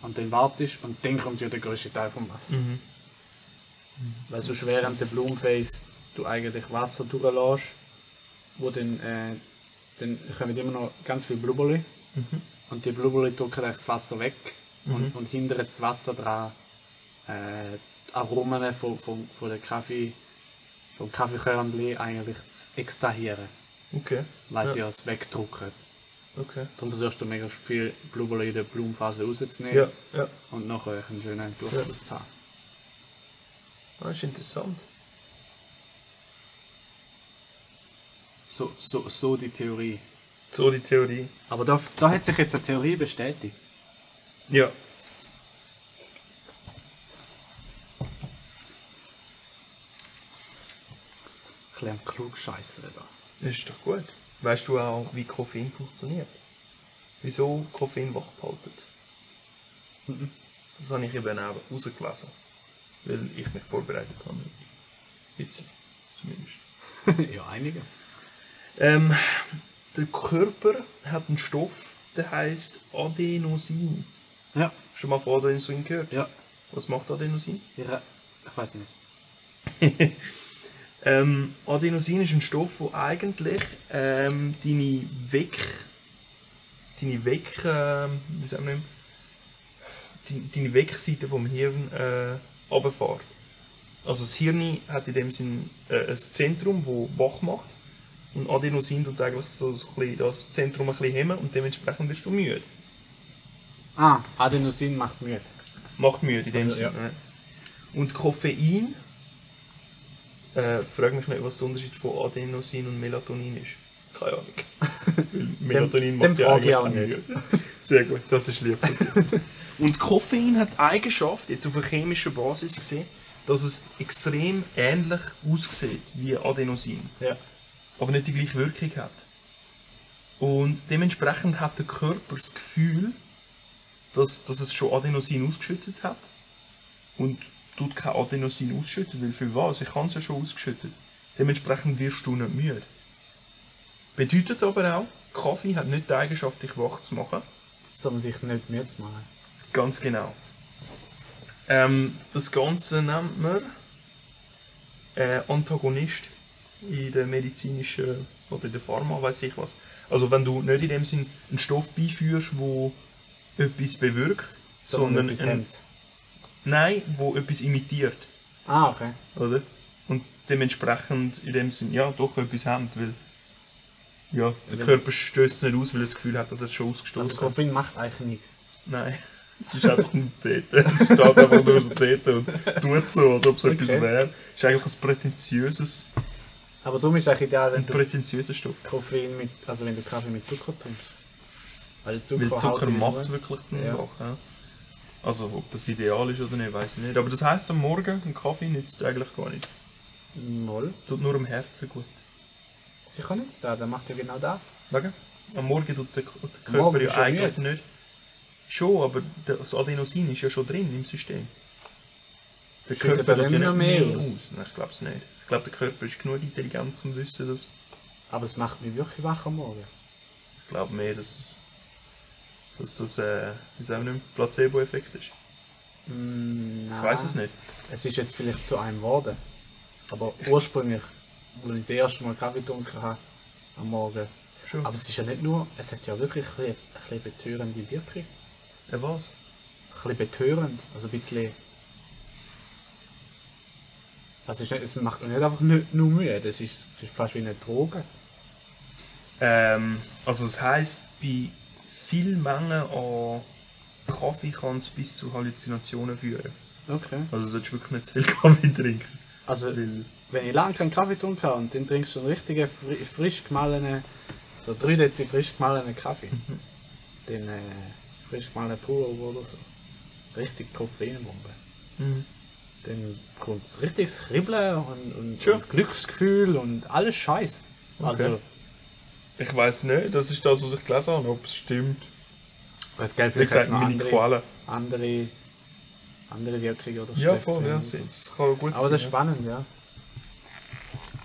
Speaker 1: Und dann wartest und dann kommt ja der größte Teil vom Wasser. Mhm.
Speaker 2: Mhm.
Speaker 1: Weil sonst während der Blumenface du eigentlich Wasser durchlässt, wo dann, äh, dann kommen immer noch ganz viele Blubberli.
Speaker 2: Mhm.
Speaker 1: Und die Blubberli drücken eigentlich das Wasser weg und, und hindern das Wasser daran, äh, die Aromen von, von, von der Kaffee, vom Kaffeekörnli eigentlich zu extrahieren,
Speaker 2: Okay.
Speaker 1: weil
Speaker 2: Ja.
Speaker 1: sie es wegdrücken.
Speaker 2: Okay.
Speaker 1: Darum versuchst du mega viel Blubberli in der Blumenphase rauszunehmen
Speaker 2: Ja, ja.
Speaker 1: und nachher einen schönen Durchfluss zu haben.
Speaker 2: Ah, ist interessant.
Speaker 1: So, so, so die Theorie.
Speaker 2: So die Theorie.
Speaker 1: Aber da, da hat sich jetzt eine Theorie bestätigt.
Speaker 2: Ja.
Speaker 1: Ich lerne klug Scheiße da.
Speaker 2: Ist doch gut. Weißt du auch, wie Koffein funktioniert? Wieso Koffein wach behaltet? Mhm. Das habe ich eben auch rausgelesen. Weil ich mich vorbereitet habe. Jetzt. Zumindest.
Speaker 1: ja, einiges.
Speaker 2: Ähm, der Körper hat einen Stoff, der heißt Adenosin.
Speaker 1: Ja,
Speaker 2: Schon mal von Adenosin gehört?
Speaker 1: ja.
Speaker 2: Was macht Adenosin?
Speaker 1: ja. Ich weiß nicht.
Speaker 2: Ähm, Adenosin ist ein Stoff, der eigentlich ähm, deine Weg. deine Weg. ähm, wie sagen wir deine, deine Wegseite vom Hirn äh, runterfährt. Also das Hirn hat in dem Sinn äh, ein Zentrum, das wach macht. Und Adenosin tut eigentlich so ein bisschen das Zentrum ein bisschen hemmen und dementsprechend wirst du müde.
Speaker 1: Ah, Adenosin macht müde.
Speaker 2: Macht müde in dem
Speaker 1: Also, ja.
Speaker 2: Sinne. ne? Und Koffein. Äh, frag mich nicht, was der Unterschied von Adenosin und Melatonin ist. Keine Ahnung. Weil Melatonin
Speaker 1: dem
Speaker 2: ja
Speaker 1: frage ich
Speaker 2: eigentlich
Speaker 1: auch nicht.
Speaker 2: müde. Sehr gut, das ist lieb. von dir. und Koffein hat die Eigenschaft, jetzt auf einer chemischen Basis gesehen, dass es extrem ähnlich aussieht wie Adenosin
Speaker 1: Ja.
Speaker 2: aber nicht die gleiche Wirkung hat. Und dementsprechend hat der Körper das Gefühl, dass, dass es schon Adenosin ausgeschüttet hat und tut kein Adenosin ausschütten, weil für was? Ich kann es ja schon ausgeschüttet. Dementsprechend wirst du nicht müde. Bedeutet aber auch, Kaffee hat nicht die Eigenschaft, dich wach zu machen.
Speaker 1: Sondern sich nicht müde zu machen.
Speaker 2: Ganz genau. Ähm, das Ganze nennt man äh, Antagonist in der medizinischen oder in der Pharma, weiß ich was. Also wenn du nicht in dem Sinn einen Stoff beiführst, wo etwas bewirkt, sondern,
Speaker 1: etwas
Speaker 2: ein,
Speaker 1: hemmt.
Speaker 2: nein, wo etwas imitiert,
Speaker 1: Ah, okay.
Speaker 2: oder? Und dementsprechend in dem Sinn ja doch etwas hemmt, weil ja der
Speaker 1: Weil-
Speaker 2: Körper stößt nicht aus, weil er das Gefühl hat, dass er es schon ausgestoßen
Speaker 1: Also
Speaker 2: hat.
Speaker 1: Koffein macht eigentlich nichts.
Speaker 2: Nein. Es ist einfach ein Tete. Es steht einfach nur so Tete und tut so, als ob es etwas
Speaker 1: Okay.
Speaker 2: wäre. Es ist eigentlich ein prätentiöses,
Speaker 1: Aber darum ist es eigentlich ideal, wenn
Speaker 2: ein
Speaker 1: du
Speaker 2: prätentiöser Stoff.
Speaker 1: Koffein mit, also wenn du Kaffee mit Zucker trinkst. Weil Zucker,
Speaker 2: Weil Zucker
Speaker 1: hält dich
Speaker 2: macht
Speaker 1: wach.
Speaker 2: wirklich den
Speaker 1: halt Ja.
Speaker 2: Wach. Ja. Also, ob das ideal ist oder nicht, weiß ich nicht. Aber das heisst, am Morgen ein Kaffee nützt eigentlich gar nicht.
Speaker 1: Moll.
Speaker 2: Tut nur am Herzen gut.
Speaker 1: Sie kann nicht da, der macht ja genau das.
Speaker 2: Wegen? Am Morgen tut der, der
Speaker 1: Am
Speaker 2: Körper
Speaker 1: Morgen
Speaker 2: ja
Speaker 1: bist du
Speaker 2: eigentlich nicht. Schon, aber das Adenosin ist ja schon drin im System. Der
Speaker 1: Schüttet
Speaker 2: Körper
Speaker 1: er
Speaker 2: tut ja
Speaker 1: dann
Speaker 2: nicht
Speaker 1: noch mehr
Speaker 2: mehr
Speaker 1: aus?
Speaker 2: aus. Nein, ich glaube es nicht. Ich glaube, der Körper ist genug intelligent, um zu wissen, dass.
Speaker 1: Aber es macht mich wirklich wach am Morgen.
Speaker 2: Ich glaube mehr, dass es. Dass das, äh, wie sagen wir, nicht, Placebo-Effekt ist.
Speaker 1: Mm,
Speaker 2: Ich weiß es nicht.
Speaker 1: Es ist jetzt vielleicht zu einem geworden. Aber ursprünglich, als ich das erste Mal Kaffee getrunken habe, am Morgen.
Speaker 2: Schon.
Speaker 1: Aber es ist ja nicht nur, es hat ja wirklich ein bisschen, ein bisschen betörende Wirkung.
Speaker 2: Äh, was?
Speaker 1: Ein bisschen betörend, also ein bisschen... Also es, ist nicht, es macht mir nicht einfach nicht nur Mühe, das ist fast wie eine Droge.
Speaker 2: Ähm, also das heißt, bei viel Mengen an Kaffee kann es bis zu Halluzinationen führen.
Speaker 1: Okay.
Speaker 2: Also du solltest wirklich nicht zu viel Kaffee trinken.
Speaker 1: Also
Speaker 2: Weil
Speaker 1: wenn ich lange keinen Kaffee getrunken habe und dann trinkst du einen richtigen fri frisch gemahlenen, so 3 Dezi frisch gemahlenen Kaffee,
Speaker 2: Mhm.
Speaker 1: den äh, frisch gemahlenen Pullover oder so, richtig Koffeinbombe,
Speaker 2: Mhm.
Speaker 1: dann kommt richtiges Kribbeln und, und,
Speaker 2: Sure.
Speaker 1: und Glücksgefühl und alles Scheiß. Also,
Speaker 2: Ich weiß nicht, das ist das, was ich gelesen habe, ob es stimmt.
Speaker 1: gut, gell,
Speaker 2: Wie
Speaker 1: vielleicht hat
Speaker 2: gesagt,
Speaker 1: es noch
Speaker 2: meine
Speaker 1: andere,
Speaker 2: Qualen.
Speaker 1: andere, andere Wirkungen oder
Speaker 2: Ja,
Speaker 1: Stoffe
Speaker 2: voll,
Speaker 1: drin oder
Speaker 2: ja, das
Speaker 1: so.
Speaker 2: das kann gut
Speaker 1: Aber
Speaker 2: sein.
Speaker 1: das ist
Speaker 2: ja.
Speaker 1: spannend, ja.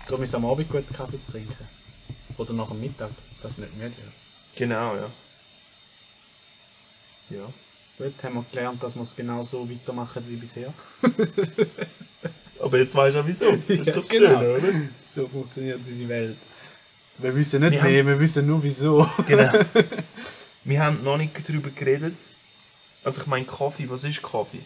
Speaker 1: Darum ist es am Abend gut, Kaffee zu trinken. Oder nach dem Mittag, dass du nicht müde wird.
Speaker 2: Genau, ja. Ja.
Speaker 1: Gut, haben wir gelernt, dass wir es genau so weitermachen wie bisher.
Speaker 2: Aber jetzt weißt du auch wieso. Das ist
Speaker 1: Ja,
Speaker 2: doch
Speaker 1: genau.
Speaker 2: schön, oder?
Speaker 1: So funktioniert unsere Welt. Wir wissen nicht
Speaker 2: Wir
Speaker 1: mehr, wir wissen nur wieso.
Speaker 2: Genau. Wir haben noch nicht darüber geredet. Also ich meine Kaffee, was ist Kaffee?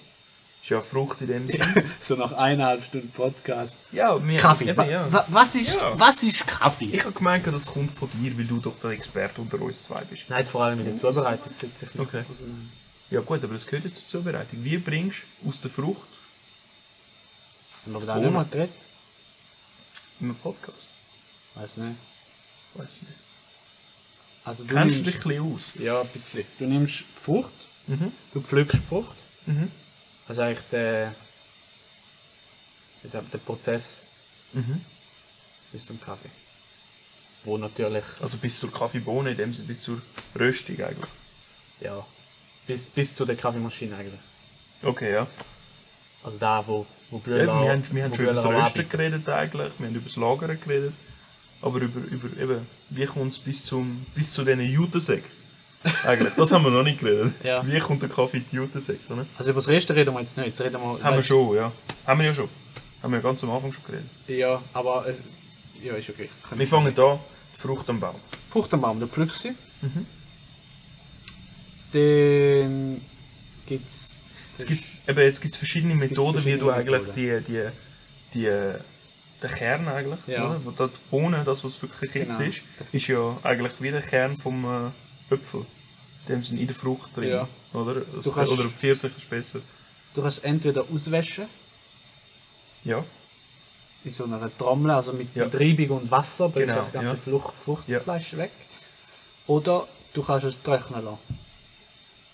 Speaker 2: Ist ja Frucht in dem Sinne.
Speaker 1: so nach eineinhalb Stunden Podcast.
Speaker 2: ja, wir,
Speaker 1: Kaffee.
Speaker 2: Eben, ja.
Speaker 1: was, ist,
Speaker 2: Ja.
Speaker 1: was ist Kaffee?
Speaker 2: Ich habe gemerkt, das kommt von dir, weil du doch der Experte unter uns zwei bist.
Speaker 1: Nein, jetzt vor allem mit der Zubereitung setze ich mich
Speaker 2: Okay.
Speaker 1: auseinander.
Speaker 2: Ja gut, aber das gehört jetzt zur Zubereitung. Wie bringst du aus der Frucht
Speaker 1: Haben wir da nicht mal geredet?
Speaker 2: in einem Podcast?
Speaker 1: Weiß nicht.
Speaker 2: Weiß nicht.
Speaker 1: Also du
Speaker 2: Kennst du dich
Speaker 1: nimmst,
Speaker 2: ein bisschen aus?
Speaker 1: Ja, ein bisschen. Du nimmst die Frucht,
Speaker 2: Mhm.
Speaker 1: du pflückst die Frucht.
Speaker 2: Mhm.
Speaker 1: Also eigentlich der, wie sagt man, der Prozess
Speaker 2: Mhm.
Speaker 1: bis zum Kaffee. Wo natürlich
Speaker 2: Also bis zur Kaffeebohne, in dem Sinne, bis zur Röstung eigentlich.
Speaker 1: Ja. Bis, bis zu der Kaffeemaschine eigentlich.
Speaker 2: Okay, ja.
Speaker 1: Also da, wo, wo Bühler...
Speaker 2: Eben, wir haben, wir haben
Speaker 1: wo
Speaker 2: schon über das
Speaker 1: Bühler am Genau.
Speaker 2: Rösten
Speaker 1: Abend-
Speaker 2: geredet eigentlich, wir haben über das Lagern geredet. Aber über, über eben, wie kommt es bis, zum, bis zu diesen Jutensäcken? Eigentlich, das haben wir noch nicht geredet.
Speaker 1: Ja.
Speaker 2: Wie kommt der Kaffee in die Jutensäcke? Ne?
Speaker 1: Also über das Rösten reden wir jetzt nicht. Jetzt reden wir...
Speaker 2: Haben wir
Speaker 1: weiss-
Speaker 2: schon, ja. Haben wir ja schon. Haben wir ja ganz am Anfang schon geredet.
Speaker 1: Ja, aber... Es, ja, ist okay.
Speaker 2: Wir fangen an, die Frucht am Baum.
Speaker 1: Fruchtenbaum, du pflückst sie.
Speaker 2: Mhm.
Speaker 1: Dann gibt's...
Speaker 2: Jetzt gibt es gibt's eben, jetzt gibt's verschiedene
Speaker 1: gibt's
Speaker 2: Methoden, wie du
Speaker 1: verschiedene
Speaker 2: eigentlich die, die, die der Kern eigentlich,
Speaker 1: Ja.
Speaker 2: oder? Wo da die Bohne, das was wirklich jetzt
Speaker 1: Genau.
Speaker 2: ist, ist ja eigentlich wie der Kern vom äh, Äpfel. In Dem sind in der Frucht drin,
Speaker 1: Ja.
Speaker 2: oder? Das,
Speaker 1: Du kannst-
Speaker 2: oder Pfirsich ist besser.
Speaker 1: Du kannst entweder auswaschen
Speaker 2: Ja,
Speaker 1: in so einer Trommel, also mit,
Speaker 2: Ja.
Speaker 1: mit Reibung und Wasser, bringst
Speaker 2: Genau,
Speaker 1: das ganze
Speaker 2: ja.
Speaker 1: Fluch, Fruchtfleisch weg. Oder du kannst es trocknen lassen.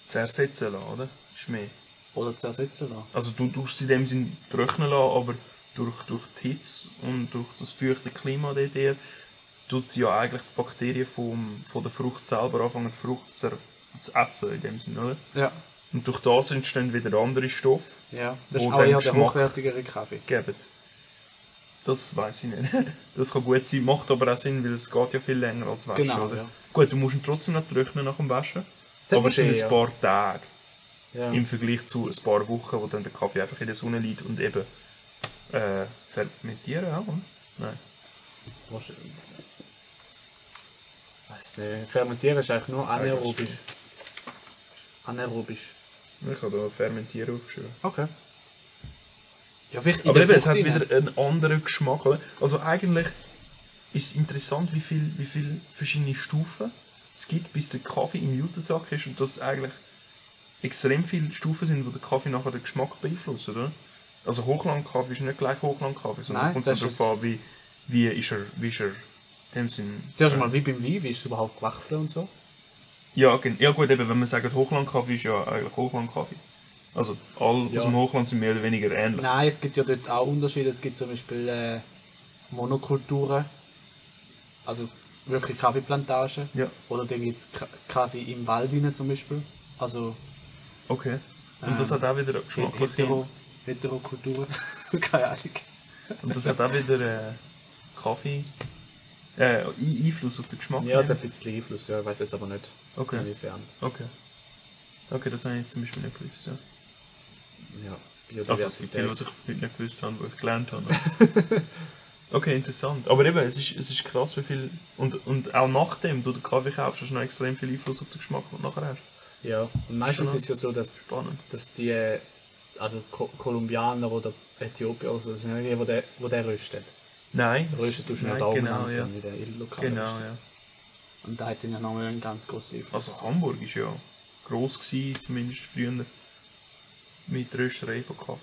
Speaker 2: zersetzen lassen, oder? Ist mehr.
Speaker 1: Oder zersetzen lassen.
Speaker 2: Also du tust es in dem Sinn trocknen lassen, aber durch, durch die Hitze und durch das feuchte Klima dort eher, tut sie ja eigentlich die Bakterien vom, von der Frucht selber anfangen, die Frucht zu, zu essen, in dem Sinn, oder?
Speaker 1: Ja.
Speaker 2: Und durch das entstehen wieder andere Stoffe,
Speaker 1: Ja, das
Speaker 2: Wo
Speaker 1: ist auch
Speaker 2: dann
Speaker 1: eher der
Speaker 2: Geschmack-
Speaker 1: hochwertigere Kaffee.
Speaker 2: geben. Das weiß ich nicht. Das kann gut sein, macht aber auch Sinn, weil es geht ja viel länger als Waschen,
Speaker 1: Genau,
Speaker 2: oder?
Speaker 1: ja.
Speaker 2: Gut, du musst ihn trotzdem nicht trocknen nach dem Waschen,
Speaker 1: hat
Speaker 2: aber
Speaker 1: man
Speaker 2: es sind
Speaker 1: gesehen,
Speaker 2: ein
Speaker 1: ja.
Speaker 2: paar Tage
Speaker 1: Ja.
Speaker 2: im Vergleich zu ein paar Wochen, wo dann der Kaffee einfach in der Sonne liegt und eben äh, fermentieren auch, oder? Nein.
Speaker 1: Weiß nicht. Fermentieren ist eigentlich nur anaerobisch. Anaerobisch.
Speaker 2: Ich habe da fermentieren aufgeschrieben.
Speaker 1: Okay. Ja, vielleicht in
Speaker 2: Aber
Speaker 1: der
Speaker 2: eben, es hat
Speaker 1: Frucht rein.
Speaker 2: wieder einen anderen Geschmack. Oder? Also eigentlich ist es interessant, wie viel, wie viel verschiedene Stufen es gibt, bis der Kaffee im Jutesack ist und dass es eigentlich extrem viele Stufen sind, wo der Kaffee nachher den Geschmack beeinflusst, oder? Also Hochlandkaffee ist nicht gleich Hochlandkaffee, sondern
Speaker 1: Nein,
Speaker 2: kommt es
Speaker 1: das ist
Speaker 2: darauf an, wie, wie ist er, wie ist er, in dem Sinn.
Speaker 1: Zuerst mal wie beim Wein, wie ist es überhaupt gewachsen und so.
Speaker 2: Ja, gen- ja gut, eben, wenn man sagt Hochlandkaffee ist ja eigentlich Hochlandkaffee. Also alle
Speaker 1: Ja.
Speaker 2: aus dem Hochland sind mehr oder weniger ähnlich.
Speaker 1: Nein, es gibt ja dort auch Unterschiede. Es gibt zum Beispiel äh, Monokulturen. Also wirklich Kaffeeplantagen.
Speaker 2: Ja.
Speaker 1: Oder dann gibt es Kaffee im Wald rein zum Beispiel. Also
Speaker 2: Okay. Und das hat auch wieder geschmacklich.
Speaker 1: hetero, Heterokulturen. Keine Ahnung.
Speaker 2: Und das hat auch wieder äh, Kaffee äh, Ein- Einfluss auf den Geschmack.
Speaker 1: Ja, es hat ein bisschen Einfluss, ja. Ich weiß jetzt aber nicht,
Speaker 2: Okay.
Speaker 1: inwiefern.
Speaker 2: Okay. Okay, das habe ich jetzt zum Beispiel nicht gewusst. Ja.
Speaker 1: Ja,
Speaker 2: Also es gibt viel, was ich heute nicht gewusst habe, was ich gelernt habe. okay, interessant. Aber eben, es ist, es ist krass, wie viel. Und, und auch nachdem du den Kaffee kaufst, hast du noch extrem viel Einfluss auf den Geschmack, den du nachher hast.
Speaker 1: Ja, und meistens ist es ja so, dass,
Speaker 2: Spannend.
Speaker 1: dass die, äh, also Ko Kolumbianer oder Äthiopier, also das sind ja die, wo der, wo der röstet.
Speaker 2: Nein.
Speaker 1: Röstet tust du
Speaker 2: nein,
Speaker 1: nicht auch
Speaker 2: genau,
Speaker 1: und
Speaker 2: ja.
Speaker 1: dann wieder in lokal
Speaker 2: Genau,
Speaker 1: röstet.
Speaker 2: ja.
Speaker 1: Und da hat dann ja nochmal einen ganz grossen Einfluss.
Speaker 2: Also Hamburg ist ja gross gewesen, zumindest früher, mit Rösterei von Kaffee.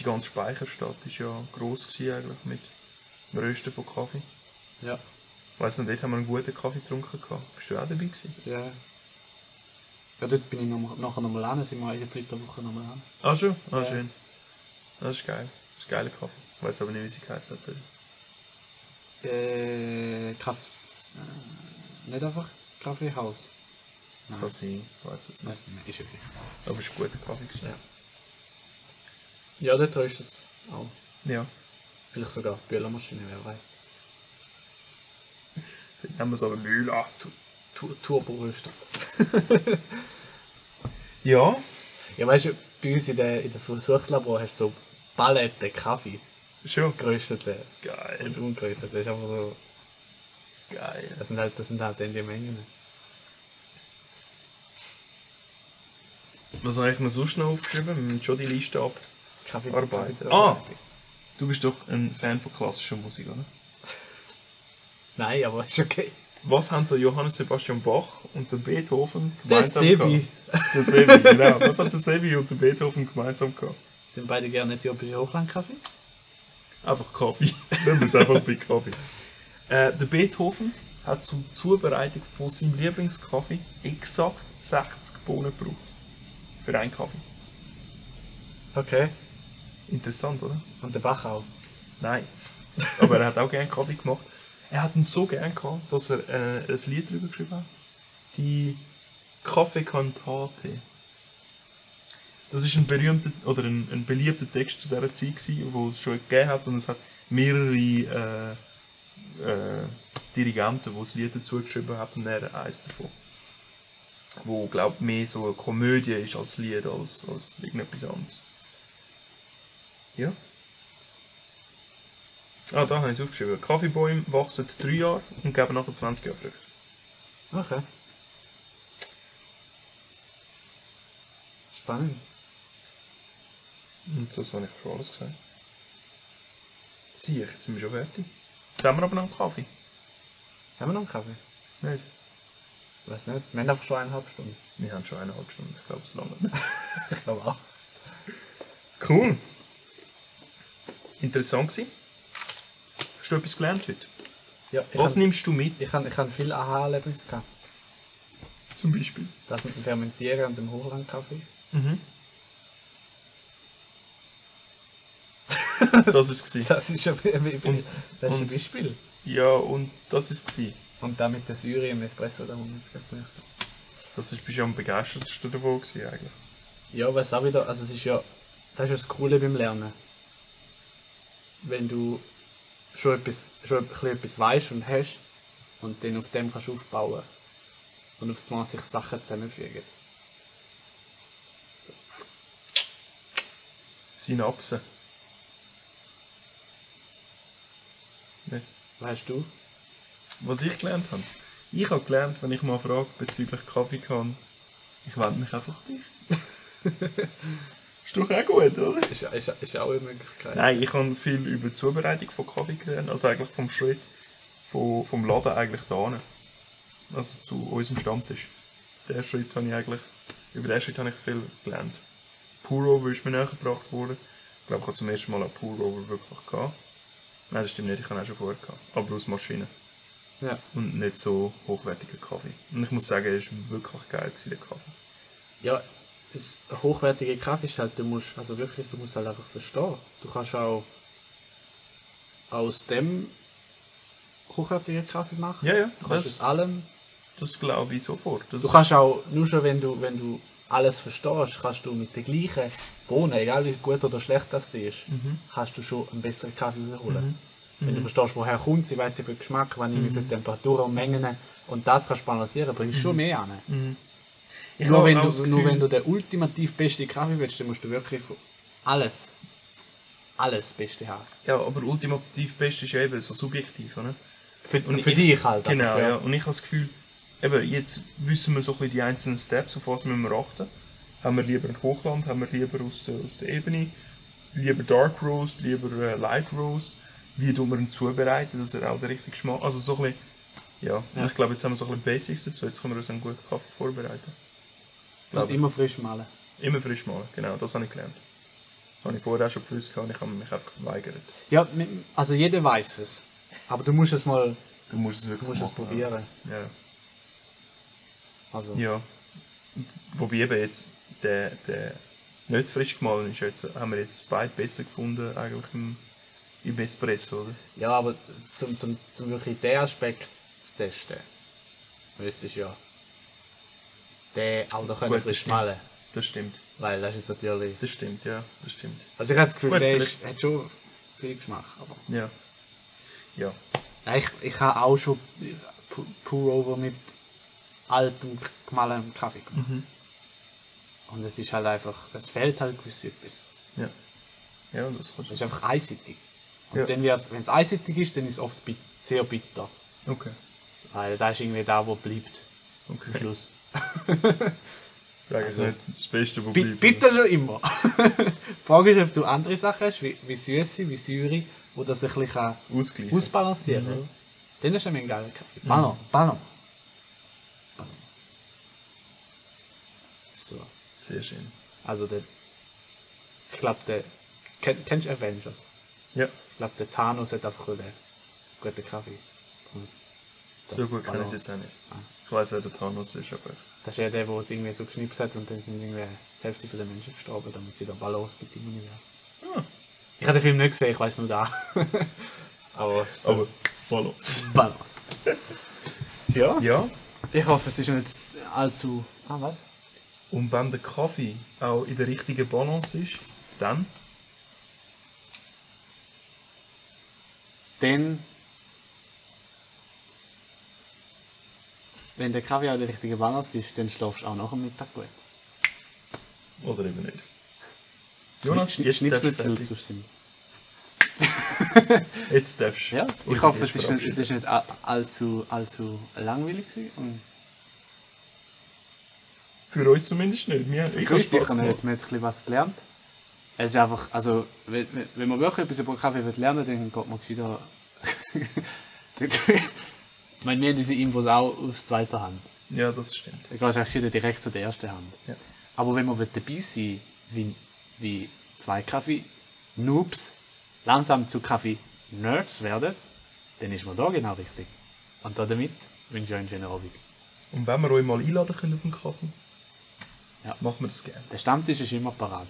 Speaker 2: Die ganze Speicherstadt ist ja gross gewesen eigentlich mit dem Rösten von Kaffee.
Speaker 1: Ja,
Speaker 2: Weißt du, dort haben wir einen guten Kaffee getrunken gehabt. Bist du auch dabei gewesen?
Speaker 1: ja. Ja, dort bin ich noch, nachher nochmal an, sind wir in der Flitterwoche nochmal an.
Speaker 2: Ah schon? Ah
Speaker 1: Ja.
Speaker 2: schön. Das ist geil. Das ist geiler Kaffee. Ich weiß aber nicht, wie sie geheißen hat. dort.
Speaker 1: Äh, Kaff... Äh, nicht einfach Kaffeehaus. Nein,
Speaker 2: Kann sein, ich weiß es nicht.
Speaker 1: weiß nicht mehr, ist okay.
Speaker 2: Aber es war ein guter Kaffee. Gewesen.
Speaker 1: Ja, dort röstet es auch.
Speaker 2: Ja. ja.
Speaker 1: Vielleicht sogar auf Bühlermaschine, wer weiß.
Speaker 2: Dann haben wir es aber Mühle.
Speaker 1: Tur Turbo-Röster.
Speaker 2: Ja.
Speaker 1: Ja, weißt du, bei uns in der, in der Versuchslabor hast du so Paletten Kaffee,
Speaker 2: Schon.
Speaker 1: gerösteten
Speaker 2: Geil.
Speaker 1: und ungerösteten. Das ist einfach so,
Speaker 2: Geil.
Speaker 1: das sind halt, das sind halt dann die Mengen.
Speaker 2: Was habe ich mir sonst noch aufgeschrieben? Wir müssen schon die Liste ab.
Speaker 1: Kaffee,
Speaker 2: Arbeit.
Speaker 1: Kaffee-
Speaker 2: Ah! Du bist doch ein Fan von klassischer Musik, oder?
Speaker 1: Nein, aber ist okay.
Speaker 2: Was haben der Johannes Sebastian Bach und der Beethoven
Speaker 1: Der
Speaker 2: gemeinsam
Speaker 1: Sebi.
Speaker 2: gehabt? Der Sebi, genau. Was hat der Sebi und der Beethoven gemeinsam gehabt?
Speaker 1: Sind beide gerne äthiopische Hochlandkaffee?
Speaker 2: Einfach Kaffee. Nehmen wir es einfach bei Kaffee. Äh, der Beethoven hat zur Zubereitung von seinem Lieblingskaffee exakt 60 Bohnen gebraucht. Für einen Kaffee.
Speaker 1: Okay.
Speaker 2: Interessant, oder?
Speaker 1: Und der Bach auch.
Speaker 2: Nein. Aber er hat auch gerne Kaffee gemacht. Er hat ihn so gern gehabt, dass er äh, ein Lied drüber geschrieben hat. Die Kaffeekantate. Das ist ein berühmter oder ein, ein beliebter Text zu dieser Zeit, gewesen, wo es schon gegeben hat und es hat mehrere äh, äh, Dirigenten, die das Lied dazu geschrieben haben und er eins davon. Wo, glaube ich, mehr so eine Komödie ist als Lied, als, als irgendetwas anderes. Ja. Ah, da habe ich es aufgeschrieben. Kaffeebäume wachsen drei Jahre und geben nachher 20 Jahre Früchte.
Speaker 1: Okay. Spannend.
Speaker 2: Und das habe ich schon alles gesagt. Sieh, jetzt sind wir schon fertig. Jetzt haben wir aber noch einen Kaffee.
Speaker 1: Haben wir noch einen Kaffee?
Speaker 2: Nicht?
Speaker 1: Weiß nicht. Wir haben einfach schon eineinhalb Stunden.
Speaker 2: Wir haben schon eineinhalb Stunden, ich glaube, es lange.
Speaker 1: Ich glaube auch.
Speaker 2: cool. Interessant gewesen. Hast du etwas gelernt heute?
Speaker 1: Ja, ich
Speaker 2: Was
Speaker 1: han-
Speaker 2: nimmst du mit?
Speaker 1: Ich habe ich han viel Aha-Erlebnisse gehabt.
Speaker 2: Zum Beispiel.
Speaker 1: Das mit dem Fermentieren und dem Hochlandkaffee.
Speaker 2: Das war es. gewesen.
Speaker 1: Das ist ein, das ist ein
Speaker 2: und-
Speaker 1: Beispiel.
Speaker 2: Ja, und das war es.
Speaker 1: Und dann mit der Säure im Espresso, da haben wir jetzt gerade gemacht.
Speaker 2: Das ist, bist du am begeistertsten davon gewesen, eigentlich.
Speaker 1: Ja, was auch wieder, also es ist ja, das ist ja das Coole beim Lernen. Wenn du schon etwas, schon ein bisschen etwas weißt und hast und dann auf dem kannst du aufbauen. Und auf einmal sich Sachen zusammenfügen. So.
Speaker 2: Synapsen. Nicht?
Speaker 1: Weißt du?
Speaker 2: was ich gelernt habe. Ich habe gelernt, wenn ich mal frage bezüglich Kaffee kann, ich wende mich einfach an dich. ist doch auch gut, oder?
Speaker 1: Ist, ist, ist auch eine Möglichkeit.
Speaker 2: Nein, ich habe viel über die Zubereitung von Kaffee gelernt, also eigentlich vom Schritt vom, vom Laden eigentlich da hin. Also zu unserem Stammtisch. Der Schritt habe ich eigentlich, über den Schritt habe ich viel gelernt. Purover ist mir nachgebracht worden. Ich glaube, ich habe zum ersten Mal einen Purover wirklich gehabt. Nein, das stimmt nicht, ich habe ihn auch schon vorher gehabt. Aber aus Maschine
Speaker 1: Ja.
Speaker 2: und nicht so hochwertiger Kaffee. Und ich muss sagen, er ist wirklich geil gewesen, der Kaffee.
Speaker 1: Ja, das hochwertige Kaffee ist halt, du musst, also wirklich, du musst halt einfach verstehen. Du kannst auch aus dem hochwertigen Kaffee machen.
Speaker 2: Ja, ja,
Speaker 1: Du kannst aus
Speaker 2: das-
Speaker 1: allem.
Speaker 2: Das glaube ich sofort. Das
Speaker 1: Du kannst auch, nur schon wenn du, wenn du alles verstehst, kannst du mit der gleichen Bohnen, egal wie gut oder schlecht das sie ist, kannst du schon einen besseren Kaffee rausholen. Wenn du verstehst, woher kommt sie, weiß sie für Geschmack, wann ich wie viel Temperatur und Mengen und das kannst du balancieren, bringst schon mehr an.
Speaker 2: ich
Speaker 1: Nur
Speaker 2: habe
Speaker 1: wenn,
Speaker 2: auch
Speaker 1: du,
Speaker 2: das
Speaker 1: nur
Speaker 2: Gefühl-
Speaker 1: wenn du den ultimativ besten Kaffee willst, dann musst du wirklich von alles, alles Beste haben.
Speaker 2: Ja, aber ultimativ best ist ja eben so subjektiv, oder?
Speaker 1: Für, und
Speaker 2: ich-
Speaker 1: für dich halt.
Speaker 2: Genau,
Speaker 1: einfach,
Speaker 2: ja. Und ich habe das Gefühl, eben, jetzt wissen wir so ein bisschen die einzelnen Steps, auf was müssen wir achten. Haben wir lieber ein Hochland, haben wir lieber aus der, aus der Ebene, lieber Dark Roast, lieber äh, Light Roast, wie tun wir ihn zubereiten, dass er auch der richtige Geschmack, also so ein bisschen, ja. Und ich glaube, jetzt haben wir so ein bisschen Basics dazu, jetzt können wir uns einen guten Kaffee vorbereiten.
Speaker 1: Und immer frisch malen.
Speaker 2: Immer frisch malen, genau, das habe ich gelernt. Das habe ich vorher auch schon gewusst gehabt und ich habe mich einfach geweigert.
Speaker 1: Ja, mi- also jeder weiß es. Aber du musst es mal
Speaker 2: Du musst es wirklich
Speaker 1: du musst es
Speaker 2: machen,
Speaker 1: probieren.
Speaker 2: Ja.
Speaker 1: Also,
Speaker 2: ja. ja. Wobei eben jetzt der, der nicht frisch gemahlen ist, jetzt, haben wir jetzt beide besser gefunden eigentlich im, im Espresso, oder?
Speaker 1: Ja, aber zum, zum, zum wirklich den Aspekt zu testen, müsstest du ja den auch noch können
Speaker 2: Gut, das
Speaker 1: frisch
Speaker 2: stimmt.
Speaker 1: malen.
Speaker 2: Das stimmt.
Speaker 1: Weil das ist jetzt natürlich...
Speaker 2: Das stimmt, ja, das stimmt.
Speaker 1: Also ich habe das Gefühl,
Speaker 2: Gut,
Speaker 1: der
Speaker 2: vielleicht-
Speaker 1: ist, hat schon viel Geschmack. Aber
Speaker 2: Ja. Ja.
Speaker 1: Nein, ich, ich habe auch schon Pu- Pour-Over mit altem gemahlenem Kaffee gemacht.
Speaker 2: Mhm.
Speaker 1: Und es ist halt einfach... Es fehlt halt gewiss etwas.
Speaker 2: Ja. Ja, das kannst
Speaker 1: Es
Speaker 2: du.
Speaker 1: ist einfach einseitig. Und
Speaker 2: Ja.
Speaker 1: dann wird, wenn es einseitig ist, dann ist es oft bit- sehr bitter.
Speaker 2: Okay.
Speaker 1: Weil das ist irgendwie da, wo bleibt. Am
Speaker 2: Okay.
Speaker 1: Schluss. Also,
Speaker 2: Vielleicht ist nicht das Beste, wo
Speaker 1: Bi
Speaker 2: bleibt,
Speaker 1: bitter schon immer. die Frage ist, ob du andere Sachen hast, wie, wie Süße, wie Säure, wo das ein bisschen kann
Speaker 2: oder? Ausgleich.
Speaker 1: ausbalancieren kann. Dann ist ein geiler Kaffee. Balance. Balance. Balance. So.
Speaker 2: Sehr schön.
Speaker 1: Also, der, ich glaube, der. Kenn, kennst du Avengers?
Speaker 2: Ja.
Speaker 1: Ich glaube, der Thanos hat einfach einen guten Kaffee.
Speaker 2: So gut kann ich es
Speaker 1: Balance.
Speaker 2: jetzt auch nicht. Ich weiß, wer der Thanos ist, aber.
Speaker 1: Das ist ja der, der es irgendwie so geschnipst hat und dann sind irgendwie die Hälfte der Menschen gestorben, damit es wieder Balance gibt im Universum.
Speaker 2: Ah.
Speaker 1: Ich habe den Film nicht gesehen, ich weiß nur da. Aber, so
Speaker 2: Aber, Balance.
Speaker 1: Balance. ja?
Speaker 2: Ja,
Speaker 9: Ich hoffe, es ist nicht allzu.
Speaker 1: Ah, was?
Speaker 2: und wenn der Kaffee auch in der richtigen Balance ist, dann
Speaker 9: Denn. Wenn der Kaffee auch der richtige Balance ist, dann schlafst du auch nach dem Mittag gut.
Speaker 2: oder eben nicht. Jonas,
Speaker 9: Schni-
Speaker 2: jetzt
Speaker 9: schnippst
Speaker 2: darfst
Speaker 9: nicht zu laut,
Speaker 2: du.
Speaker 9: sonst sind-
Speaker 2: Jetzt darfst du.
Speaker 9: Ja, ich
Speaker 2: unsere
Speaker 9: hoffe, es
Speaker 2: Gäste
Speaker 9: ist nicht, es
Speaker 2: verabschieden.
Speaker 9: ist nicht all- allzu, allzu langweilig gewesen. Und
Speaker 2: Für uns zumindest nicht. Wir haben
Speaker 9: für uns sicher
Speaker 2: gemacht.
Speaker 9: nicht, man hat ein bisschen was gelernt.
Speaker 1: Es ist einfach, also, wenn, wenn- wenn man wirklich etwas über Kaffee will lernen dann geht man gescheiter. ich meine, wir haben unsere Infos auch aus zweiter Hand.
Speaker 4: Ja, das stimmt.
Speaker 1: Dann gehst du auch gescheiter direkt zu der ersten Hand.
Speaker 4: Ja.
Speaker 1: Aber wenn man will dabei sein will, wie, wie zwei Kaffee-Noobs langsam zu Kaffee-Nerds werden, dann ist man da genau richtig. Und damit wünsche ich euch einen schönen Abend.
Speaker 4: Und wenn wir euch mal einladen können auf den Kaffee,
Speaker 1: Ja.
Speaker 4: machen wir das gerne.
Speaker 1: Der Stammtisch ist immer parat.